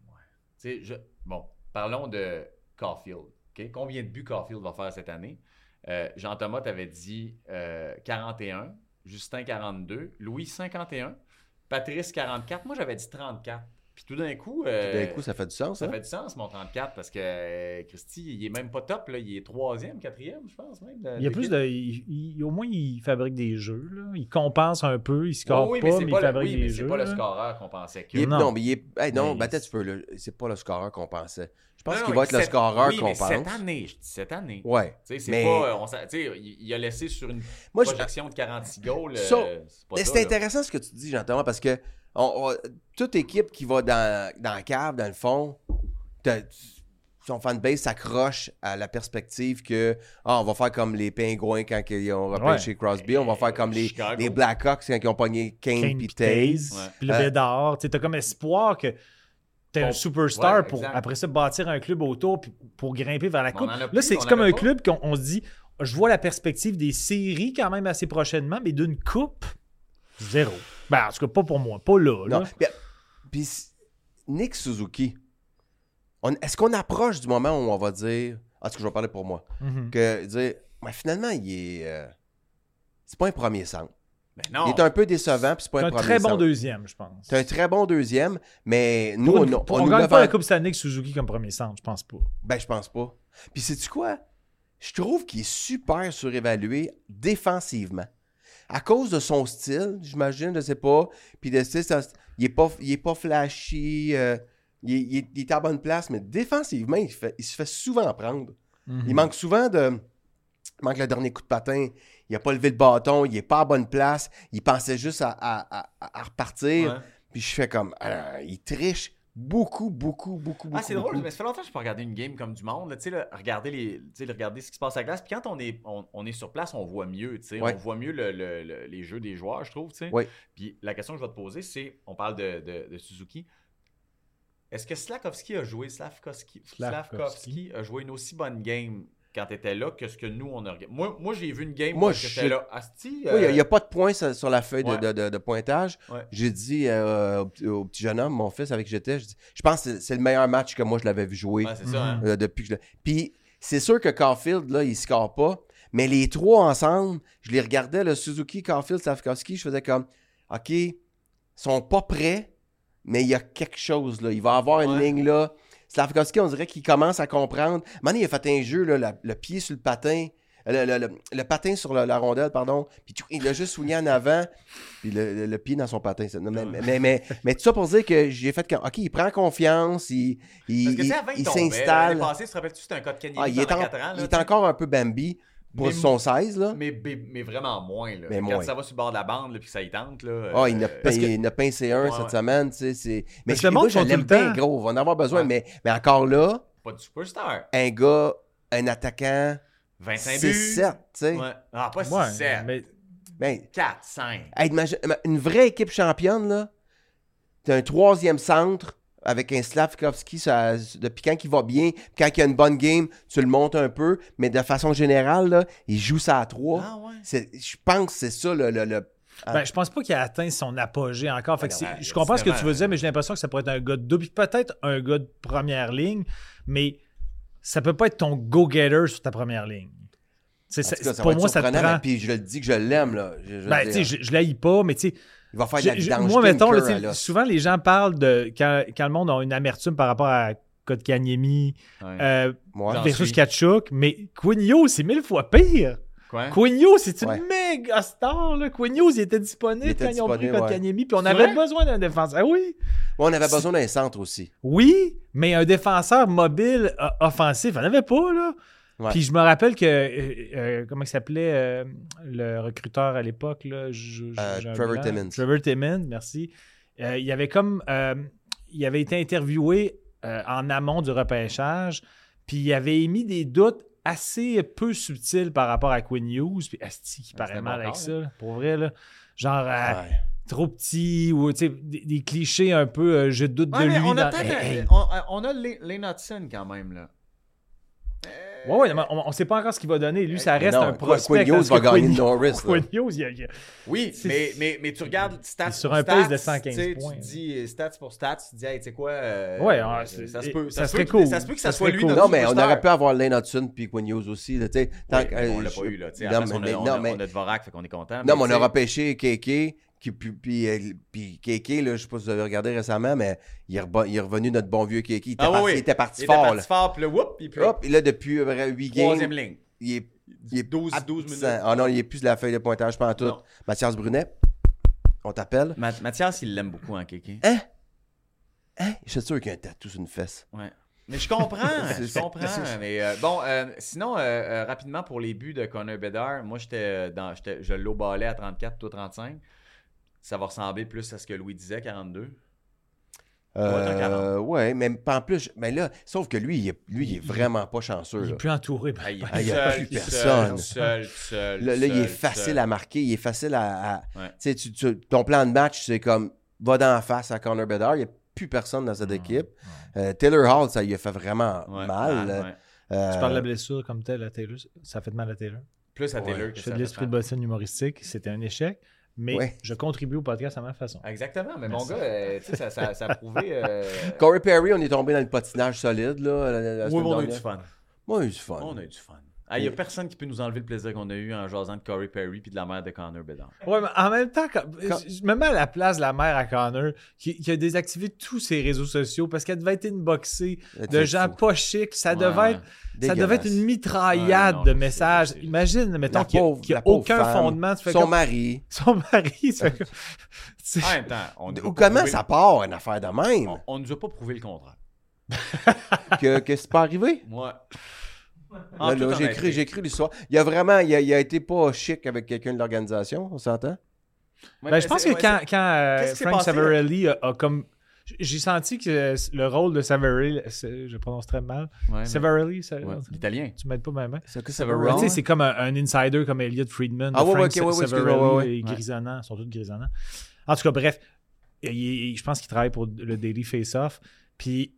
Speaker 2: Tu sais, je- bon, parlons de Caulfield, OK? Combien de buts Caulfield va faire cette année? Euh, Jean-Thomas t'avait dit euh, 41, Justin 42, Louis 51, Patrice 44, moi j'avais dit 34. Puis tout d'un coup, euh,
Speaker 3: D'un coup, ça fait du sens.
Speaker 2: ça
Speaker 3: hein?
Speaker 2: fait du sens, mon 34, parce que euh, Christy, il est même pas top, là. il est troisième, quatrième, je pense même.
Speaker 4: Il y a plus de. il- il- au moins, il fabrique des jeux. Là. Il compense un peu. Il score
Speaker 2: Oh Oui, oui,
Speaker 4: pas,
Speaker 2: mais
Speaker 4: mais,
Speaker 2: c'est
Speaker 4: il
Speaker 2: pas, le-
Speaker 4: fabrique
Speaker 2: oui,
Speaker 4: des
Speaker 2: mais c'est
Speaker 4: jeux.
Speaker 2: pas le
Speaker 4: là.
Speaker 2: scoreur qu'on pensait que.
Speaker 3: Il est-
Speaker 4: Non.
Speaker 3: non. mais il est. hey, non,
Speaker 2: Mais-
Speaker 3: ben, peut-être tu peux. là, C'est pas le scoreur qu'on pensait. Je pense
Speaker 2: Non,
Speaker 3: qu'il
Speaker 2: non,
Speaker 3: va être le
Speaker 2: cette-
Speaker 3: scoreur
Speaker 2: oui,
Speaker 3: qu'on
Speaker 2: mais
Speaker 3: pense.
Speaker 2: Cette année, je dis cette année.
Speaker 3: Ouais.
Speaker 2: Tu sais, c'est
Speaker 3: Mais-
Speaker 2: pas, euh, on s'a- tu sais, il, il a laissé sur une
Speaker 3: Moi, je,
Speaker 2: projection de 46 goals. euh,
Speaker 3: Ça,
Speaker 2: c'est pas
Speaker 3: Mais
Speaker 2: ça,
Speaker 3: c'est
Speaker 2: là.
Speaker 3: intéressant ce que tu dis, Jean-Thomas, parce que on- on- toute équipe qui va dans, dans la cave, dans le fond, t'as- son fanbase s'accroche à la perspective que ah, on va faire comme les Pingouins quand ils ont repêché Crosby, on va faire comme les,
Speaker 2: Chicago.
Speaker 3: les Blackhawks quand ils ont pogné Kane
Speaker 4: Kane
Speaker 3: puis
Speaker 4: puis
Speaker 3: Taze.
Speaker 4: Taze,
Speaker 2: Ouais.
Speaker 4: puis le
Speaker 3: Euh,
Speaker 4: Bédard. Tu as comme espoir que tu es
Speaker 2: Bon,
Speaker 4: un superstar
Speaker 2: ouais,
Speaker 4: pour
Speaker 2: exact.
Speaker 4: après ça bâtir un club autour puis pour grimper vers la
Speaker 2: Mais on
Speaker 4: coupe.
Speaker 2: en a
Speaker 4: Là,
Speaker 2: plus,
Speaker 4: c'est
Speaker 2: on en
Speaker 4: comme
Speaker 2: avait
Speaker 4: un
Speaker 2: pas.
Speaker 4: club qu'on on se dit je vois la perspective des séries quand même assez prochainement, mais d'une coupe, zéro. Ben, en tout cas, pas pour moi, pas là. là.
Speaker 3: Non. Puis, puis s- Nick Suzuki, on- est-ce qu'on approche du moment où on va dire, en tout cas, je vais parler pour moi,
Speaker 4: Mhm.
Speaker 3: que dire, mais finalement, il est, euh, c'est pas un premier centre.
Speaker 2: Mais non. hein.
Speaker 3: Il est un peu décevant, puis c'est pas
Speaker 4: C'est
Speaker 3: un,
Speaker 4: un
Speaker 3: premier
Speaker 4: très bon
Speaker 3: centre.
Speaker 4: deuxième, je pense.
Speaker 3: C'est un très bon deuxième, mais nous,
Speaker 4: Pour une-
Speaker 3: on,
Speaker 4: pour-
Speaker 3: on
Speaker 4: on
Speaker 3: nous
Speaker 4: gagne
Speaker 3: le
Speaker 4: pas la
Speaker 3: vend-
Speaker 4: Coupe Stanley avec Suzuki comme premier centre, je pense pas.
Speaker 3: Ben, je pense pas. Puis sais-tu quoi? Je trouve qu'il est super surévalué défensivement. À cause de son style, j'imagine, je sais pas. Puis de style, ça- il est pas, il est pas flashy, euh, il, est- il est- il est à bonne place, mais défensivement, il, fait- il se fait souvent prendre.
Speaker 4: Mhm.
Speaker 3: Il
Speaker 4: Mm.
Speaker 3: manque souvent de. Il manque le dernier coup de patin. Il a pas levé le bâton, il est pas à bonne place. Il pensait juste à, à- à- à- à repartir.
Speaker 2: Ouais.
Speaker 3: Puis je fais comme. Ah, il triche beaucoup, beaucoup, beaucoup, beaucoup.
Speaker 2: Ah, c'est drôle,
Speaker 3: beaucoup.
Speaker 2: mais ça fait longtemps que je peux regarder une game comme du monde. là. Tu sais, là, regarder, les, tu sais, regarder ce qui se passe à la glace. Puis quand on est, on, on est sur place, on voit mieux. tu sais.
Speaker 3: Ouais.
Speaker 2: On voit mieux le- le- le- les jeux des joueurs, je trouve. tu sais.
Speaker 3: Ouais.
Speaker 2: Puis la question que je vais te poser, c'est on parle de, de- de Suzuki. Est-ce que Slakowski a joué, Slavkovski,
Speaker 4: Slavkovski.
Speaker 2: Slavkovski a joué une aussi bonne game quand tu étais là que ce que nous, on a regardé? Moi, moi j'ai vu une game
Speaker 3: Moi,
Speaker 2: où
Speaker 3: je-
Speaker 2: j'étais là. Asti,
Speaker 3: Oui, il
Speaker 2: euh,
Speaker 3: n'y a, pas de point sur, sur la feuille de,
Speaker 2: Ouais.
Speaker 3: de- de- de pointage.
Speaker 2: Ouais.
Speaker 3: J'ai dit euh, au, petit- au petit jeune homme, mon fils avec qui j'étais, je dis, je pense que c'est- c'est le meilleur match que moi je l'avais vu jouer
Speaker 2: ouais, c'est ça, hein?
Speaker 3: euh, depuis que je l'ai- Puis c'est sûr que Caulfield, là, il score pas, mais les trois ensemble, je les regardais, le Suzuki, Caulfield, Slavkovski, je faisais comme, OK, ils sont pas prêts, mais il y a quelque chose, là. Il va avoir une
Speaker 2: Ouais.
Speaker 3: ligne, là. Slavkovski, on dirait qu'il commence à comprendre. Mané, il a fait un jeu, là, la- le pied sur le patin. Le, le- le- le patin sur la, la rondelle, pardon. Puis tout- il l'a juste souligné en avant. Puis le, le- le pied dans son patin. ça- non, mais, mais, mais, mais tout ça pour dire que j'ai fait comme. OK, il prend confiance. Il, il-
Speaker 2: Parce que tu
Speaker 3: il-
Speaker 2: sais, avant, il,
Speaker 3: il
Speaker 2: tombait, là.
Speaker 3: s'installe.
Speaker 2: L'année passée, tu te rappelles-tu, c'était un cas de Kenny
Speaker 3: Ah, il est, en-
Speaker 2: 4 ans. là,
Speaker 3: il est
Speaker 2: tu sais.
Speaker 3: encore un peu Bambi pour
Speaker 2: Mais-
Speaker 3: son 16, là.
Speaker 2: Mais, mais- mais vraiment moins. Là.
Speaker 3: Mais
Speaker 2: quand
Speaker 3: moins.
Speaker 2: ça va sur le bord de la bande là, puis que ça y tente. Là,
Speaker 3: Ah, il n'a
Speaker 2: euh,
Speaker 4: parce que-
Speaker 3: pincé un
Speaker 2: Ouais,
Speaker 3: cette
Speaker 2: ouais.
Speaker 3: semaine, tu sais. c'est- Mais
Speaker 4: Parce que le
Speaker 3: moi,
Speaker 4: monde
Speaker 3: je
Speaker 4: sont
Speaker 3: l'aime
Speaker 4: tout le
Speaker 3: bien
Speaker 4: temps.
Speaker 3: gros, on va en avoir besoin.
Speaker 2: Ouais.
Speaker 3: Mais, mais encore là,
Speaker 2: Pas de superstar.
Speaker 3: un gars, un attaquant,
Speaker 2: 25 buts.
Speaker 3: 6-7, tu sais. Ben,
Speaker 2: Ouais. Ah, pas 6,
Speaker 4: Ouais,
Speaker 2: 7.
Speaker 4: mais
Speaker 2: 4, 5.
Speaker 3: Hey, imagine- ima- une vraie équipe championne, là, t'as un troisième centre avec un Slavkovski ça- depuis quand il va bien, quand il a une bonne game, tu le montes un peu, mais de façon générale, là, il joue ça à trois.
Speaker 2: Ah, ouais.
Speaker 3: C'est- Je pense que c'est ça le, le- le- Ah. ben,
Speaker 4: Ben, je pense pas qu'il a atteint son apogée encore. Fait que
Speaker 2: Ouais,
Speaker 4: c'est-
Speaker 2: ouais,
Speaker 4: je comprends ce que tu veux
Speaker 2: évidemment.
Speaker 4: dire, mais j'ai l'impression que ça pourrait être un gars de double, puis peut-être un gars de première ligne, mais ça peut pas être ton go-getter sur ta première ligne. Tu sais,
Speaker 3: en
Speaker 4: ça-
Speaker 3: tout cas, ça
Speaker 4: pour
Speaker 3: va
Speaker 4: moi,
Speaker 3: être
Speaker 4: ça te
Speaker 3: surprenant,
Speaker 4: prend.
Speaker 3: mais Puis je le dis que je l'aime, là. Je- je veux
Speaker 4: Ben,
Speaker 3: dire,
Speaker 4: tu sais, je, je l'haïs pas, mais tu sais,
Speaker 3: il va faire de la
Speaker 4: je- je-
Speaker 3: vidange.
Speaker 4: moi, mettons, là, tu
Speaker 3: Tinker,
Speaker 4: sais,
Speaker 3: là.
Speaker 4: souvent les gens parlent de quand, quand le monde a une amertume par rapport à Kotkaniemi
Speaker 2: Ouais.
Speaker 4: euh,
Speaker 3: Moi,
Speaker 2: J'en
Speaker 4: versus
Speaker 2: suis.
Speaker 4: Kachuk, mais Quinio, c'est mille fois pire.
Speaker 2: Quoi?
Speaker 4: Quinio, c'est une
Speaker 3: Ouais.
Speaker 4: méga star. Là. Quinio, il était disponible
Speaker 3: Il était
Speaker 4: quand ils ont pris
Speaker 3: disponible, ouais.
Speaker 4: Kotkaniemi, puis on
Speaker 2: C'est
Speaker 4: avait
Speaker 2: vrai?
Speaker 4: besoin d'un défenseur. Ah oui,
Speaker 3: on avait besoin d'un centre aussi.
Speaker 4: oui, mais un défenseur mobile euh, offensif, on n'avait pas, là.
Speaker 3: Ouais.
Speaker 4: Puis je me rappelle que, euh, euh, comment il s'appelait euh, le recruteur à l'époque, là, je- je-
Speaker 3: Euh,
Speaker 4: j'ai un
Speaker 3: Trevor
Speaker 4: blanc.
Speaker 3: Timmins.
Speaker 4: Trevor Timmins, merci. Euh, il avait comme, euh, il avait été interviewé euh, en amont du repêchage, puis il avait émis des doutes assez peu subtils par rapport à Quinn Hughes, puis Asti
Speaker 3: Ah,
Speaker 4: qui
Speaker 2: Ouais,
Speaker 4: paraît
Speaker 2: c'était
Speaker 4: mal
Speaker 2: bon
Speaker 4: avec
Speaker 2: corps,
Speaker 3: hein.
Speaker 4: ça, là, pour vrai, là. Genre, euh,
Speaker 3: Ouais.
Speaker 4: trop petit ou tu sais, des, des clichés un peu euh, je doute
Speaker 2: Ouais,
Speaker 4: de
Speaker 2: mais
Speaker 4: lui.
Speaker 2: on a
Speaker 4: dans-
Speaker 2: peut-être.
Speaker 4: Hey,
Speaker 2: un-
Speaker 4: hey.
Speaker 2: On, euh, on a Lane Lane Hudson quand même. là. Euh,
Speaker 4: Ouais, ouais, mais on, on sait pas encore ce qu'il va donner. Lui, ça
Speaker 2: Hey,
Speaker 4: reste
Speaker 3: Non,
Speaker 4: un
Speaker 3: Qu-
Speaker 4: prospect.
Speaker 3: Quinn Hughes
Speaker 4: parce
Speaker 3: va
Speaker 4: que
Speaker 3: gagner
Speaker 4: Quinn-
Speaker 3: Norris. là.
Speaker 4: Quinn Hughes, il y a- il y a-
Speaker 2: Oui,
Speaker 4: C'est-
Speaker 2: mais, mais, mais tu regardes stats
Speaker 4: sur
Speaker 2: pour
Speaker 4: un
Speaker 2: stats,
Speaker 4: pace de 115
Speaker 2: tu sais,
Speaker 4: points.
Speaker 2: Tu dis euh, stats pour stats, tu dis, hey, tu sais quoi, euh,
Speaker 4: Ouais,
Speaker 2: euh,
Speaker 4: ouais, c'est-
Speaker 2: ça se peut.
Speaker 4: ça
Speaker 2: se
Speaker 4: serait
Speaker 2: peut-
Speaker 4: cool.
Speaker 2: Ça se peut que ça,
Speaker 4: Ça
Speaker 2: soit
Speaker 4: serait
Speaker 2: lui
Speaker 4: cool.
Speaker 2: dans
Speaker 3: Non, mais on
Speaker 2: Superstar.
Speaker 3: aurait pu avoir Lane Hudson puis Quinn Hughes aussi. là, tu sais, tant
Speaker 2: Oui,
Speaker 3: que-
Speaker 2: mais on l'a
Speaker 3: je-
Speaker 2: pas eu, là. tu sais, à
Speaker 3: Non,
Speaker 2: place, on
Speaker 3: mais-
Speaker 2: a- on
Speaker 3: non,
Speaker 2: a-
Speaker 3: mais-
Speaker 2: on a Dvorak, fait qu'on est content.
Speaker 3: Non, mais on
Speaker 2: tu sais,
Speaker 3: aura pêché Kéké. Qui, puis, puis, euh, puis Kéké, là, je sais pas si vous avez regardé récemment, mais il est, rebo- il est revenu notre bon vieux Kéké. Il était
Speaker 2: Ah, oui,
Speaker 3: parti,
Speaker 2: oui.
Speaker 3: il était parti
Speaker 2: Il était
Speaker 3: fort.
Speaker 2: parti fort, puis là, whoop, il
Speaker 3: là. Hop, et là, depuis 8
Speaker 2: Troisième
Speaker 3: games,
Speaker 2: ligne.
Speaker 3: il est, il est
Speaker 2: 12, 12
Speaker 3: absent.
Speaker 2: minutes.
Speaker 3: Ah non, il est plus de la feuille de pointage pendant tout.
Speaker 2: Non.
Speaker 3: Mathias Brunet, on t'appelle.
Speaker 2: Ma- Mathias, il l'aime beaucoup, hein, Kéké.
Speaker 3: Hein? Je suis sûr qu'il y a un tatou sur une fesse.
Speaker 2: Ouais. Mais je comprends,
Speaker 3: C'est-
Speaker 2: je
Speaker 3: c'est-
Speaker 2: comprends.
Speaker 3: c'est-
Speaker 2: Mais euh, bon, euh, sinon, euh, euh, rapidement, pour les buts de Connor Bedard, moi, j'étais euh, dans, j'étais, je l'oballais à 34, toi 35. Ça va ressembler plus à ce que Louis disait, 42. t'as
Speaker 3: Euh,
Speaker 2: 40.
Speaker 3: ouais, mais en plus, mais là, sauf que lui, il est, lui, il est vraiment pas chanceux.
Speaker 4: Il est
Speaker 3: là.
Speaker 4: plus entouré. ben, par-
Speaker 2: Ah, il est
Speaker 3: Ah, il y a plus
Speaker 2: tout
Speaker 3: personne.
Speaker 2: Seul, tout seul, tout seul,
Speaker 3: Là,
Speaker 2: tout
Speaker 3: là, il est
Speaker 2: seul, tout
Speaker 3: facile
Speaker 2: seul.
Speaker 3: à marquer, il est facile à. à-
Speaker 2: Ouais.
Speaker 3: tu sais, tu- tu- ton plan de match, c'est comme va dans la face à Connor Bedard. Il n'y a plus personne dans cette équipe. Euh, Taylor Hall, ça lui a fait vraiment
Speaker 2: Ouais,
Speaker 3: mal.
Speaker 2: ouais, ouais.
Speaker 3: Euh,
Speaker 4: Tu parles de la blessure comme telle à Taylor. Ça fait de mal à Taylor.
Speaker 2: Plus à
Speaker 3: Ouais.
Speaker 2: Taylor que ça
Speaker 4: Je fais de
Speaker 2: fait
Speaker 4: l'esprit de
Speaker 2: mal.
Speaker 4: bottine humoristique. C'était un échec, mais
Speaker 3: Ouais.
Speaker 4: je contribue au podcast à ma façon.
Speaker 2: Exactement, mais
Speaker 4: Merci.
Speaker 2: mon gars, euh, tu sais, ça, ça, ça a prouvé. euh,
Speaker 3: Corey Perry, on est tombé dans le patinage solide. Là, la- la- la
Speaker 2: Oui,
Speaker 3: semaine
Speaker 2: mais on a eu
Speaker 3: dernière.
Speaker 2: du fun.
Speaker 3: Moi, j'ai eu du fun.
Speaker 2: On a eu du fun. Il n'y a personne qui peut nous enlever le plaisir qu'on a eu en jasant de Corey Perry puis de la mère de Connor Bedard.
Speaker 4: Ouais, mais en même temps, quand-
Speaker 3: Quand-
Speaker 4: je je me mets à la place de la mère à Connor qui, qui a désactivé tous ses réseaux sociaux parce qu'elle devait être inboxée de gens pas chics. Ça, devait, être, ça devait être une mitraillade
Speaker 2: Ouais, non,
Speaker 4: de
Speaker 2: je sais, je
Speaker 4: messages.
Speaker 2: sais, je sais.
Speaker 4: Imagine, mettons,
Speaker 3: La
Speaker 4: qu'il
Speaker 3: pauvre-
Speaker 4: n'y a,
Speaker 3: la pauvre
Speaker 4: aucun
Speaker 3: femme,
Speaker 4: fondement. Tu fais
Speaker 3: Son
Speaker 4: comme-
Speaker 3: mari.
Speaker 4: son mari. tu fais comme- C'est-
Speaker 2: En même temps, on ne
Speaker 3: Ou
Speaker 2: peut pas
Speaker 3: comment
Speaker 2: prouver-
Speaker 3: ça part, une affaire de même?
Speaker 2: on- On nous a pas prouvé le contraire.
Speaker 3: que, que c'est pas arrivé?
Speaker 2: Moi. En
Speaker 3: Là,
Speaker 2: toute
Speaker 3: là, j'ai
Speaker 2: honnêteté.
Speaker 3: cru, j'ai cru l'histoire. Il a vraiment, il a, il a été pas chic avec quelqu'un de l'organisation, on s'entend?
Speaker 2: Ouais,
Speaker 4: Ben,
Speaker 2: mais
Speaker 4: je pense
Speaker 2: c'est-
Speaker 4: que
Speaker 2: ouais,
Speaker 4: quand, quand euh,
Speaker 2: Qu'est-ce qui s'est
Speaker 4: Frank
Speaker 2: passé, là?
Speaker 4: Savarelli a, a comme. J'ai senti que euh, le rôle de Savarelli, c'est- je prononce très mal.
Speaker 2: c'est- ouais, mais-
Speaker 4: Savarelli, ça-
Speaker 2: ouais, L'italien.
Speaker 4: tu m'aides pas ma main.
Speaker 3: C'est que
Speaker 2: ça
Speaker 3: ça
Speaker 2: va
Speaker 3: va
Speaker 2: Ouais.
Speaker 4: Tu sais, c'est comme un, un insider comme Elliot Friedman.
Speaker 3: Ah
Speaker 4: de
Speaker 3: ouais,
Speaker 4: Frank
Speaker 3: ouais, ok, ouais, ouais,
Speaker 4: Savarelli
Speaker 3: excuse-moi, ouais, ouais.
Speaker 4: est grisonnant. Ils sont tous grisonnants. En tout cas, bref, il- il- je pense qu'il travaille pour le Daily Face-Off. Puis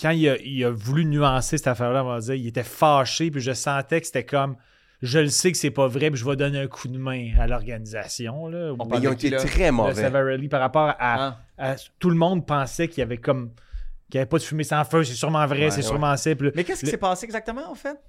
Speaker 4: quand il a, il a voulu nuancer cette affaire-là, on va dire, il était fâché. Puis je sentais que c'était comme. Je le sais que c'est pas vrai, puis je vais donner un coup de main à l'organisation. là.
Speaker 2: On
Speaker 3: Mais ils ont été
Speaker 2: Là,
Speaker 3: très
Speaker 4: Le
Speaker 3: mauvais. Ah.
Speaker 4: Savarelli par rapport à,
Speaker 2: Hein?
Speaker 4: à- tout le monde pensait qu'il y avait comme qu'il n'y avait pas de fumée sans feu, c'est sûrement vrai,
Speaker 2: Ouais,
Speaker 4: c'est
Speaker 2: ouais.
Speaker 4: sûrement ça. Puis là,
Speaker 2: Mais qu'est-ce qui
Speaker 4: Le-
Speaker 2: s'est passé exactement, en fait?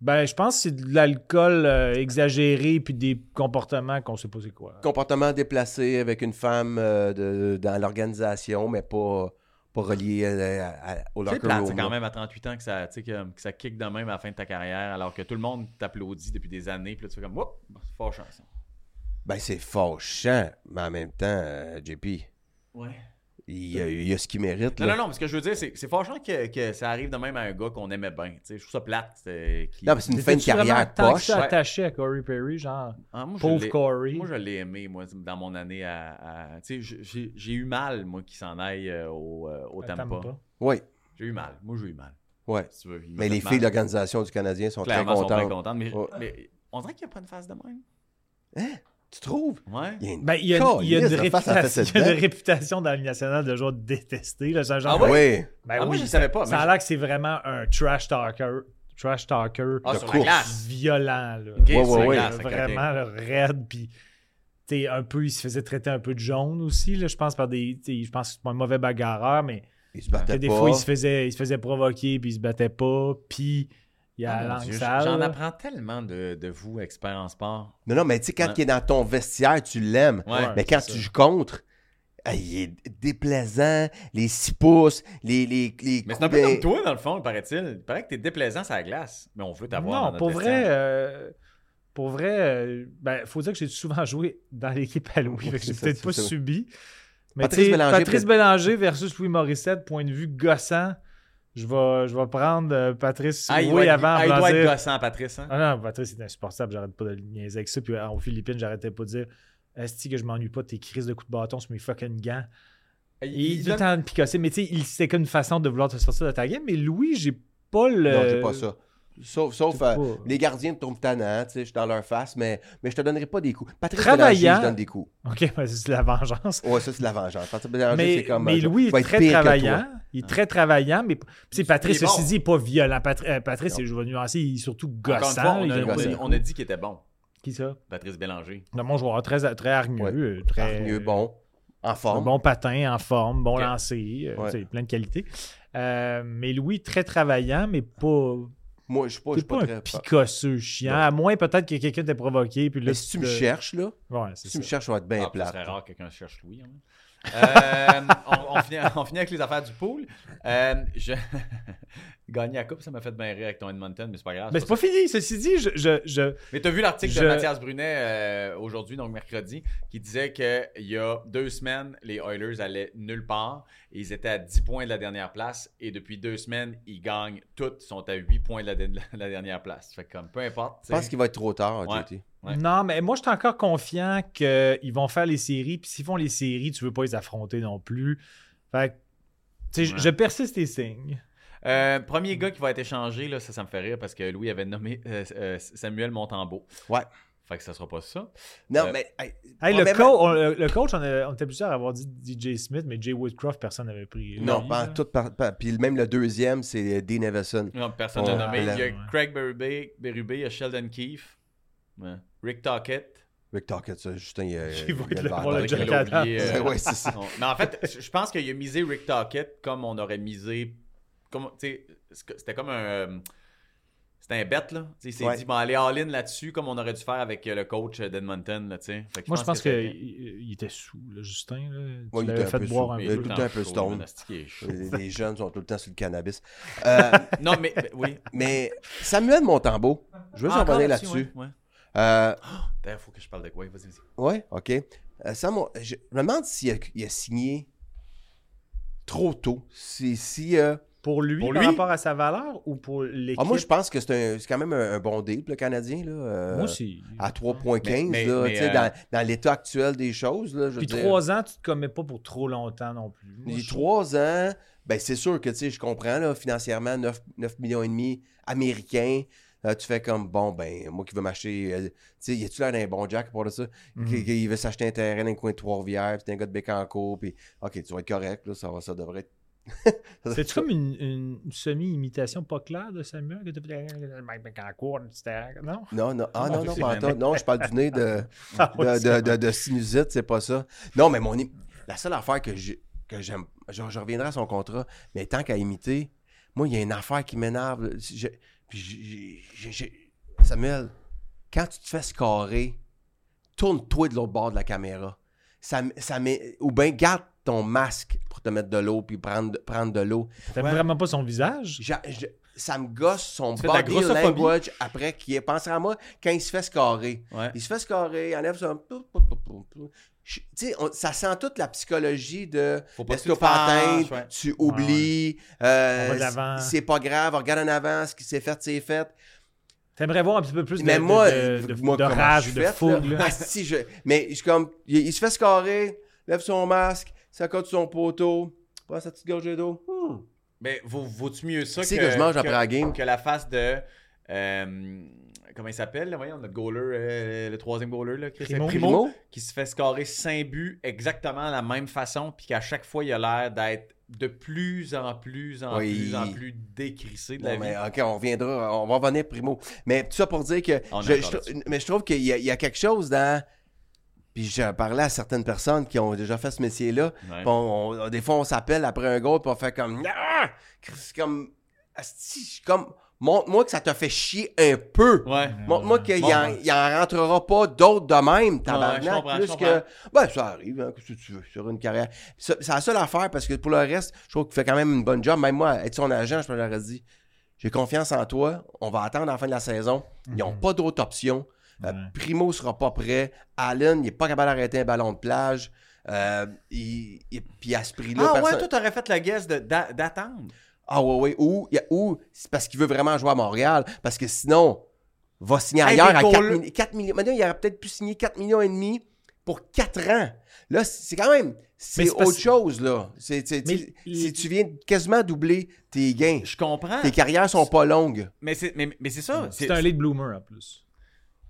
Speaker 4: Ben, je pense que c'est de l'alcool euh, exagéré puis des comportements qu'on sait pas c'est quoi.
Speaker 3: Comportement déplacé avec une femme euh, de- dans l'organisation, mais pas, pas relié euh, à- à- au
Speaker 2: C'est
Speaker 3: locker
Speaker 2: plate, c'est
Speaker 3: room.
Speaker 2: quand même à 38 ans que ça, tu sais, que, que ça kick de même à la fin de ta carrière, alors que tout le monde t'applaudit depuis des années, puis là, tu fais comme, whoop, c'est fort chance.
Speaker 3: Ben, c'est fâchant, mais en même temps, euh, JP,
Speaker 2: Ouais.
Speaker 3: il y a, il y a ce qu'il mérite.
Speaker 2: Non,
Speaker 3: là.
Speaker 2: non, non, parce que je veux dire, c'est c'est fâchant que, que ça arrive de même à un gars qu'on aimait bien. Tu sais, je trouve ça plate. euh, c'est- qui-
Speaker 3: Non, mais c'est une fin de
Speaker 4: T'étais-tu
Speaker 3: carrière
Speaker 4: vraiment tant que
Speaker 3: poche.
Speaker 4: ça
Speaker 2: Ouais.
Speaker 4: attaché à Corey Perry, genre
Speaker 2: Ah, moi, je
Speaker 4: pauvre
Speaker 2: l'ai-
Speaker 4: Corey.
Speaker 2: Moi, je l'ai aimé, moi, dans mon année à. à- tu sais, j'ai- j'ai- j'ai eu mal, moi, qu'il s'en aille euh, au, euh, au
Speaker 4: Attends
Speaker 2: Tampa.
Speaker 4: Ah, pas.
Speaker 3: Oui,
Speaker 2: J'ai eu mal. Moi, j'ai eu mal.
Speaker 3: oui.
Speaker 2: Si tu veux. Il m'a
Speaker 3: Mais
Speaker 2: fait
Speaker 3: les
Speaker 2: mal.
Speaker 3: filles de l'organisation du Canadien sont
Speaker 2: Clairement, sont
Speaker 3: très
Speaker 2: très
Speaker 3: contentes.
Speaker 2: contentes. Mais,
Speaker 3: Ouais.
Speaker 2: mais on dirait qu'il n'y a pas une face de même.
Speaker 3: Tu trouves?
Speaker 2: Ouais.
Speaker 3: Il y a une-
Speaker 4: Ben, il y a, une- il y a une,
Speaker 3: Calisse, la face à la
Speaker 4: réputation,
Speaker 3: tête
Speaker 4: il y a une
Speaker 3: dedans.
Speaker 4: réputation dans le national de joueur détesté. Là, ce genre,
Speaker 2: Ah ouais?
Speaker 3: Oui.
Speaker 4: ben
Speaker 2: Ah, moi,
Speaker 4: oui,
Speaker 2: je savais pas.
Speaker 4: ça
Speaker 2: mais
Speaker 4: a l'air que c'est vraiment un trash talker, trash talker
Speaker 2: Ah,
Speaker 3: de
Speaker 2: sur la
Speaker 3: course.
Speaker 2: glace.
Speaker 4: violent. Là.
Speaker 2: Ok,
Speaker 3: Ouais,
Speaker 2: sur la
Speaker 3: ouais,
Speaker 2: glace, ok, ok.
Speaker 4: vraiment là, raide puis tu sais, un peu il se faisait traiter un peu de jaune aussi là, je pense par des tu sais, je pense que c'est pas un mauvais bagarreur mais
Speaker 3: Ils se battaient
Speaker 4: que des
Speaker 3: pas.
Speaker 4: fois il se faisait il se faisait provoquer puis il se battait pas puis il y a
Speaker 2: Ah,
Speaker 4: la
Speaker 2: mon
Speaker 4: langue
Speaker 2: Dieu,
Speaker 4: sale
Speaker 2: J'en
Speaker 4: là.
Speaker 2: apprends tellement de, de vous, experts en sport.
Speaker 3: Non, non, mais tu sais, quand
Speaker 2: Ouais.
Speaker 3: il est dans ton vestiaire, tu l'aimes.
Speaker 2: Ouais.
Speaker 3: mais quand
Speaker 4: c'est
Speaker 3: tu joues contre, ah, il est déplaisant, les six pouces, les. les, les
Speaker 2: Mais c'est
Speaker 3: coups
Speaker 2: un peu
Speaker 3: de-
Speaker 2: comme toi, dans le fond, paraît-il. Il paraît que t'es déplaisant sur la glace. Mais on veut t'avoir.
Speaker 4: non pour vrai euh, pour vrai euh, ben faut dire que j'ai souvent joué dans l'équipe à Louis
Speaker 3: Oui,
Speaker 4: fait que j'ai
Speaker 3: c'est
Speaker 4: peut-être
Speaker 3: ça,
Speaker 4: pas
Speaker 3: c'est ça.
Speaker 4: subi mais
Speaker 3: Patrice
Speaker 4: tu sais,
Speaker 3: Bélanger,
Speaker 4: Patrice
Speaker 3: peut-être-
Speaker 4: Bélanger versus Louis Morissette point de vue gossant je vais, je vais prendre euh, Patrice
Speaker 2: Ah, il
Speaker 4: oui
Speaker 2: doit,
Speaker 4: avant
Speaker 2: ah, il
Speaker 4: avant de
Speaker 2: doit
Speaker 4: dire-
Speaker 2: être gossant, Patrice. hein?
Speaker 4: Ah non, Patrice, c'est insupportable. J'arrête pas de le niaiser avec ça. Puis euh, aux Philippines, j'arrêtais pas de dire Esti que je m'ennuie pas de tes crises de coups de bâton sur mes fucking gants.
Speaker 2: Il-
Speaker 4: Il
Speaker 2: il
Speaker 4: est tout le
Speaker 2: donne-
Speaker 4: temps de picasser. Mais tu sais, il- c'est qu'une façon de vouloir te sortir de ta game. Mais Louis, j'ai pas le.
Speaker 3: Non, j'ai pas ça. Sauf, sauf
Speaker 4: J'ai
Speaker 3: euh,
Speaker 4: Euh, pas.
Speaker 3: les gardiens me trouvent tannant, tu sais, je suis dans leur face, mais, mais je te donnerai pas des coups. Patrice
Speaker 4: Travaillant.
Speaker 3: Bélanger, je donne des coups.
Speaker 4: Ok, ben, c'est de la vengeance.
Speaker 3: Ouais, ça, c'est de la vengeance. Patrice Bélanger,
Speaker 4: Mais,
Speaker 3: c'est comme.
Speaker 4: mais
Speaker 3: euh, je-
Speaker 4: Louis
Speaker 3: je vais
Speaker 4: est
Speaker 3: être
Speaker 4: très
Speaker 3: pire que toi.
Speaker 4: travaillant. Il est très travaillant, mais c'est Patrice,
Speaker 2: Il est bon.
Speaker 4: ceci dit, il est pas violent. Patri- euh, Patrice,
Speaker 3: Non.
Speaker 4: c'est je vais nuancer, il est surtout
Speaker 2: Encore une fois,
Speaker 4: gossant.
Speaker 2: on,
Speaker 4: il
Speaker 2: a,
Speaker 4: est
Speaker 2: on a-
Speaker 3: gossant.
Speaker 2: on a dit qu'il était bon,
Speaker 4: Qui ça?
Speaker 2: Patrice Bélanger.
Speaker 4: Non, mon joueur, très, très hargneux.
Speaker 3: Ouais.
Speaker 4: euh, Très...
Speaker 3: Hargneux, bon, en
Speaker 4: Un
Speaker 3: forme.
Speaker 4: bon patin, en forme, bon
Speaker 2: Ok.
Speaker 4: lancer, euh,
Speaker 3: Ouais.
Speaker 4: tu sais, plein de qualités. Euh, mais Louis, très travaillant, mais pas,
Speaker 3: Moi, je suis pas, je
Speaker 4: t'es
Speaker 3: suis pas
Speaker 4: pas, un
Speaker 3: très.
Speaker 4: picosseux chiant.
Speaker 3: Non.
Speaker 4: À moins peut-être que quelqu'un t'ait provoqué. Puis là,
Speaker 3: Mais si tu me
Speaker 4: te-
Speaker 3: cherches, là,
Speaker 4: Ouais, c'est
Speaker 3: si tu me
Speaker 4: ça.
Speaker 3: cherches, on va être bien
Speaker 2: Ah, puis Ce
Speaker 3: plate.
Speaker 2: serait rare que quelqu'un cherche Louis. hein. Euh, on, on finit, on finit avec les affaires du pool. Euh, je- Gagner la coupe, ça m'a fait bien rire avec ton Edmonton, mais c'est pas grave.
Speaker 4: Mais
Speaker 2: c'est
Speaker 4: c'est
Speaker 2: pas
Speaker 4: pas fini. Ceci dit, je, je, je-
Speaker 2: Mais t'as vu l'article
Speaker 4: Je-
Speaker 2: de Mathias Brunet euh, aujourd'hui, donc mercredi, qui disait qu'il y a deux semaines, les Oilers allaient nulle part. Et ils étaient à 10 points de la dernière place. Et depuis deux semaines, ils gagnent toutes. Ils sont à 8 points de la, de la dernière place. Fait que comme peu importe.
Speaker 3: Je pense qu'il va être trop tard,
Speaker 2: Ouais.
Speaker 3: JT.
Speaker 2: Ouais.
Speaker 4: Non, mais moi, je suis encore confiant qu'ils vont faire les séries. Puis s'ils font les séries, tu veux pas les affronter non plus. Fait que, tu sais, je-
Speaker 2: Ouais.
Speaker 4: je persiste tes signes.
Speaker 2: Euh, premier gars qui va être échangé, là, ça, ça me fait rire parce que Louis avait nommé euh, euh, Samuel Montembeau.
Speaker 3: Ouais.
Speaker 2: Fait que ça sera pas ça.
Speaker 3: Non,
Speaker 2: Euh,
Speaker 3: mais. hey,
Speaker 4: Hey, le,
Speaker 3: probablement-
Speaker 4: co- on- le- le coach, on, a- on était plusieurs à avoir dit DJ Smith, mais Jay Woodcroft, personne n'avait pris.
Speaker 3: Non,
Speaker 4: lui,
Speaker 3: pas
Speaker 4: là.
Speaker 3: en tout. par- par- Puis même le deuxième, c'est euh, Dean Everson.
Speaker 2: Non, personne
Speaker 3: Oh,
Speaker 2: n'a nommé.
Speaker 3: là,
Speaker 2: Il y a
Speaker 4: ouais.
Speaker 2: Craig Berube, Berube, il y a Sheldon Keefe, ouais. Rick Tockett.
Speaker 3: Rick Tockett, ça, Justin, il a.
Speaker 4: Qui va
Speaker 3: il a
Speaker 4: être le
Speaker 3: verre
Speaker 4: voir
Speaker 3: dans
Speaker 4: Oh, le
Speaker 3: le
Speaker 2: Jack
Speaker 4: Jack
Speaker 3: gueule.
Speaker 2: Adams.
Speaker 4: Adams.
Speaker 2: Euh,
Speaker 3: Ouais, c'est ça.
Speaker 2: Non. Mais en fait, je pense qu'il a misé Rick Tockett comme on aurait misé. comme, tu sais, C'était comme un. euh, c'était C'est un bet, là. Tu sais, Il s'est
Speaker 3: Ouais.
Speaker 2: dit, bon, allez all-in là-dessus, comme on aurait dû faire avec euh, le coach euh, d'Edmonton, là, tu sais. Fait que
Speaker 4: Moi, je pense
Speaker 2: c'est-
Speaker 4: qu'il il était sous, là, Justin. Là. Tu
Speaker 3: Ouais, il
Speaker 4: l'avais
Speaker 3: était un
Speaker 4: fait
Speaker 3: peu
Speaker 4: boire
Speaker 3: sous,
Speaker 4: un
Speaker 2: Mais
Speaker 3: il est
Speaker 4: peu.
Speaker 3: tout le temps un peu
Speaker 2: chaud,
Speaker 3: stone.
Speaker 2: man, asti, il est chaud.
Speaker 3: Les, les jeunes sont tout le temps sur le cannabis. Euh,
Speaker 2: non, mais mais oui.
Speaker 3: mais Samuel Montambeau, je veux
Speaker 2: Ah,
Speaker 3: s'en
Speaker 2: encore
Speaker 3: revenir là-dessus.
Speaker 2: Ouais, ouais.
Speaker 3: Euh,
Speaker 2: D'ailleurs, faut que je parle de quoi. Vas-y, vas-y.
Speaker 3: Ouais, OK. Euh, Sam, on- je me demande s'il a, il a signé trop tôt. Si, si, euh,
Speaker 4: Pour lui,
Speaker 2: Pour
Speaker 4: par
Speaker 2: lui?
Speaker 4: rapport à sa valeur ou pour l'équipe?
Speaker 3: ah, moi, je pense que c'est un- c'est quand même un, un bon deal, le Canadien, là, euh,
Speaker 4: Moi aussi.
Speaker 3: à 3,15,
Speaker 2: Mais- mais-
Speaker 3: là,
Speaker 2: mais,
Speaker 3: tu sais,
Speaker 2: euh,
Speaker 3: dans, dans l'état actuel des choses. Là, je veux
Speaker 4: Puis
Speaker 3: dire.
Speaker 4: trois ans, tu te commets pas pour trop longtemps non plus. Moi,
Speaker 3: Les
Speaker 4: je-
Speaker 3: trois ans, ben c'est sûr que tu sais, je comprends là, financièrement, 9, 9 millions et demi américains. euh, tu fais comme bon, ben, moi qui veux m'acheter. euh, tu sais, y a-tu l'air d'un bon Jack pour ça?
Speaker 4: Mhm.
Speaker 3: Qui- qui- Il veut s'acheter un terrain dans le coin de Trois-Rivières, puis t'es un gars de Bécancour, puis OK, tu vas être correct, là, ça, va- ça devrait être. ça devrait
Speaker 4: C'est-tu comme une, une semi-imitation pas claire de Samuel que t'as fait le mec mec en cours, etc. Non?
Speaker 3: Non, non, ah,
Speaker 2: Ah,
Speaker 3: non, non,
Speaker 2: c'est
Speaker 3: pas en
Speaker 2: bien.
Speaker 3: tout. Non, je parle du nez de,
Speaker 4: Ah,
Speaker 3: de,
Speaker 4: ouais,
Speaker 3: de,
Speaker 4: c'est-
Speaker 3: de- de sinusite, c'est pas ça. Non, mais mon, im- la seule affaire que j'ai- que j'aime, je, je reviendrai à son contrat, mais tant qu'à imiter, moi, il y a une affaire qui m'énerve. là. Je- puis j'ai- j'ai- j'ai- Samuel, quand tu te fais scorer, tourne-toi de l'autre bord de la caméra. Ça, m- ça met, ou bien garde ton masque pour te mettre de l'eau puis prendre, prendre de l'eau.
Speaker 4: T'aimes
Speaker 2: Ouais.
Speaker 4: vraiment pas son visage?
Speaker 3: J'a- je- ça me gosse son
Speaker 2: Tu fais de la
Speaker 3: body
Speaker 2: grossophobie.
Speaker 3: language après qu'il est. Pensez à moi quand il se fait scorer.
Speaker 2: Ouais.
Speaker 3: Il se fait scorer, il enlève son. pou, pou, pou, pou, pou. Je- Tu sais, on- ça sent toute la psychologie de.
Speaker 2: Faut pas que tu te
Speaker 3: L'escopatine,
Speaker 2: fâches, ouais.
Speaker 3: tu oublies, euh,
Speaker 4: On va de l'avant.
Speaker 3: c'est pas grave, on regarde en avant, ce qui s'est fait, c'est fait.
Speaker 4: T'aimerais voir un petit peu plus de,
Speaker 3: mais
Speaker 4: de-
Speaker 3: moi,
Speaker 4: de, de-
Speaker 3: moi,
Speaker 4: de
Speaker 3: comment je
Speaker 4: rage,
Speaker 3: suis
Speaker 4: de
Speaker 3: fait, là?
Speaker 4: fougue. là.
Speaker 3: Ah, si, je- mais je suis comme, il, il se fait scorer, lève son masque, s'accorde sur son poteau, prend sa petite gorgée d'eau. Hmm.
Speaker 2: Mais vaut- vaut-tu mieux ça que,
Speaker 3: Qu'est-ce que je mange après la game?
Speaker 2: que la face de. euh, comment il s'appelle, là, voyons, notre goaler, euh, le troisième goaler, là, Chris
Speaker 4: Primo.
Speaker 2: qui se fait scorer 5 buts exactement de la même façon, puis qu'à chaque fois, il a l'air d'être de plus en plus en
Speaker 3: Oui.
Speaker 2: plus en plus décrissé de la
Speaker 3: Non, mais
Speaker 2: vie.
Speaker 3: OK, on reviendra, on va revenir primo. Mais tout ça pour dire que
Speaker 2: On est
Speaker 3: je,
Speaker 2: encore
Speaker 3: je-
Speaker 2: là-dessus.
Speaker 3: mais je trouve qu'il y, a- il y a quelque chose dans. Puis j'ai parlé à certaines personnes qui ont déjà fait ce métier-là.
Speaker 2: Ouais.
Speaker 3: Puis on- on- des fois, on s'appelle après un goal, puis on fait comme. Ah! C'est comme. Asti, je suis comme. Montre-moi que ça te fait chier un peu.
Speaker 2: Ouais. Ah
Speaker 4: Euh,
Speaker 3: Montre-moi qu'il
Speaker 2: Bon,
Speaker 3: n'en
Speaker 2: ouais.
Speaker 3: rentrera pas d'autres de même,
Speaker 2: je
Speaker 3: tabarnak.
Speaker 2: comprends, je
Speaker 3: plus
Speaker 2: comprends.
Speaker 3: que. Ben, ça arrive, hein, qu'est-ce que tu veux, sur une carrière. Ça- C'est la seule affaire parce que pour le reste, je trouve qu'il fait quand même une bonne job. Même moi, être son agent, je me l'aurais dit. J'ai confiance en toi. On va attendre la fin de la saison.
Speaker 4: mm.
Speaker 3: Ils
Speaker 2: Mhm.
Speaker 3: n'ont pas d'autre option. Euh,
Speaker 4: Ouais.
Speaker 3: Primo sera pas prêt. Allen, il n'est pas capable d'arrêter un ballon de plage. Euh, il- il- puis à ce prix-là,
Speaker 2: Ah ouais,
Speaker 3: personne-
Speaker 2: toi, t'aurais fait la guess de- d'a- d'attendre.
Speaker 3: ah ouais, ouais. Ou, il y a- ou c'est parce qu'il veut vraiment jouer à Montréal. Parce que sinon, va signer
Speaker 2: Hey,
Speaker 3: ailleurs
Speaker 2: mais
Speaker 3: à 4,
Speaker 2: goal-
Speaker 3: mi- 4 millions. Maintenant, il aurait peut-être pu signer 4 millions et demi pour 4 ans. Là, c'est quand même. C'est
Speaker 4: Mais c'est
Speaker 3: autre
Speaker 4: parce-
Speaker 3: chose, là. C'est- c'est-
Speaker 4: Mais
Speaker 3: tu-
Speaker 4: il-
Speaker 3: si tu viens quasiment doubler tes gains.
Speaker 2: Je comprends.
Speaker 3: Tes carrières sont pas longues.
Speaker 2: Mais c'est mais, mais c'est ça.
Speaker 4: C'est un late bloomer en plus.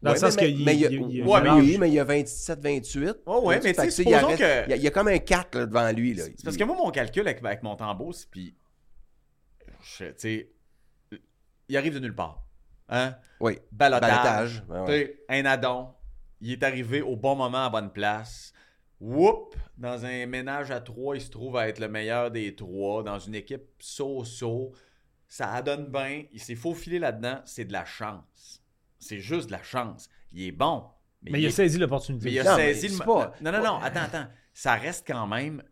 Speaker 4: Dans
Speaker 3: Ouais,
Speaker 4: le sens
Speaker 3: mais-
Speaker 4: qu'il
Speaker 3: mais il y a-
Speaker 4: il- il-
Speaker 3: ouais,
Speaker 4: il-
Speaker 3: mais
Speaker 4: il-
Speaker 3: oui, mais il y a 27, 28.
Speaker 2: Ouais, ouais, mais
Speaker 3: Fait
Speaker 2: tu sais,
Speaker 3: que, il y a
Speaker 2: supposons
Speaker 3: reste-
Speaker 2: que-
Speaker 3: Il y a- il y, a comme un 4 là, devant lui. Là.
Speaker 2: C'est parce que moi, mon calcul avec, avec mon tambour, c'est puis. je- Tu sais. Il arrive de nulle part. Hein?
Speaker 3: Oui.
Speaker 2: Balotage.
Speaker 3: Balotage. ouais, ouais.
Speaker 2: Tu sais, Un addon. Il est arrivé au bon moment, à bonne place. Whoop! Dans un ménage à trois, il se trouve à être le meilleur des trois. Dans une équipe so-so. Ça donne bien. Il s'est faufilé là-dedans. C'est de la chance. C'est juste de la chance. Il est bon.
Speaker 4: mais il a
Speaker 2: est
Speaker 4: saisi
Speaker 2: mais il
Speaker 4: l'opportunité.
Speaker 2: a
Speaker 3: Non, mais
Speaker 2: saisi le.
Speaker 3: c'est pas-
Speaker 2: non, non, non, attends, attends. Ça reste quand même.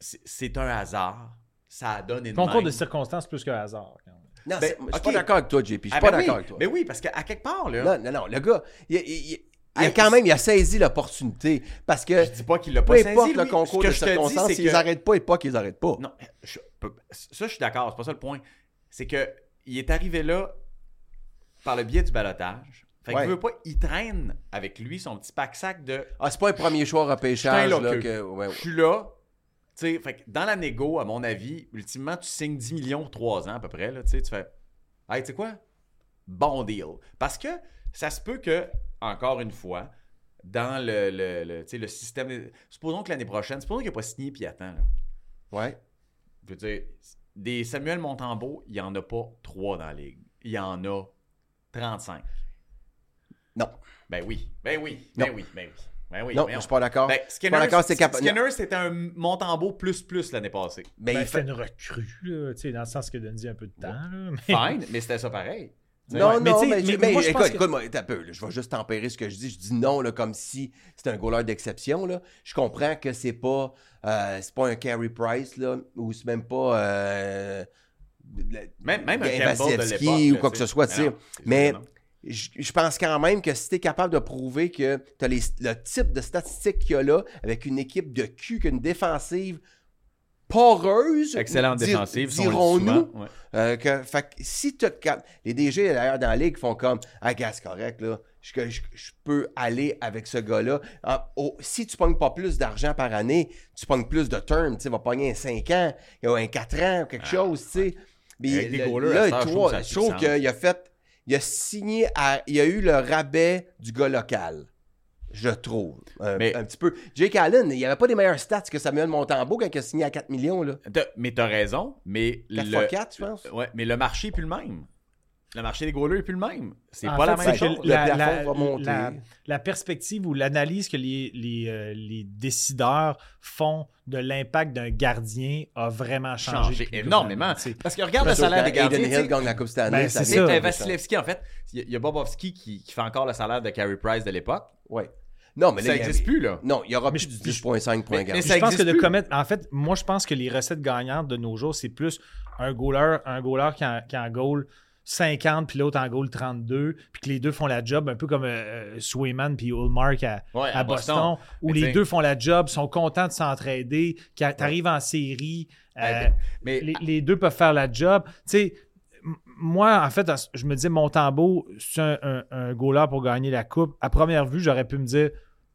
Speaker 2: C'est c'est un hasard. Ça donne une.
Speaker 4: Concours de circonstances plus que hasard. quand même.
Speaker 3: Non,
Speaker 2: Ben,
Speaker 3: c'est- je suis
Speaker 2: ok.
Speaker 3: pas d'accord avec toi, JP. Je suis
Speaker 2: Ah,
Speaker 3: pas
Speaker 2: ben oui,
Speaker 3: d'accord avec toi.
Speaker 2: Mais oui, parce qu'à quelque part, là.
Speaker 3: Non, non, non. Le gars, il, il- il- il a
Speaker 2: Hey,
Speaker 3: quand même il a saisi l'opportunité. Parce que
Speaker 2: Je dis pas qu'il l'a
Speaker 3: peu
Speaker 2: pas saisi.
Speaker 3: importe le
Speaker 2: lui.
Speaker 3: concours
Speaker 2: Ce
Speaker 3: de
Speaker 2: que je te dis,
Speaker 3: circonstances,
Speaker 2: c'est
Speaker 3: s'ils
Speaker 2: que-
Speaker 3: n'arrêtent pas et pas qu'ils n'arrêtent pas.
Speaker 2: Non, je peux- ça, je suis d'accord. C'est pas ça le point. C'est que il est arrivé là par le biais du balotage. Fait que
Speaker 3: Ouais.
Speaker 2: qu'il veut pas, il traîne avec lui son petit pack-sac de
Speaker 3: Ah, c'est pas un premier choix au repêchage.
Speaker 2: Putain, là,
Speaker 3: là,
Speaker 2: que-
Speaker 3: que- Ben ouais, ouais.
Speaker 2: je suis là. Tu sais, fait que dans la négo, à mon avis, ultimement, tu signes 10 millions pour 3 ans à peu près. Là, tu sais, tu fais Hey, tu sais quoi? Bon deal. Parce que ça se peut que, encore une fois, dans le, le, le, tu sais, le système. Supposons que l'année prochaine, supposons qu'il n'a pas signé puis il attend. là.
Speaker 3: Ouais.
Speaker 2: Je veux dire, des Samuel Montembeau, il n'y en a pas 3 dans la ligue. Il y en a 35.
Speaker 3: Non.
Speaker 2: Ben oui, ben oui, ben
Speaker 3: Non.
Speaker 2: oui, ben oui. Ben oui,
Speaker 3: non,
Speaker 2: voyons.
Speaker 3: je suis pas d'accord.
Speaker 2: Ben,
Speaker 3: Pas
Speaker 2: Skinner,
Speaker 3: d'accord, c'est
Speaker 2: c'est-
Speaker 3: capa-
Speaker 2: Skinner, c'était un Montembeau plus plus l'année passée.
Speaker 3: mais
Speaker 4: Ben,
Speaker 3: il fait...
Speaker 4: c'était une recrue, là, tu sais, dans le sens que Dundee a un peu de temps. là, mais-
Speaker 2: Fine, mais c'était ça pareil.
Speaker 3: Non,
Speaker 4: Ouais, mais
Speaker 3: non,
Speaker 4: tu sais,
Speaker 3: mais, mais,
Speaker 4: mais moi, je
Speaker 3: écoute,
Speaker 4: pense que-
Speaker 3: écoute, moi, t'as peu, là, je vais juste tempérer ce que je dis. Je dis non, là, comme si c'était un goaler d'exception, là. Je comprends que c'est pas, euh, c'est pas un Carey Price, là, ou c'est même pas, euh, la-
Speaker 2: Même, même un
Speaker 3: Gaël
Speaker 2: Campbell de
Speaker 3: Vasilevski
Speaker 2: l'époque,
Speaker 3: ou quoi
Speaker 2: là,
Speaker 3: que
Speaker 2: tu
Speaker 3: ce
Speaker 2: sais.
Speaker 3: soit, tu sais.
Speaker 2: non, c'est sûr
Speaker 3: Mais-
Speaker 2: que non.
Speaker 3: je, je pense quand même que si t'es capable de prouver que t'as les, le type de statistiques qu'il y a là, avec une équipe de cul, qu'une défensive poreuse,
Speaker 2: Excellente
Speaker 3: dir-
Speaker 2: défensive, sont
Speaker 3: dirons-nous,
Speaker 2: souvent, ouais.
Speaker 3: euh, que, fait que si tu Les DG, d'ailleurs, dans la ligue, font comme Ah, gars, c'est correct, là. Je, je- je peux aller avec ce gars-là. Ah, oh, si tu pognes pas plus d'argent par année, tu pognes plus de term. Tu sais, va pogner un 5 ans, ou un 4 ans, ou quelque chose, tu sais. Puis
Speaker 2: Ah, Avec des
Speaker 3: le-
Speaker 2: goalers, à
Speaker 3: là,
Speaker 2: cette heure, je trouve que ça
Speaker 3: toi,
Speaker 2: a
Speaker 3: je
Speaker 2: plus de
Speaker 3: trouve
Speaker 2: sens.
Speaker 3: qu'il a fait. Il a signé à- Il a eu le rabais du gars local. Je trouve. Un,
Speaker 2: Mais-
Speaker 3: un petit peu. Jake Allen, il avait pas des meilleurs stats que Samuel Montembeau quand il a signé à 4 millions, là.
Speaker 2: T'as- Mais t'as raison, mais
Speaker 3: 4
Speaker 2: le...
Speaker 3: x 4, je pense.
Speaker 2: Ouais, mais le marché est plus le même. Le marché des goalers est plus le même. C'est
Speaker 4: En
Speaker 2: pas la
Speaker 4: fait,
Speaker 2: même
Speaker 4: c'est que
Speaker 2: chose.
Speaker 3: le plafond va monter.
Speaker 4: La, la perspective ou l'analyse que les, les, euh, les décideurs font de l'impact d'un gardien a vraiment changé.
Speaker 2: Changé
Speaker 4: depuis le
Speaker 2: énormément.
Speaker 4: gouvernement, tu sais.
Speaker 2: Parce que regarde le
Speaker 3: Parce que
Speaker 2: salaire des
Speaker 3: quand Aiden
Speaker 2: gardiens. tu sais,
Speaker 3: Hill gagne la Coupe Stanley.
Speaker 4: Ben,
Speaker 3: ça
Speaker 4: c'est
Speaker 3: vient
Speaker 4: ça.
Speaker 2: C'était
Speaker 3: de-
Speaker 2: Vasilevski, en fait. Il y a- il y a Bobovski qui, qui fait encore le salaire de Carey Price de l'époque.
Speaker 3: Ouais. Non, mais là,
Speaker 2: Ça
Speaker 3: il y a-
Speaker 2: n'existe plus, là.
Speaker 3: Non, il n'y aura
Speaker 4: Mais
Speaker 3: plus
Speaker 4: je-
Speaker 3: du 10.5 pour un
Speaker 2: mais-
Speaker 3: gardien.
Speaker 2: mais ça
Speaker 4: je pense que
Speaker 2: existe
Speaker 4: de
Speaker 2: plus.
Speaker 4: commettre. En fait, moi, je pense que les recettes gagnantes de nos jours, c'est plus un goaler, un goaler qui en, qui en goal 50, puis l'autre en goal 32, puis que les deux font la job, un peu comme euh, euh, Swayman puis Ulmark à,
Speaker 2: Ouais,
Speaker 4: à
Speaker 2: à
Speaker 4: Boston,
Speaker 2: Boston.
Speaker 4: où
Speaker 2: Mais
Speaker 4: les
Speaker 2: t'sais-
Speaker 4: deux font la job, sont contents de s'entraider, qui arrivent en série. euh,
Speaker 2: Mais
Speaker 4: les, les deux peuvent faire la job. Tu sais, m- moi, en fait, je me dis, Montembeau, c'est un, un, un goaler pour gagner la Coupe. À première vue, j'aurais pu me dire,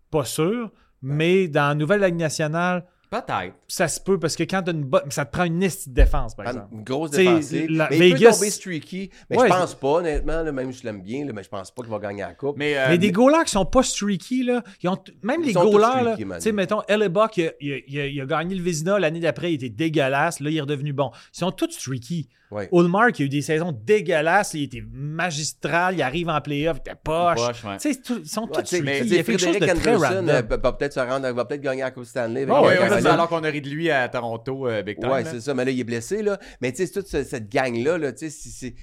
Speaker 4: pas sûr, mais dans la nouvelle Ligue nationale,
Speaker 2: peut-être.
Speaker 4: ça se peut parce que quand tu une bonne. mais Ça te prend une esti de défense, par
Speaker 3: Pas
Speaker 4: exemple.
Speaker 3: Une grosse
Speaker 4: T'sais,
Speaker 3: défensive.
Speaker 4: la-
Speaker 3: mais il peut
Speaker 4: Vegas-
Speaker 3: tomber streaky. Mais
Speaker 4: Ouais,
Speaker 3: je pense pas, honnêtement, là, même si je l'aime bien, là, mais je pense pas qu'il va gagner la Coupe.
Speaker 2: Mais, euh,
Speaker 4: mais des goalers qui sont pas streaky, là, ils ont t- même
Speaker 3: Ils
Speaker 4: les
Speaker 3: sont tous
Speaker 4: goalers, là,
Speaker 3: streaky,
Speaker 4: tu
Speaker 3: man.
Speaker 4: sais, mettons, Hellebuck, il, a- il a- il a- il a gagné le Vézina, l'année d'après, il était dégueulasse, là, il est redevenu bon. Ils sont tous streaky.
Speaker 3: Ouais.
Speaker 4: Ulmark, il a eu des saisons dégueulasses, il était magistral, il arrive en playoff, il était poche.
Speaker 2: Poche, ouais.
Speaker 4: Tu sais, tout- ils sont
Speaker 3: Ouais,
Speaker 4: tous
Speaker 3: tu sais,
Speaker 4: streaky.
Speaker 3: mais-
Speaker 4: il
Speaker 3: tu
Speaker 4: y
Speaker 3: sais,
Speaker 4: a quelque chose de
Speaker 3: Frédéric
Speaker 4: très
Speaker 3: Anderson
Speaker 4: random.
Speaker 3: euh, peut- peut peut-être se rendre, va peut-être gagner la Coupe Stanley. avec la
Speaker 4: Ah ouais,
Speaker 2: Ouais,
Speaker 4: ouais,
Speaker 2: on a dit
Speaker 3: Caroline.
Speaker 2: alors qu'on a ri de lui à Toronto, euh, Big Time.
Speaker 3: Oh, Ouais,
Speaker 2: là.
Speaker 3: c'est ça. Mais là, il est blessé, là. Mais tu sais, toute ce- cette gang-là, là, tu sais, c'est- c'est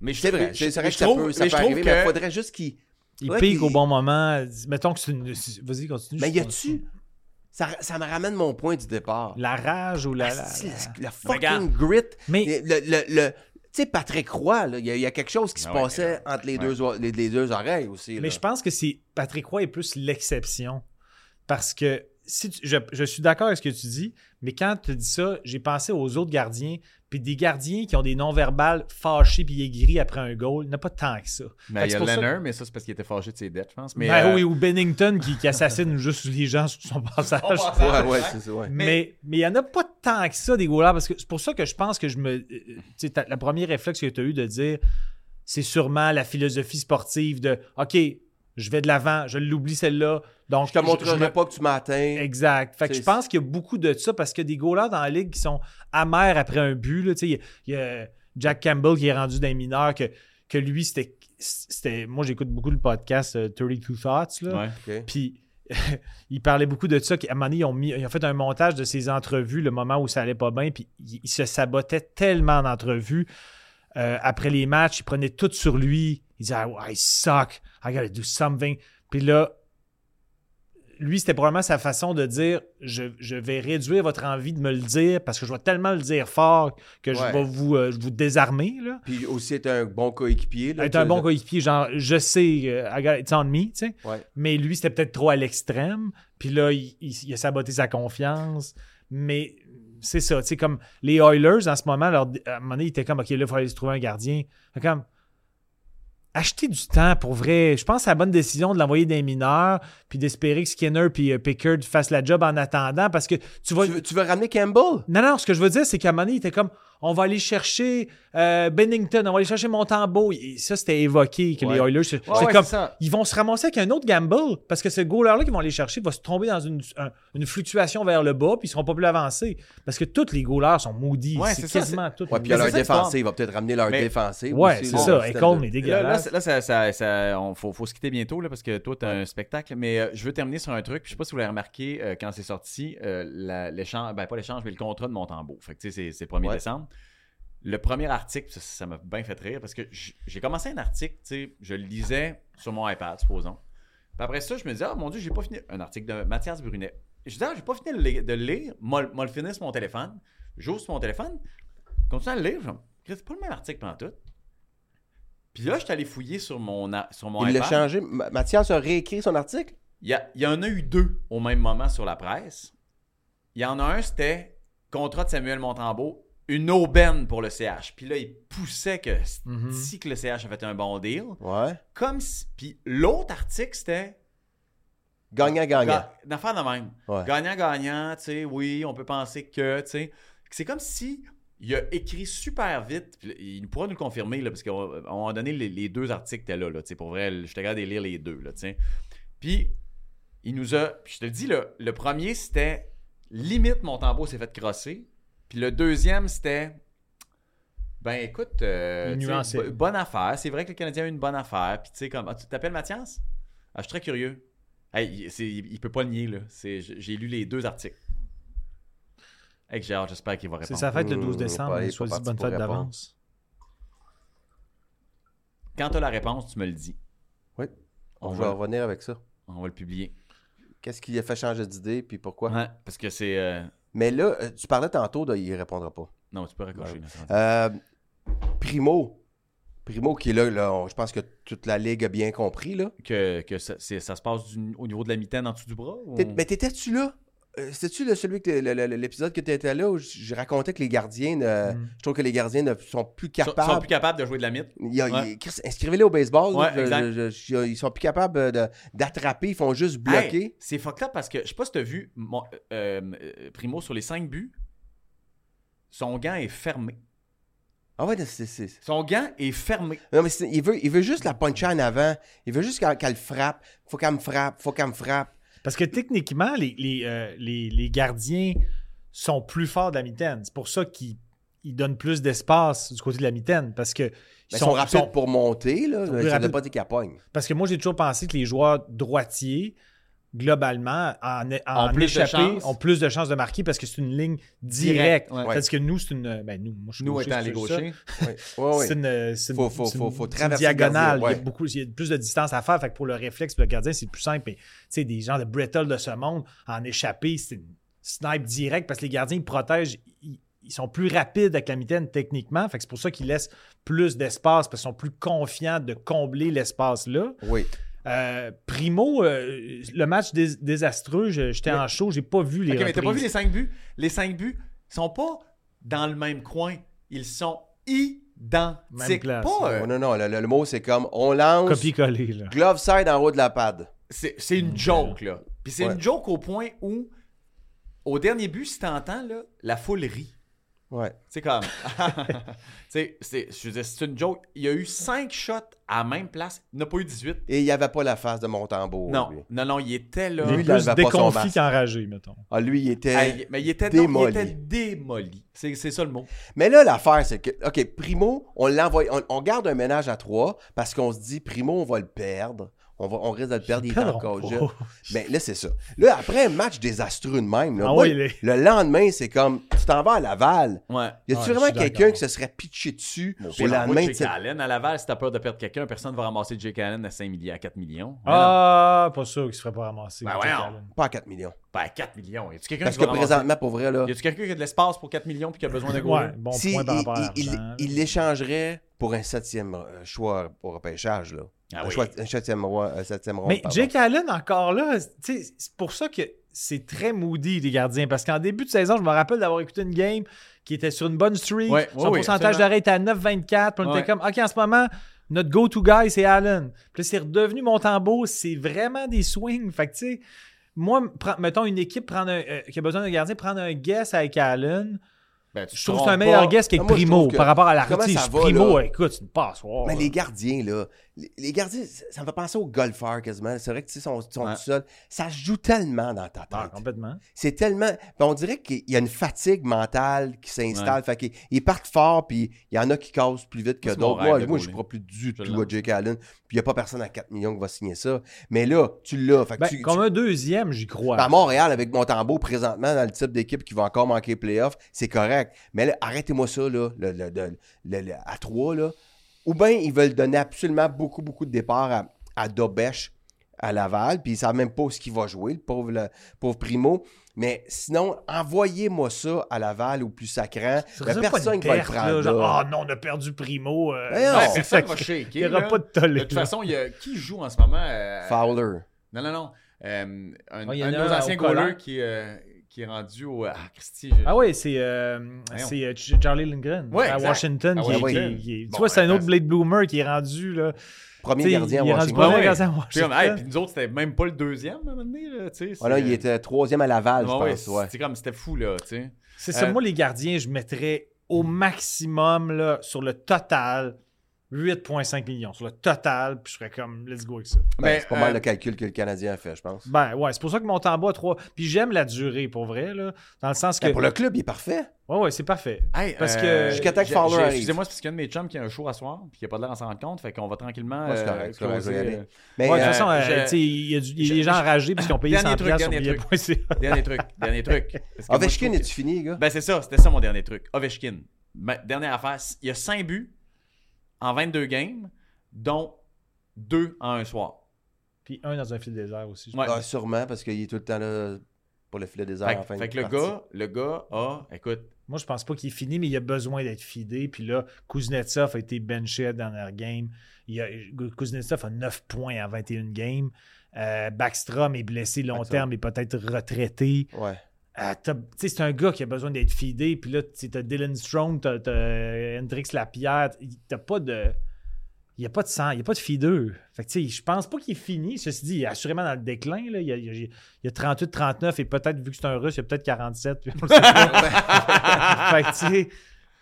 Speaker 2: mais je-
Speaker 3: c'est vrai.
Speaker 2: je-
Speaker 3: C'est vrai
Speaker 2: je
Speaker 3: que ça
Speaker 2: trouve-
Speaker 3: peut ça
Speaker 2: mais je
Speaker 3: peut
Speaker 2: trouve
Speaker 3: arriver,
Speaker 2: que-
Speaker 3: mais il faudrait juste qu'il.
Speaker 4: Il
Speaker 3: Ouais,
Speaker 4: pique
Speaker 3: puis-
Speaker 4: au bon moment. Mettons que c'est une. Vas-y, continue.
Speaker 3: Mais
Speaker 4: je
Speaker 3: y
Speaker 4: pense.
Speaker 3: a-tu. Ça ça me ramène mon point du départ.
Speaker 4: La rage ou la. la-
Speaker 3: Asti,
Speaker 4: la-
Speaker 3: Ah, la, la fucking
Speaker 2: Regarde.
Speaker 3: grit.
Speaker 4: Mais-
Speaker 3: Le, le- le- tu sais, Patrick Roy, là, il y, a- il y a quelque chose qui se
Speaker 2: Ah ouais,
Speaker 3: passait entre les,
Speaker 2: ouais.
Speaker 3: deux, o- les, les deux oreilles aussi.
Speaker 4: Mais je pense que c'est Patrick Roy est plus l'exception. Parce que si tu- je, je suis d'accord avec ce que tu dis, mais quand tu dis ça, j'ai pensé aux autres gardiens. Puis des gardiens qui ont des non-verbales fâchés puis aigris après un goal, il n'y en a pas tant que ça.
Speaker 2: Mais
Speaker 4: Fait
Speaker 2: Ben, il
Speaker 4: que
Speaker 2: y a
Speaker 4: c'est pour ça que-
Speaker 2: Leonard, mais ça, c'est parce qu'il était fâché de ses dettes, je pense. Mais,
Speaker 4: Ben
Speaker 2: euh,
Speaker 4: oui, ou Bennington qui, qui assassine juste les gens sur son passage.
Speaker 2: passage.
Speaker 3: que. Ouais, ouais, c'est ça. Ouais.
Speaker 4: Mais mais il n'y en a pas tant que ça des goalers parce que c'est pour ça que je pense que je me. euh, Tu sais, t'as- le premier réflexe que tu as eu de dire, c'est sûrement la philosophie sportive de OK, je vais de l'avant, je l'oublie celle-là. Donc,
Speaker 3: Je te montrerai
Speaker 4: je me-
Speaker 3: pas que tu m'atteins.
Speaker 4: Exact. Fait que
Speaker 3: C'est-
Speaker 4: je pense qu'il y a beaucoup de ça parce que des goalers dans la ligue qui sont amers après un but. là, tu sais, Il y, a- il y a Jack Campbell qui est rendu d'un mineur que, que lui, c'était. c'était- Moi, j'écoute beaucoup le podcast euh, 32 Thoughts. Là.
Speaker 2: ouais.
Speaker 3: Ok.
Speaker 4: Puis il parlait beaucoup de ça. qu'à un moment donné, ils ont, mis, ils ont fait un montage de ses entrevues, le moment où ça allait pas bien. Puis il, il se sabotait tellement d'entrevues. Euh, après les matchs, il prenait tout sur lui. Il disait Ah, I suck. I gotta do something. Puis là, lui, c'était probablement sa façon de dire je, je vais réduire votre envie de me le dire parce que je vais tellement le dire fort que je
Speaker 3: Ouais.
Speaker 4: vais vous, euh, vous désarmer. Là.
Speaker 3: Puis aussi, être un bon coéquipier. là,
Speaker 4: Être
Speaker 3: tu
Speaker 4: un
Speaker 3: sais,
Speaker 4: bon
Speaker 3: là.
Speaker 4: coéquipier, genre, je sais, euh, I got- it's on me, tu sais.
Speaker 3: Ouais.
Speaker 4: Mais lui, c'était peut-être trop à l'extrême. Puis là, il, il- il a saboté sa confiance. Mais c'est ça, tu sais, comme les Oilers, en ce moment, leur- à un moment donné, ils étaient comme, OK, là, il faut aller se trouver un gardien. Fait comme, acheter du temps pour vrai. Je pense que c'est la bonne décision de l'envoyer des mineurs, puis d'espérer que Skinner puis euh, Pickard fassent la job en attendant, parce que tu vas...
Speaker 3: Tu, veux, tu veux ramener Campbell?
Speaker 4: Non, non, ce que je veux dire, c'est qu'à un moment donné, il était comme on va aller chercher euh, Bennington, on va aller chercher Montembeau. Et ça, c'était évoqué que les
Speaker 3: Ouais.
Speaker 4: Oilers. c'est
Speaker 2: ouais,
Speaker 4: comme
Speaker 2: c'est ça.
Speaker 4: ils vont se ramasser avec un autre gamble parce que ce goaler-là qu'ils vont aller chercher va se tomber dans une, un- une fluctuation vers le bas, puis ils seront pas plus avancés. Parce que tous les goalers sont maudits.
Speaker 2: Ouais,
Speaker 4: c'est
Speaker 2: c'est ça,
Speaker 4: quasiment tout.
Speaker 3: Ouais, puis il y
Speaker 2: Mais
Speaker 3: a
Speaker 2: c'est
Speaker 3: leur
Speaker 2: ça l'histoire.
Speaker 3: défensif. Il va peut-être ramener leur
Speaker 2: Mais-
Speaker 3: défensif.
Speaker 4: Ouais,
Speaker 3: aussi,
Speaker 4: c'est
Speaker 3: là,
Speaker 2: bon,
Speaker 4: ça.
Speaker 3: le
Speaker 4: Et
Speaker 3: système
Speaker 4: Cole,
Speaker 3: de-
Speaker 4: mais
Speaker 2: Là, là,
Speaker 4: dégueulasse.
Speaker 2: ça- là, ça, ça- ça- on faut, faut se quitter bientôt là, parce que toi, tu as un spectacle. Mais euh, je veux terminer sur un truc. puis Je sais pas si vous l'avez remarqué euh, quand c'est sorti, euh, la- l'échange, ben pas l'échange, mais le contrat de Montembeau. Fait que tu sais, c'est c'est le 1er
Speaker 3: Ouais.
Speaker 2: décembre. le premier article, ça- ça m'a bien fait rire parce que j- j'ai commencé un article, tu sais, je le lisais sur mon iPad, supposons. Puis après ça, je me disais, ah mon Dieu, j'ai pas fini. Un article de Mathias Brunet. Je disais, ah, j'ai pas fini de le- de le lire, m'a m'a le fini sur mon téléphone. J'ouvre sur mon téléphone, continue à le lire, je me dis, c'est pas le même article pendant tout. Puis là, je suis allé fouiller sur mon, a- sur mon
Speaker 3: Il l'a
Speaker 4: ben.
Speaker 2: iPad.
Speaker 3: changé. Ma- Mathias a réécrit son article.
Speaker 2: Il y, a- il y en a eu deux au même moment sur la presse. Il y en a un, c'était contrat de Samuel Montembeau, une aubaine pour le CH. Puis là, il poussait que
Speaker 4: Mhm.
Speaker 2: si que le CH a fait un bon deal.
Speaker 3: Ouais.
Speaker 2: Comme si- Puis l'autre article, c'était
Speaker 3: Gagnant-gagnant.
Speaker 2: Ga- Une affaire de même.
Speaker 3: Ouais.
Speaker 2: Gagnant-gagnant, tu sais, oui, on peut penser que, tu sais. C'est comme si il a écrit super vite, puis il pourra nous le confirmer, là, parce qu'à un moment donné, les, les deux articles étaient là, là tu sais, pour vrai, je te regarde lire les deux, là, tu sais. Puis, il nous a, puis je te le dis, là, le premier, c'était limite Montembeau s'est fait crosser, puis le deuxième, c'était... Ben écoute, euh, tu sais,
Speaker 4: Nuancé.
Speaker 2: bo- bonne affaire. C'est vrai que le Canadien a eu une bonne affaire. Puis tu sais comme, Ah, tu t'appelles Mathias ah, Je suis très curieux. Hey, il, c'est- il- il peut pas le nier, là. C'est- j- J'ai lu les deux articles. Hey, que j'ai hâte, j'espère qu'il va
Speaker 4: C'est
Speaker 2: répondre.
Speaker 4: sa fête le 12
Speaker 3: Mmh,
Speaker 4: décembre.
Speaker 3: pas-
Speaker 2: euh,
Speaker 3: il est
Speaker 4: mais
Speaker 3: pas
Speaker 4: Sois-y
Speaker 3: parti
Speaker 4: bonne
Speaker 3: pour
Speaker 4: fête
Speaker 3: répondre.
Speaker 4: d'avance.
Speaker 2: Quand tu as la réponse, tu me le dis.
Speaker 3: Oui.
Speaker 2: On,
Speaker 3: On
Speaker 2: va,
Speaker 3: va revenir avec ça.
Speaker 2: on va le publier.
Speaker 3: Qu'est-ce qui a fait changer d'idée, puis pourquoi?
Speaker 2: Ouais, parce que c'est. euh,
Speaker 3: Mais là, euh, tu parlais tantôt de il répondra pas.
Speaker 2: Non, tu peux raccrocher. là, ça va.
Speaker 3: Euh, Primo. Primo qui est là, là, on- je pense que toute la ligue a bien compris. Là.
Speaker 2: Que, que ça, c'est- ça se passe du- au niveau de la mitaine en dessous du bras ou-
Speaker 3: T'es- Mais t'étais-tu là? Euh, C'était-tu le- celui que t'es- le- le- le- l'épisode que t'étais là où je je racontais que les gardiens
Speaker 2: Euh,
Speaker 3: ne-
Speaker 4: Mm.
Speaker 3: je trouve que les gardiens ne sont plus
Speaker 2: Ils sont- ils sont
Speaker 3: capables.
Speaker 2: plus capables de jouer de la mythe.
Speaker 3: Il y a-
Speaker 2: Ouais.
Speaker 3: il- Chris, Inscrivez-les au baseball. là.
Speaker 2: Ouais,
Speaker 3: Je-
Speaker 2: exact.
Speaker 3: je- je- ils sont plus capables euh, de- d'attraper, ils font juste bloquer.
Speaker 2: Hey, c'est fucked up parce que je sais pas si t'as vu mon- euh, euh, Primo sur les cinq buts. Son gant est fermé.
Speaker 3: Ah ouais, c'est- c'est.
Speaker 2: Son gant est fermé.
Speaker 3: Non, mais c'est- il veut, il veut juste la puncher en avant. Il veut juste qu'elle qu'elle frappe. Faut qu'elle me frappe. Faut qu'elle me frappe.
Speaker 4: Parce que techniquement, les, les, euh, les, les gardiens sont plus forts de la mitaine. C'est pour ça qu'ils ils donnent plus d'espace du côté de la mitaine. Parce
Speaker 2: Ben,
Speaker 4: que
Speaker 3: Ils sont, rapides
Speaker 4: sont-
Speaker 3: pour monter, là.
Speaker 4: plus
Speaker 3: Ça ne
Speaker 4: rapides.
Speaker 3: pas dire qu'elle pogne.
Speaker 4: Parce que moi, j'ai toujours pensé que les joueurs droitiers, globalement, en, en
Speaker 2: Ont plus de
Speaker 4: échappé,
Speaker 2: chances.
Speaker 4: ont plus de chances de marquer parce que c'est une ligne
Speaker 2: Direct,
Speaker 4: directe.
Speaker 2: ouais.
Speaker 4: Parce que nous, c'est une. Ben, nous, moi, je suis
Speaker 2: Nous
Speaker 4: gaucher,
Speaker 2: étant
Speaker 4: c'est
Speaker 2: les
Speaker 4: sûr,
Speaker 2: gauchers.
Speaker 3: Oui, Ah oui, oui.
Speaker 4: ça. C'est une, euh, c'est une-
Speaker 3: Faut- faut-
Speaker 4: c'est une-
Speaker 3: faut- faut
Speaker 4: c'est une
Speaker 3: traverser le
Speaker 4: diagonale.
Speaker 3: gardien, ouais.
Speaker 4: Il, y a beaucoup, il y a plus de distance à faire. Fait que pour le réflexe, pour le gardien, c'est plus simple. Mais, tu sais, des gens de Brettle de ce monde, en échappé, c'est une snipe direct parce que les gardiens, ils protègent. Ils, ils sont plus rapides avec la mitaine techniquement. Fait que c'est pour ça qu'ils laissent plus d'espace parce qu'ils sont plus confiants de combler l'espace-là.
Speaker 3: Oui.
Speaker 4: Euh, Primo, euh, le match dés- désastreux, je- j'étais
Speaker 2: Oui.
Speaker 4: en show, j'ai pas vu les
Speaker 2: Ok, mais t'as pas vu
Speaker 4: reprises.
Speaker 2: les cinq buts? Les cinq buts sont pas dans le même coin. Ils sont
Speaker 4: Même
Speaker 2: identiques.
Speaker 4: place.
Speaker 2: Pas, euh,
Speaker 3: Oh, non, non, le, le- le mot, c'est comme on lance.
Speaker 4: Copier-coller, là.
Speaker 3: Glove side en haut de la pad.
Speaker 2: c'est, c'est une joke, là. Puis c'est
Speaker 3: Ouais.
Speaker 2: une joke au point où, au dernier but, si t'entends, là, la foule rit.
Speaker 3: Ouais.
Speaker 2: C'est comme. tu sais, c'est, je veux dire, c'est une joke. Il y a eu cinq shots à la même place. Il n'a pas eu 18.
Speaker 3: Et il n'y avait pas la face de Montembeau. Oh, lui.
Speaker 2: Non, non, non, il était là.
Speaker 4: Il
Speaker 3: Lui,
Speaker 4: est
Speaker 3: il enlevait
Speaker 4: plus
Speaker 3: pas son
Speaker 4: déconfit
Speaker 3: masque.
Speaker 4: qu'enragé, mettons.
Speaker 3: Ah, lui, il était.
Speaker 2: Ah, il- mais il était, non, il
Speaker 3: démoli.
Speaker 2: était démoli. C'est, c'est ça le mot.
Speaker 3: Mais là, l'affaire, c'est que, OK, Primo, on l'envoie, on, on garde un ménage à trois parce qu'on se dit, Primo, on va le perdre. On, va, on risque de le perdre, il est
Speaker 4: Perdront
Speaker 3: encore
Speaker 4: pas.
Speaker 3: jeune. Ben là, c'est ça. Là, après un match désastreux de même, là,
Speaker 4: Ah
Speaker 3: moi,
Speaker 4: oui, il est-
Speaker 3: le lendemain, c'est comme, tu t'en vas à Laval. Y
Speaker 2: Ouais.
Speaker 3: a-tu
Speaker 4: Ouais, Ah, je
Speaker 3: vraiment
Speaker 4: suis
Speaker 3: quelqu'un
Speaker 4: d'accord.
Speaker 3: qui se serait pitché dessus
Speaker 2: J'ai
Speaker 3: au lendemain de
Speaker 2: Jake
Speaker 3: cette-
Speaker 2: Allen à Laval, si t'as peur de perdre quelqu'un, personne ne va ramasser Jake Allen à 5 millions, à 4 millions.
Speaker 4: Ah, pas sûr qu'il se ferait pas ramasser.
Speaker 2: Ben
Speaker 4: Jack
Speaker 2: voyons.
Speaker 4: Allen.
Speaker 3: Pas à 4 millions.
Speaker 2: Ben, à 4 millions. Y a-tu quelqu'un
Speaker 3: Parce
Speaker 2: qui
Speaker 3: que
Speaker 2: va ramasser?
Speaker 3: présentement, pour vrai, là,
Speaker 2: Y a-tu quelqu'un qui a de l'espace pour 4 millions puis qui a besoin de gros?
Speaker 4: Ouais, bon
Speaker 3: si
Speaker 4: point par
Speaker 3: il-
Speaker 4: rapport à
Speaker 3: il-
Speaker 4: l'argent.
Speaker 3: il il l'échangerait pour un septième euh, choix au repêchage, là.
Speaker 2: Ah
Speaker 3: un,
Speaker 2: oui.
Speaker 3: choix- un septième, roi- un septième ronde.
Speaker 4: Mais
Speaker 3: pardon.
Speaker 4: Jake Allen, encore là, tu sais, c'est pour ça que c'est très moody, les gardiens. Parce qu'en début de saison, je me rappelle d'avoir écouté une game qui était sur une bonne streak.
Speaker 2: Ouais, ouais,
Speaker 4: son
Speaker 2: oui,
Speaker 4: pourcentage
Speaker 2: absolument.
Speaker 4: d'arrêt était à 9,24. Puis on
Speaker 2: Ouais.
Speaker 4: était comme, OK, en ce moment, notre go-to guy, c'est Allen. Puis là, c'est redevenu Montembeau. C'est vraiment des swings. Fait que, tu sais, moi, prends- mettons une équipe prendre un- euh, qui a besoin d'un gardien, prendre un guess avec Allen.
Speaker 2: Ben, tu
Speaker 4: Je
Speaker 2: te
Speaker 4: trouve que
Speaker 2: trompes
Speaker 4: c'est un
Speaker 2: pas.
Speaker 4: meilleur guess qu'avec
Speaker 3: Ah, moi, je
Speaker 4: Primo
Speaker 3: trouve que-
Speaker 4: par rapport à
Speaker 3: Comment ça
Speaker 4: l'artiste.
Speaker 3: va,
Speaker 4: Primo,
Speaker 3: là?
Speaker 4: écoute, c'est une passoire.
Speaker 3: Mais
Speaker 4: là.
Speaker 3: les gardiens, là, les, les gardiens, ça- ça me fait penser aux golfeurs quasiment. C'est vrai que tu sais, sont, sont
Speaker 2: Ouais.
Speaker 3: tout seuls. Ça se joue tellement dans ta
Speaker 4: Ah,
Speaker 3: tête.
Speaker 4: complètement.
Speaker 3: C'est tellement. puis on dirait qu'il y a une fatigue mentale qui s'installe. Fait qu'ils ils partent fort, puis il y en a qui causent plus vite que
Speaker 2: C'est mon
Speaker 3: d'autres.
Speaker 2: rêve
Speaker 3: Moi,
Speaker 2: de
Speaker 3: moi, je ne
Speaker 2: goaler.
Speaker 3: crois plus du
Speaker 2: Je
Speaker 3: tout à
Speaker 2: l'aime.
Speaker 3: Jake Allen. Puis il n'y a pas personne à 4 millions qui va signer ça. Mais là, tu l'as. Fait que
Speaker 4: Ben,
Speaker 3: tu-
Speaker 4: comme
Speaker 3: tu-
Speaker 4: un deuxième, j'y crois.
Speaker 2: Ben,
Speaker 3: à Montréal, avec Montembeau, présentement, dans le type d'équipe qui va encore manquer les playoffs, c'est correct. Mais là, arrêtez-moi ça, là, le- le- le- le- le- à 3, là. Ou bien ils veulent donner absolument beaucoup, beaucoup de départs à, à Dobesch, à Laval, puis ils ne savent même pas où ce qu'il va jouer, le pauvre, le pauvre Primo. Mais sinon, envoyez-moi ça à Laval ou plus sacrant.
Speaker 4: Ce
Speaker 3: Mais
Speaker 4: serait pas
Speaker 3: personne
Speaker 4: une
Speaker 3: qui va le
Speaker 4: perte, là,
Speaker 3: prendre.
Speaker 4: genre,
Speaker 3: là.
Speaker 4: Ah non, on a perdu Primo. euh,
Speaker 3: Ben non,
Speaker 4: non,
Speaker 3: c'est
Speaker 2: personne
Speaker 4: ça,
Speaker 2: va
Speaker 4: Il
Speaker 2: shaker.
Speaker 4: n'y aura
Speaker 2: là.
Speaker 4: pas de tollé.
Speaker 2: De toute façon, il y a... qui joue en ce moment
Speaker 4: ah,
Speaker 2: euh,
Speaker 3: Fowler.
Speaker 2: Non, non, non. Euh, un,
Speaker 4: Ouais, il y
Speaker 2: un
Speaker 4: en
Speaker 2: de
Speaker 4: a
Speaker 2: nos
Speaker 4: un
Speaker 2: anciens
Speaker 4: au collant.
Speaker 2: goalers qui, euh, qui est rendu au. Ah, Christy. je-
Speaker 4: Ah oui, c'est euh, c'est, euh, Ch- Charlie Lindgren
Speaker 2: Ouais,
Speaker 4: à
Speaker 2: exact.
Speaker 4: Washington.
Speaker 2: Ah
Speaker 4: qui-
Speaker 2: ouais,
Speaker 4: qui-
Speaker 2: ouais.
Speaker 4: qui-
Speaker 2: Bon,
Speaker 4: tu vois, c'est un
Speaker 2: ben,
Speaker 4: autre
Speaker 2: ben,
Speaker 4: Blade Bloomer qui est rendu. Là,
Speaker 3: Premier
Speaker 4: Tu sais,
Speaker 3: gardien à
Speaker 4: il est rendu
Speaker 3: Washington.
Speaker 4: premier
Speaker 2: Ouais, ouais.
Speaker 4: gardien à
Speaker 2: Puis, comme,
Speaker 4: Washington.
Speaker 2: hey, puis nous autres, c'était même pas le deuxième à un moment donné. Là, tu sais,
Speaker 3: Voilà,
Speaker 2: c'est-
Speaker 3: Ah
Speaker 2: euh,
Speaker 3: il était troisième à Laval,
Speaker 4: Ah
Speaker 2: Ouais, ouais,
Speaker 3: je pense. ouais.
Speaker 2: C'était comme, c'était fou, là, tu sais.
Speaker 4: C'est ça,
Speaker 2: Euh,
Speaker 4: moi, les gardiens, je mettrais au maximum là, sur le total 8,5 millions. Sur le total, puis je serais comme, let's go avec ça.
Speaker 3: Ben,
Speaker 2: Mais,
Speaker 3: c'est pas mal
Speaker 2: euh,
Speaker 3: le calcul que le Canadien a fait, je pense.
Speaker 4: Ben ouais, c'est pour ça que mon Montembeau a 3. Puis j'aime la durée, pour vrai, là, dans le sens que.
Speaker 3: Ben, pour le club, il est parfait.
Speaker 4: Ouais, ouais, c'est parfait.
Speaker 2: Hey,
Speaker 4: Parce
Speaker 2: euh,
Speaker 4: que-
Speaker 3: Jusqu'à temps que
Speaker 2: j'ai-
Speaker 3: Fowler
Speaker 2: j'ai-
Speaker 3: arrive.
Speaker 2: Excusez-moi, c'est parce qu'il y a un de mes chums qui a un show à soir, puis qui a pas l'air à s'en rendre compte, fait qu'on va tranquillement.
Speaker 3: Ouais, c'est correct,
Speaker 2: euh,
Speaker 3: c'est correct, je vais y
Speaker 2: closer,
Speaker 3: aller.
Speaker 2: euh,
Speaker 3: Mais,
Speaker 4: Ouais, de
Speaker 3: euh,
Speaker 4: toute façon, euh,
Speaker 2: je-
Speaker 4: tu sais, il y a, du- il y a des
Speaker 2: je-
Speaker 4: gens enragés parce qu'ils ont payé
Speaker 2: Dernier
Speaker 4: 100
Speaker 2: truc,
Speaker 4: piastres sur
Speaker 2: dernier
Speaker 4: billet.ca.
Speaker 2: euh, Dernier truc, dernier truc. Parce que moi, je
Speaker 3: Ovechkin,
Speaker 2: trouve que-
Speaker 3: es-tu fini, gars?
Speaker 2: Ben, c'est ça, c'était ça mon dernier truc. Ovechkin. Ma- dernière affaire, c- il y a 5 buts en 22 games, dont 2 en un soir.
Speaker 4: Puis un dans un fil désert aussi. je
Speaker 2: Ouais.
Speaker 3: Ah, sûrement, parce qu'il est tout le temps là pour le filet des
Speaker 2: Fait,
Speaker 3: airs en fin de
Speaker 2: fait que le
Speaker 3: partie.
Speaker 2: gars, le gars a, écoute,
Speaker 4: Moi, je pense pas qu'il est fini, mais il a besoin d'être fidé. Puis là, Kuznetsov a été benché à la dernière game. Il a, Kuznetsov a 9 points en 21 games. Euh, Backstrom est blessé long
Speaker 3: Backstrom.
Speaker 4: terme et peut-être retraité.
Speaker 3: Ouais.
Speaker 4: Ah, t'as- tu sais, c'est un gars qui a besoin d'être fidé. Puis là, tu as Dylan Strong, tu as Hendrix Lapierre. Il- T'as pas de. Il n'y a pas de sang, il n'y a pas de fideux. Fait que, tu sais, je pense pas qu'il est fini. Ceci dit, il est assurément dans le déclin. là. Il, y a, il y a- il y a 38, 39 et peut-être, vu que c'est un russe, il y a peut-être 47. puis on le sait pas. fait que, tu sais,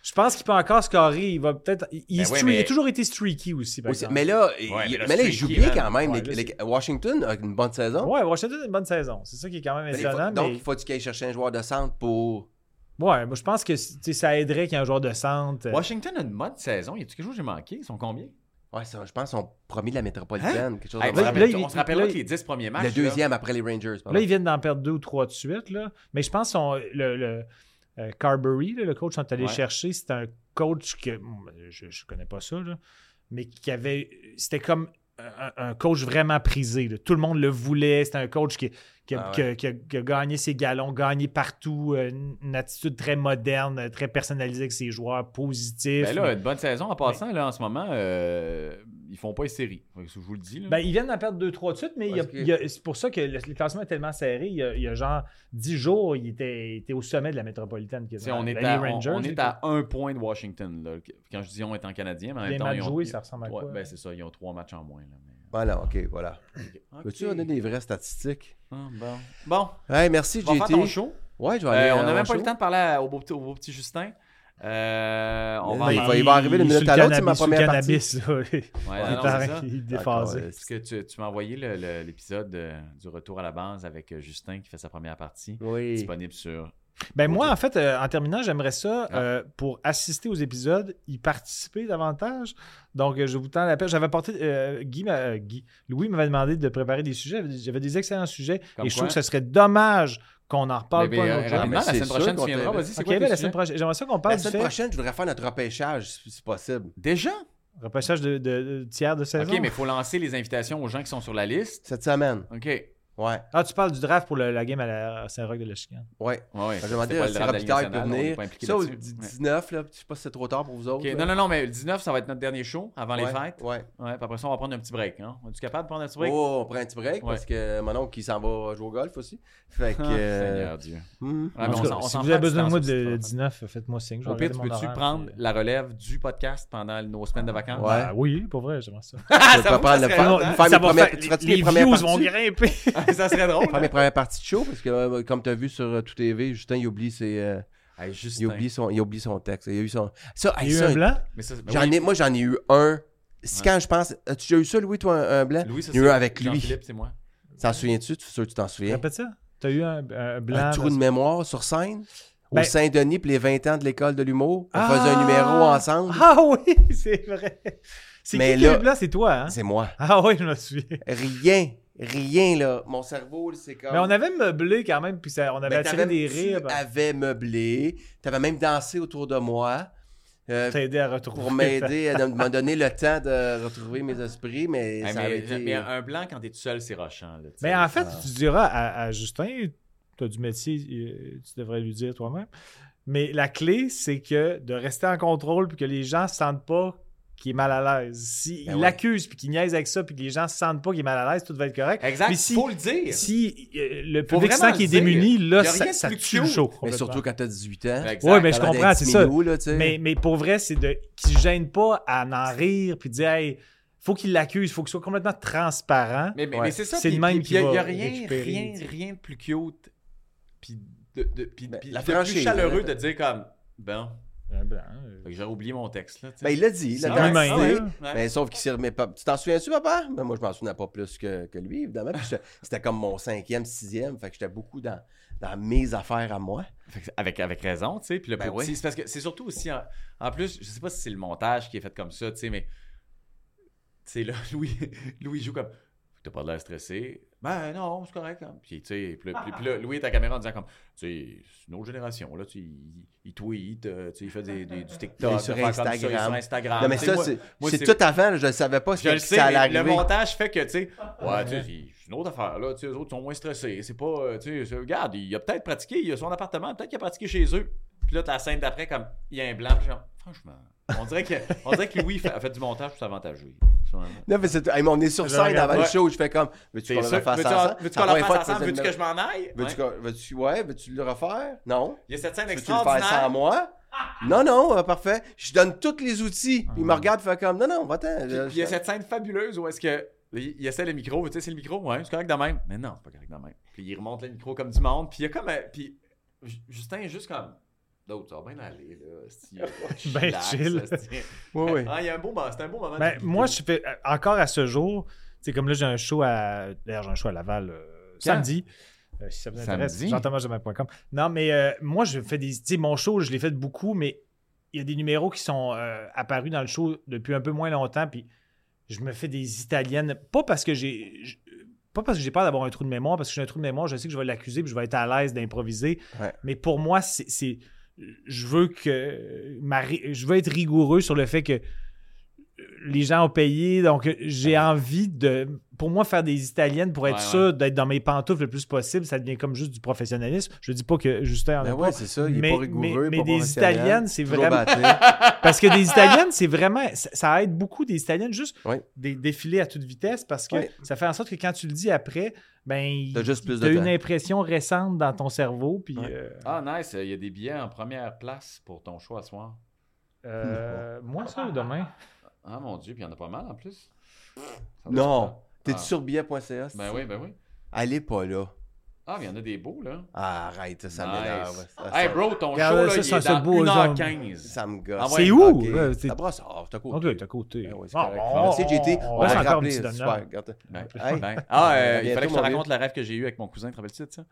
Speaker 4: je pense qu'il peut encore scorer. Il va peut-être. Il, il
Speaker 2: Ben
Speaker 4: est
Speaker 2: ouais,
Speaker 4: stre-
Speaker 2: mais-
Speaker 4: il a toujours été streaky aussi. Par
Speaker 3: Aussi-
Speaker 4: exemple.
Speaker 3: mais là, il-
Speaker 2: mais
Speaker 3: il-
Speaker 2: là,
Speaker 3: mais là,
Speaker 2: c'est
Speaker 3: il joue
Speaker 2: qui,
Speaker 3: bien
Speaker 2: man?
Speaker 3: quand même.
Speaker 4: Ouais,
Speaker 3: Les-
Speaker 4: là,
Speaker 3: les- Washington a une bonne saison.
Speaker 4: Ouais, Washington a une bonne saison. C'est ça qui est quand même
Speaker 3: Mais il faut-
Speaker 4: étonnant.
Speaker 3: donc,
Speaker 4: mais-
Speaker 3: il faut qu'il aille chercher un joueur de centre pour.
Speaker 4: Ouais, moi, je pense que tu sais, ça aiderait qu'il y ait un joueur de centre.
Speaker 2: Washington a une mode saison. Y a-tu quelque chose que j'ai manqué Ils sont combien
Speaker 3: Ouais, c'est- je pense qu'ils sont promis de la métropolitaine. Quelque chose
Speaker 2: Hein? Hey,
Speaker 3: comme ça.
Speaker 2: on, se
Speaker 4: là,
Speaker 2: rappelle,
Speaker 4: il-
Speaker 2: on se rappelle
Speaker 4: là,
Speaker 2: que les 10 premiers matchs.
Speaker 3: le deuxième après les Rangers. pardon.
Speaker 4: Là, ils viennent d'en perdre deux ou trois de suite, là. Mais je pense que son- le, le- euh, Carberry, là, le coach, sont allés
Speaker 2: Ouais.
Speaker 4: chercher, c'est un coach que bon, ben, je ne connais pas ça, là, mais qui avait. C'était comme un, un coach vraiment prisé. là. Tout le monde le voulait. C'était un coach qui, qui, a,
Speaker 3: Ah ouais.
Speaker 4: qui a- qui a- qui a gagné ses galons, gagné partout, euh, une une attitude très moderne, euh, très personnalisée avec ses joueurs, positif.
Speaker 2: Ben là, une bonne saison. En passant, là, en ce moment, euh, ils font pas les séries. Fait que Je vous le dis. là.
Speaker 4: Ben, ils viennent d'en perdre 2-3 de suite, mais il y a-
Speaker 3: Parce que-
Speaker 4: il y a- c'est pour ça que le, le classement est tellement serré. Il y a, il y a genre 10 jours, il était, il était au sommet de la métropolitaine.
Speaker 2: Tu sais,
Speaker 4: quasiment.
Speaker 2: on, est
Speaker 4: Ben, les
Speaker 2: à, on-
Speaker 4: Rangers,
Speaker 2: on
Speaker 4: là,
Speaker 2: est à un point de Washington. là. Quand je dis on est en Canadien, mais en
Speaker 4: Les
Speaker 2: même temps,
Speaker 4: matchs
Speaker 2: ils ont,
Speaker 4: joués,
Speaker 2: ils-
Speaker 4: ça ressemble à
Speaker 2: ouais,
Speaker 4: quoi?
Speaker 2: ben, c'est ça, ils ont trois matchs en moins. là, mais-
Speaker 3: Voilà, OK, voilà.
Speaker 2: Ok.
Speaker 3: Veux-tu donner des vraies statistiques?
Speaker 2: Ah, bon. bon,
Speaker 3: Hey, merci,
Speaker 2: tu vas faire
Speaker 3: JT.
Speaker 2: ton show.
Speaker 3: Ouais, je vais
Speaker 2: Euh,
Speaker 3: aller.
Speaker 2: on
Speaker 3: euh,
Speaker 2: n'a
Speaker 3: en
Speaker 2: même pas
Speaker 3: show.
Speaker 2: eu le temps de parler à- au beau petit, au beau petit Justin. Euh, on
Speaker 3: Ben,
Speaker 2: va en
Speaker 3: il
Speaker 2: parler.
Speaker 3: va- il va arriver d'une
Speaker 4: est sur
Speaker 3: minute
Speaker 4: le
Speaker 3: à l'autre, c'est
Speaker 4: cannabis-
Speaker 3: ma
Speaker 4: sur le
Speaker 3: première
Speaker 4: cannabis, là. Il
Speaker 2: Ouais,
Speaker 4: est
Speaker 2: Ah non,
Speaker 4: en-
Speaker 2: c'est ça.
Speaker 4: Il est
Speaker 3: Ah,
Speaker 4: déphasé.
Speaker 3: D'accord,
Speaker 2: Parce que tu, tu m'as envoyé le- le- l'épisode euh, du retour à la base avec euh, Justin qui fait sa première partie.
Speaker 3: Oui.
Speaker 2: Disponible sur.
Speaker 4: Ben moi, en fait, euh, en terminant, j'aimerais ça,
Speaker 2: Ah.
Speaker 4: euh, pour assister aux épisodes, y participer davantage. Donc, euh, je vous tends la pêche. J'avais porté, euh, Guy, m'a- euh, Guy- Louis m'avait demandé de préparer des sujets. J'avais- J'avais des excellents sujets.
Speaker 2: Comme
Speaker 4: et je
Speaker 2: quoi?
Speaker 4: trouve que ce serait dommage qu'on en reparle
Speaker 2: Mais,
Speaker 4: pas
Speaker 2: euh,
Speaker 4: un autre jour.
Speaker 2: rapidement,
Speaker 3: Ah, ben,
Speaker 2: la
Speaker 3: c'est
Speaker 2: semaine prochaine,
Speaker 3: sûr
Speaker 2: tu viendras.
Speaker 3: qu'on t'a-
Speaker 2: Vas-y, c'est
Speaker 4: Ok,
Speaker 2: quoi
Speaker 4: ben,
Speaker 2: tes
Speaker 4: la
Speaker 2: sujets?
Speaker 4: semaine prochaine. J'aimerais ça qu'on parle
Speaker 3: La
Speaker 4: du
Speaker 3: semaine
Speaker 4: fait
Speaker 3: prochaine, je voudrais faire notre repêchage, si si possible.
Speaker 2: Déjà?
Speaker 4: repêchage de, de- de tiers de saison.
Speaker 2: Ok, mais il faut lancer les invitations aux gens qui sont sur la liste.
Speaker 3: Cette semaine.
Speaker 2: Ok. Ouais,
Speaker 3: Ouais,
Speaker 4: Ah, tu parles du draft pour le- la game à, la, à Saint-Roch de la Chicane.
Speaker 3: ouais.
Speaker 2: ouais.
Speaker 3: Je demandais
Speaker 2: C'est pas
Speaker 3: à
Speaker 2: le drame
Speaker 3: Sarah
Speaker 2: de la Ligue
Speaker 3: Picard de
Speaker 2: nationale, on est
Speaker 3: venir.
Speaker 2: pas impliqué
Speaker 3: Ça, au
Speaker 2: là-dessus.
Speaker 3: 10-
Speaker 2: Ouais.
Speaker 3: 19, là, je sais pas si c'est trop tard pour vous autres.
Speaker 2: Ok,
Speaker 3: là.
Speaker 2: Non, non, non, mais le 19, ça va être notre dernier show avant les
Speaker 3: Ouais,
Speaker 2: fêtes. Ouais.
Speaker 3: Ouais.
Speaker 2: puis après ça, on va prendre un petit break. Hein? Es-tu capable de prendre un petit break?
Speaker 3: Oh, on prend un petit break
Speaker 2: Ouais.
Speaker 3: parce que mon oncle qui s'en va jouer au golf aussi. Fait que.
Speaker 2: Ah,
Speaker 3: euh,
Speaker 2: Seigneur Dieu.
Speaker 3: hmm.
Speaker 2: Ouais,
Speaker 4: En
Speaker 2: mais
Speaker 4: tout
Speaker 2: on
Speaker 4: cas,
Speaker 2: s'en- on
Speaker 4: si
Speaker 2: s'en
Speaker 4: vous
Speaker 2: fait à
Speaker 4: avez besoin de moi
Speaker 2: distance,
Speaker 4: de,
Speaker 2: c'est
Speaker 4: le
Speaker 2: pas
Speaker 4: 19, faites-moi signe. je
Speaker 2: Au
Speaker 4: vais
Speaker 2: pire,
Speaker 4: regarder
Speaker 2: tu
Speaker 4: mon
Speaker 2: peux-tu
Speaker 4: horaire,
Speaker 2: prendre
Speaker 4: puis-
Speaker 2: la relève du podcast pendant nos semaines de vacances?
Speaker 3: Ouais.
Speaker 4: Ah, oui, pour vrai, j'aimerais ça.
Speaker 2: Ah,
Speaker 3: Tu
Speaker 2: ça
Speaker 3: peux
Speaker 2: va,
Speaker 3: prendre
Speaker 2: ça
Speaker 3: le
Speaker 2: serait
Speaker 3: fa-
Speaker 2: drôle, hein?
Speaker 3: faire mes
Speaker 4: Ça va
Speaker 3: premières-
Speaker 4: faire-
Speaker 3: tu feras-tu
Speaker 4: les,
Speaker 3: les
Speaker 4: les
Speaker 3: premières
Speaker 4: views vont
Speaker 3: parties?
Speaker 4: grimper.
Speaker 2: ça serait drôle.
Speaker 3: Faire mes premières parties de show parce que, euh, comme tu as vu sur euh, Tout TV, Justin, il oublie, ses, euh,
Speaker 2: Hey, Justin.
Speaker 3: il oublie, son, il oublie son texte. Il a eu son. Ça, hey,
Speaker 4: Il y a eu
Speaker 3: ça,
Speaker 4: un blanc.
Speaker 2: Mais ça, ben
Speaker 3: j'en
Speaker 2: oui.
Speaker 3: ai- moi, j'en ai eu un Si
Speaker 2: Ouais.
Speaker 3: quand je pense. As-tu déjà eu ça, Louis, toi, un, un blanc
Speaker 2: Louis, ça
Speaker 3: Il y a eu avec lui.
Speaker 2: Philippe, c'est moi.
Speaker 3: T'en souviens-tu Tu sûr que tu t'en souviens
Speaker 4: Répète ça. T'as eu un, un blanc.
Speaker 3: Un trou de mémoire sur scène
Speaker 4: Ben-
Speaker 3: Au Saint-Denis, pour les 20 ans de l'école de l'humour. On
Speaker 4: Ah!
Speaker 3: faisait un numéro ensemble.
Speaker 4: Ah oui, c'est vrai. C'est
Speaker 3: Mais
Speaker 4: qui qui a eu
Speaker 3: là-
Speaker 4: le blanc? C'est toi, hein?
Speaker 3: C'est moi.
Speaker 4: Ah oui, je me souviens.
Speaker 3: Rien. Rien, là. Mon cerveau, là, c'est comme.
Speaker 4: Mais on avait meublé quand même, puis ça- on avait
Speaker 3: Ben,
Speaker 4: attiré
Speaker 3: Ah t'avais-
Speaker 4: des
Speaker 3: tu
Speaker 4: rires. ben,
Speaker 3: avais meublé. T'avais même dansé autour de moi. euh,
Speaker 4: T'as aidé à retrouver.
Speaker 3: pour m'aider, à me donner le temps de retrouver mes esprits, mais
Speaker 2: Ah,
Speaker 3: ça avait
Speaker 2: mais,
Speaker 3: été...
Speaker 2: mais un blanc, quand t'es tout seul, c'est rochant. là, tu sais.
Speaker 4: euh, Mais en fait,
Speaker 3: Ah.
Speaker 4: tu diras à, à Justin, tu as du métier, euh, tu devrais lui dire toi-même. Mais la clé, c'est que de rester en contrôle puis que les gens ne sentent pas qu'il est mal à l'aise. S'il
Speaker 3: Ben ouais.
Speaker 4: l'accuse puis qu'il niaise avec ça puis que les gens ne sentent pas qu'il est mal à l'aise, tout va être correct.
Speaker 2: Exact,
Speaker 4: Mais si-
Speaker 2: faut le dire.
Speaker 4: Si euh, le
Speaker 2: Faut
Speaker 4: public
Speaker 2: vraiment
Speaker 4: sent qu'il est
Speaker 2: le dire.
Speaker 4: démuni,
Speaker 2: Y
Speaker 4: là,
Speaker 2: a rien
Speaker 4: ça,
Speaker 2: de
Speaker 4: ça
Speaker 2: plus
Speaker 4: tue
Speaker 2: cute.
Speaker 4: le show.
Speaker 3: Mais
Speaker 4: complètement.
Speaker 3: surtout quand t'as 18 ans.
Speaker 2: Exact.
Speaker 4: Ouais, mais je
Speaker 3: t'as l'air
Speaker 4: comprends,
Speaker 3: d'être
Speaker 4: c'est ça.
Speaker 3: minou, là, tu sais.
Speaker 4: Mais, mais pour vrai, c'est de qu'il ne gêne pas à en rire puis dire hey, faut qu'il l'accuse, faut qu'il soit complètement transparent.
Speaker 2: Mais, mais-
Speaker 3: Ouais.
Speaker 2: mais c'est ça.
Speaker 4: C'est
Speaker 2: puis-
Speaker 4: le même
Speaker 2: puis- puis
Speaker 4: qui
Speaker 2: Il n'y a
Speaker 4: va
Speaker 2: rien,
Speaker 4: récupérer,
Speaker 2: rien,
Speaker 4: tu sais.
Speaker 2: rien de plus cute. Puis, de, de- puis-
Speaker 3: Ben,
Speaker 2: puis
Speaker 3: la
Speaker 2: de plus
Speaker 3: franchise,
Speaker 2: chaleureux
Speaker 3: hein.
Speaker 2: de dire comme, bon,
Speaker 4: Un blanc, euh,
Speaker 2: fait que j'aurais oublié mon texte. Là, tu sais.
Speaker 3: Ben, il l'a dit, il
Speaker 4: C'est
Speaker 3: l'a
Speaker 4: un
Speaker 3: dansé.
Speaker 4: humain,
Speaker 2: ouais.
Speaker 4: là.
Speaker 2: Ouais.
Speaker 3: Mais sauf qu'il s'y remet pas. Tu t'en souviens-tu, papa? Ben, moi, je m'en souvenais pas plus que, que lui, évidemment. Puis j'étais- C'était comme mon cinquième, sixième. Fait que j'étais beaucoup dans, dans mes affaires à moi.
Speaker 2: Fait que Avec, avec raison, tu sais. Puis le
Speaker 3: Ben
Speaker 2: petit-
Speaker 3: oui.
Speaker 2: c'est parce que c'est surtout aussi, en, en plus, je sais pas si c'est le montage qui est fait comme ça, tu sais, mais, tu sais, là, Louis, Louis joue comme, t'as pas l'air stressé. Ben non, c'est correct. hein. Puis, tu sais, puis, là- puis- puis là, Louis est à la caméra en disant comme, tu sais, c'est une autre génération, là, tu sais, il, il tweet, euh, tu sais, il fait des, des- du
Speaker 3: Il
Speaker 2: TikTok,
Speaker 3: est sur
Speaker 2: des affaires comme ça, il est sur
Speaker 3: Instagram.
Speaker 2: Instagram.
Speaker 3: non, mais
Speaker 2: Ah, Tu sais,
Speaker 3: ça,
Speaker 2: moi-
Speaker 3: c'est
Speaker 2: moi,
Speaker 3: c'est
Speaker 2: c'est-
Speaker 3: tout avant. là, je le savais pas.
Speaker 2: je le
Speaker 3: que
Speaker 2: sais,
Speaker 3: ça allait
Speaker 2: mais le
Speaker 3: arriver.
Speaker 2: montage fait que, tu sais, ouais, tu sais, c'est une autre affaire, là, tu sais, eux autres sont moins stressés, c'est pas, euh, tu sais, c'est- regarde, il a peut-être pratiqué, il a son appartement, peut-être qu'il a pratiqué chez eux, puis là, t'as la scène d'après, comme, il y a un blanc, puis genre, franchement, on dirait que, on dirait que Louis fait- a fait du montage plus avantageux.
Speaker 3: Non, mais c'est- hey, mais on est sur
Speaker 4: Je
Speaker 3: scène
Speaker 4: regarde,
Speaker 3: avant le
Speaker 2: ouais.
Speaker 3: show. Je fais comme, veux-tu
Speaker 2: C'est
Speaker 3: qu'on le
Speaker 2: sûr.
Speaker 3: refasse
Speaker 2: Veux-tu
Speaker 3: ensemble?
Speaker 2: veux-tu
Speaker 3: C'est
Speaker 2: qu'on
Speaker 3: la
Speaker 2: le
Speaker 3: première fois que
Speaker 2: fasse ensemble?
Speaker 3: je faisais
Speaker 2: Veux-tu
Speaker 3: le
Speaker 2: que je m'en aille?
Speaker 3: Veux-tu
Speaker 2: Ouais.
Speaker 3: qu'on- veux-tu- ouais, veux-tu le refaire? Non.
Speaker 2: Il y a cette scène
Speaker 3: Veux-tu le faire
Speaker 2: extraordinaire.
Speaker 3: sans moi? Non, non, euh, parfait. Je donne tous les outils. Il me regarde, fait comme, non, non, va-t'en.
Speaker 2: Puis
Speaker 3: Je-
Speaker 2: puis il y a
Speaker 3: je-
Speaker 2: cette scène fabuleuse où est-ce que il il essaie le micro, tu sais, c'est le micro, ouais, c'est correct de même. Mais non, c'est pas correct de même. Puis il remonte le micro comme du monde, puis il y a comme euh, puis Ju- Justin est juste comme d'autres, ça va bien aller là, esti, euh, chillax,
Speaker 4: chill.
Speaker 2: esti.
Speaker 3: Oui, oui.
Speaker 2: Ah, il y a un beau moment, c'est un beau moment.
Speaker 4: Ben,
Speaker 2: de-
Speaker 4: moi, je fais euh, encore à ce jour, c'est comme là, j'ai un show à. D'ailleurs, j'ai un show à Laval euh, samedi. Euh, si ça vous intéresse,
Speaker 2: Samedi?
Speaker 4: jean-thomas-jamac.com. Non, mais euh, moi, je fais des. Tu sais, mon show, je l'ai fait beaucoup, mais il y a des numéros qui sont euh, apparus dans le show depuis un peu moins longtemps, puis je me fais des italiennes. Pas parce que j'ai. j- Pas parce que j'ai peur d'avoir un trou de mémoire, parce que j'ai un trou de mémoire, je sais que je vais l'accuser, puis je vais être à l'aise d'improviser.
Speaker 3: Ouais.
Speaker 4: Mais pour moi, c'est. c'est- Je veux que. ma ri- Je veux être rigoureux sur le fait que les gens ont payé, donc euh, j'ai envie de, pour moi, faire des italiennes pour être
Speaker 2: Ouais,
Speaker 4: sûr d'être dans mes pantoufles le plus possible. Ça devient comme juste du professionnalisme. Je dis pas que Justin en
Speaker 3: Ben
Speaker 4: a
Speaker 3: ouais,
Speaker 4: pas.
Speaker 3: c'est ça. Il
Speaker 4: mais-
Speaker 3: est pas rigoureux.
Speaker 4: mais-
Speaker 3: pas
Speaker 4: mais des
Speaker 3: professionnel,
Speaker 4: Italiennes, c'est
Speaker 3: toujours
Speaker 4: vraiment-
Speaker 3: batté.
Speaker 4: Parce que des italiennes, c'est vraiment, ça, ça aide beaucoup des italiennes, juste
Speaker 3: Ouais.
Speaker 4: des défilés à toute vitesse, parce que
Speaker 3: Ouais.
Speaker 4: ça fait en sorte que quand tu le dis après, ben,
Speaker 3: T'as juste plus
Speaker 4: t'as
Speaker 3: de
Speaker 4: une
Speaker 3: temps.
Speaker 4: impression récente dans ton cerveau, puis
Speaker 3: Ouais.
Speaker 4: euh,
Speaker 2: Ah nice, il y a des billets en première place pour ton choix à soir.
Speaker 4: euh, moi ça ou demain.
Speaker 2: Ah mon dieu, puis il y en a pas mal en plus. Ça doit
Speaker 3: Non. T'es-tu
Speaker 2: Ah.
Speaker 3: sur billet.ca?
Speaker 2: être- Ben oui, ben oui.
Speaker 3: Elle est pas là.
Speaker 2: Ah, mais il y en a des beaux là.
Speaker 3: Ah, Arrête, ça
Speaker 2: Nice.
Speaker 3: m'énerve. Ça,
Speaker 2: Hey
Speaker 3: ça-
Speaker 2: bro, ton
Speaker 4: Regarde,
Speaker 2: show
Speaker 4: ça,
Speaker 2: là,
Speaker 4: ça,
Speaker 2: il est
Speaker 4: ce
Speaker 2: dans
Speaker 4: beau
Speaker 2: 1h15.
Speaker 3: Ça me
Speaker 2: Ah
Speaker 3: gosse.
Speaker 2: ouais,
Speaker 4: c'est où?
Speaker 3: Ok.
Speaker 4: là? C'est-
Speaker 3: Ça brasse off, t'as
Speaker 4: Ok,
Speaker 3: côté.
Speaker 4: t'as côté.
Speaker 3: Ben oui, c'est
Speaker 4: Ah,
Speaker 3: correct.
Speaker 2: Oh,
Speaker 4: on-
Speaker 3: Bon, tu sais, j'ai été.
Speaker 4: on
Speaker 3: On
Speaker 4: reste
Speaker 3: va
Speaker 4: encore un
Speaker 3: rappeler.
Speaker 4: petit
Speaker 3: Super.
Speaker 4: donneur.
Speaker 3: regarde.
Speaker 2: Ouais.
Speaker 3: Hey.
Speaker 2: Ben, ah, euh, il
Speaker 3: bientôt,
Speaker 2: fallait que je te
Speaker 3: mon
Speaker 2: raconte le rêve que j'ai eu avec mon cousin, te rappelles-tu de ça?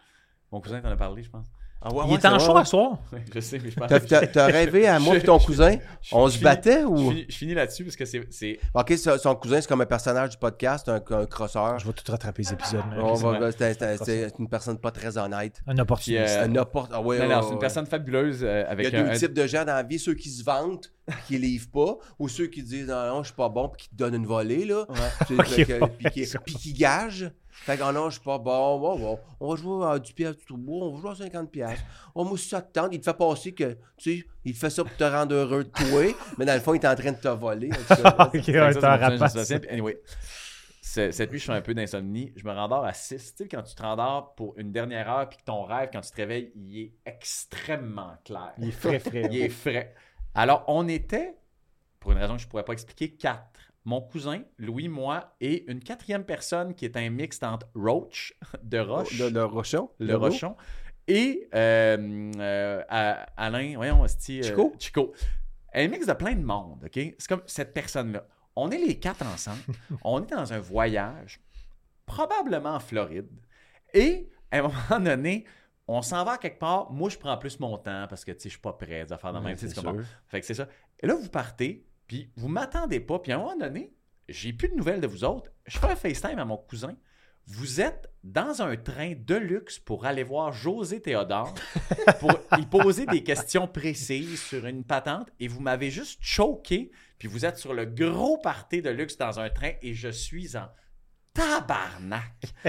Speaker 2: Mon cousin, t'en as parlé, je pense.
Speaker 3: Ah ouais,
Speaker 4: Il
Speaker 3: ouais,
Speaker 4: est en
Speaker 3: c'est
Speaker 4: show
Speaker 3: vrai.
Speaker 4: à soir.
Speaker 2: je sais, mais je pense
Speaker 3: T'as- T'as t'as rêvé à moi
Speaker 2: Je-
Speaker 3: et ton
Speaker 2: je-
Speaker 3: cousin?
Speaker 2: je-
Speaker 3: On
Speaker 2: je
Speaker 3: se
Speaker 2: finis-
Speaker 3: battait
Speaker 2: Je
Speaker 3: ou?
Speaker 2: finis, je finis là-dessus parce que c'est. c'est-
Speaker 3: Ok, son son cousin, c'est comme un personnage du podcast, un un crosseur.
Speaker 4: Je vais tout rattraper les épisodes. mais-
Speaker 3: Ah, On va-
Speaker 2: Excuse-moi.
Speaker 3: C'est c'est- c'est une personne pas très honnête.
Speaker 4: Un opportuniste.
Speaker 2: Puis, euh,
Speaker 3: C'est un opportun- ah ouais,
Speaker 2: Non,
Speaker 3: ouais,
Speaker 2: non,
Speaker 3: ouais,
Speaker 2: c'est une
Speaker 3: ouais.
Speaker 2: personne fabuleuse euh,
Speaker 3: Il y
Speaker 2: avec
Speaker 3: a deux
Speaker 2: un- un-
Speaker 3: types de gens dans la vie, ceux qui se vantent, puis qui livrent pas, ou ceux qui disent non, non, je suis pas bon, puis qui te donnent une volée, là. Tu sais,
Speaker 4: Ok,
Speaker 3: fait que-
Speaker 4: ouais,
Speaker 3: puis, qui,
Speaker 4: ça.
Speaker 3: puis qui gagent. Fait que, Ah non, je suis pas bon, bon, bon, on va jouer à du pièce du troupeau, on va jouer à 50 pièces. On mousse ça de tente, il te fait passer que, tu sais, il te fait ça pour te rendre heureux de toi, mais dans le fond, il est en train de te voler. Fait que ça-
Speaker 4: Ah, ok,
Speaker 2: Fait
Speaker 4: ouais,
Speaker 2: que ça,
Speaker 4: t'as un
Speaker 2: c'est mon
Speaker 4: rapace.
Speaker 2: personnage associé. Puis, Anyway, ce- cette nuit, je fais un peu d'insomnie. Je me rendors à 6. Tu sais, quand tu te rendors pour une dernière heure, puis que ton rêve, quand tu te réveilles, il est extrêmement clair.
Speaker 4: Il est frais, frais.
Speaker 2: Il est frais. Alors, on était, pour une raison que je ne pourrais pas expliquer, quatre. Mon cousin, Louis, moi, et une quatrième personne qui est un mix entre Roach, Oh, de Roche,
Speaker 3: Le, le rochon.
Speaker 2: le,
Speaker 3: loup.
Speaker 2: Rochon, et euh, euh, à- Alain, voyons, esti, euh,
Speaker 3: Chico?
Speaker 2: Chico. Un mix de plein de monde, OK? C'est comme cette personne-là. On est les quatre ensemble. on est dans un voyage, probablement en Floride. Et à un moment donné, on s'en va quelque part. Moi, je prends plus mon temps parce que, tu sais, je suis pas prêt à faire dans le
Speaker 5: Ouais,
Speaker 2: même. tu sais,
Speaker 5: c'est
Speaker 2: tu comprends? Fait que c'est ça. Et là, vous partez, puis vous m'attendez pas. Puis à un moment donné, j'ai plus de nouvelles de vous autres. Je fais un FaceTime à mon cousin. Vous êtes dans un train de luxe pour aller voir José Théodore pour y poser des questions précises sur une patente et vous m'avez juste choqué. Puis vous êtes sur le gros party de luxe dans un train et je suis en tabarnak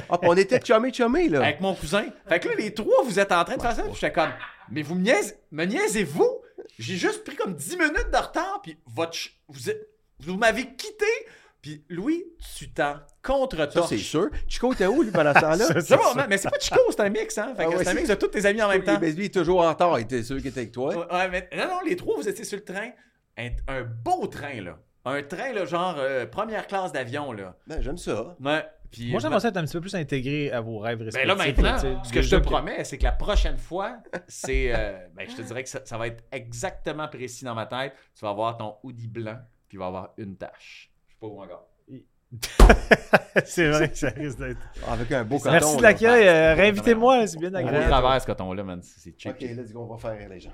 Speaker 3: Ah, puis on était chumé chumé là.
Speaker 2: avec mon cousin. Fait que là, les trois, vous êtes en train de faire ça. Puis j'étais comme, mais vous me, niaise- me niaisez-vous? J'ai juste pris comme 10 minutes de retard, puis votre ch- vous, êtes- vous m'avez quitté. Puis Louis, tu t'en contre
Speaker 3: ça,
Speaker 2: toi.
Speaker 3: c'est sûr. Chico était où, lui, pendant ce temps-là?
Speaker 4: Ça,
Speaker 2: C'est bon, mais c'est pas Chico, c'est un mix, hein? Fait
Speaker 3: Ah
Speaker 2: que
Speaker 3: ouais,
Speaker 2: c'est un
Speaker 3: c'est-
Speaker 2: mix de tous tes amis en même temps.
Speaker 3: Mais lui, il est toujours en retard. Il était sûr qu'il était avec toi.
Speaker 2: Ouais, ouais, mais- non, non, les trois, vous étiez sur le train. Un, un beau train, là. Un train, là, genre euh, première classe d'avion, là.
Speaker 3: Ben, j'aime ça.
Speaker 2: Ouais, puis-
Speaker 4: Moi, j'aimerais ça être un petit peu plus intégré à vos rêves
Speaker 2: Ben
Speaker 4: respectifs.
Speaker 2: là, maintenant,
Speaker 4: tu sais,
Speaker 2: ce que je te
Speaker 4: déjà
Speaker 2: promets, c'est que la prochaine fois, c'est. euh, ben, je te dirais que ça, ça va être exactement précis dans ma tête. Tu vas avoir ton hoodie blanc, puis il va avoir une tache. Je sais pas où encore.
Speaker 4: c'est vrai que ça risque d'être.
Speaker 3: Avec un beau coton.
Speaker 4: Merci de
Speaker 3: là. Ah
Speaker 4: l'accueil.
Speaker 2: là.
Speaker 4: euh, Réinvitez-moi, c'est bien
Speaker 2: On
Speaker 4: agréable.
Speaker 2: travers ce coton-là, man. C'est cheap.
Speaker 3: Ok, let's go, on va faire rire les gens.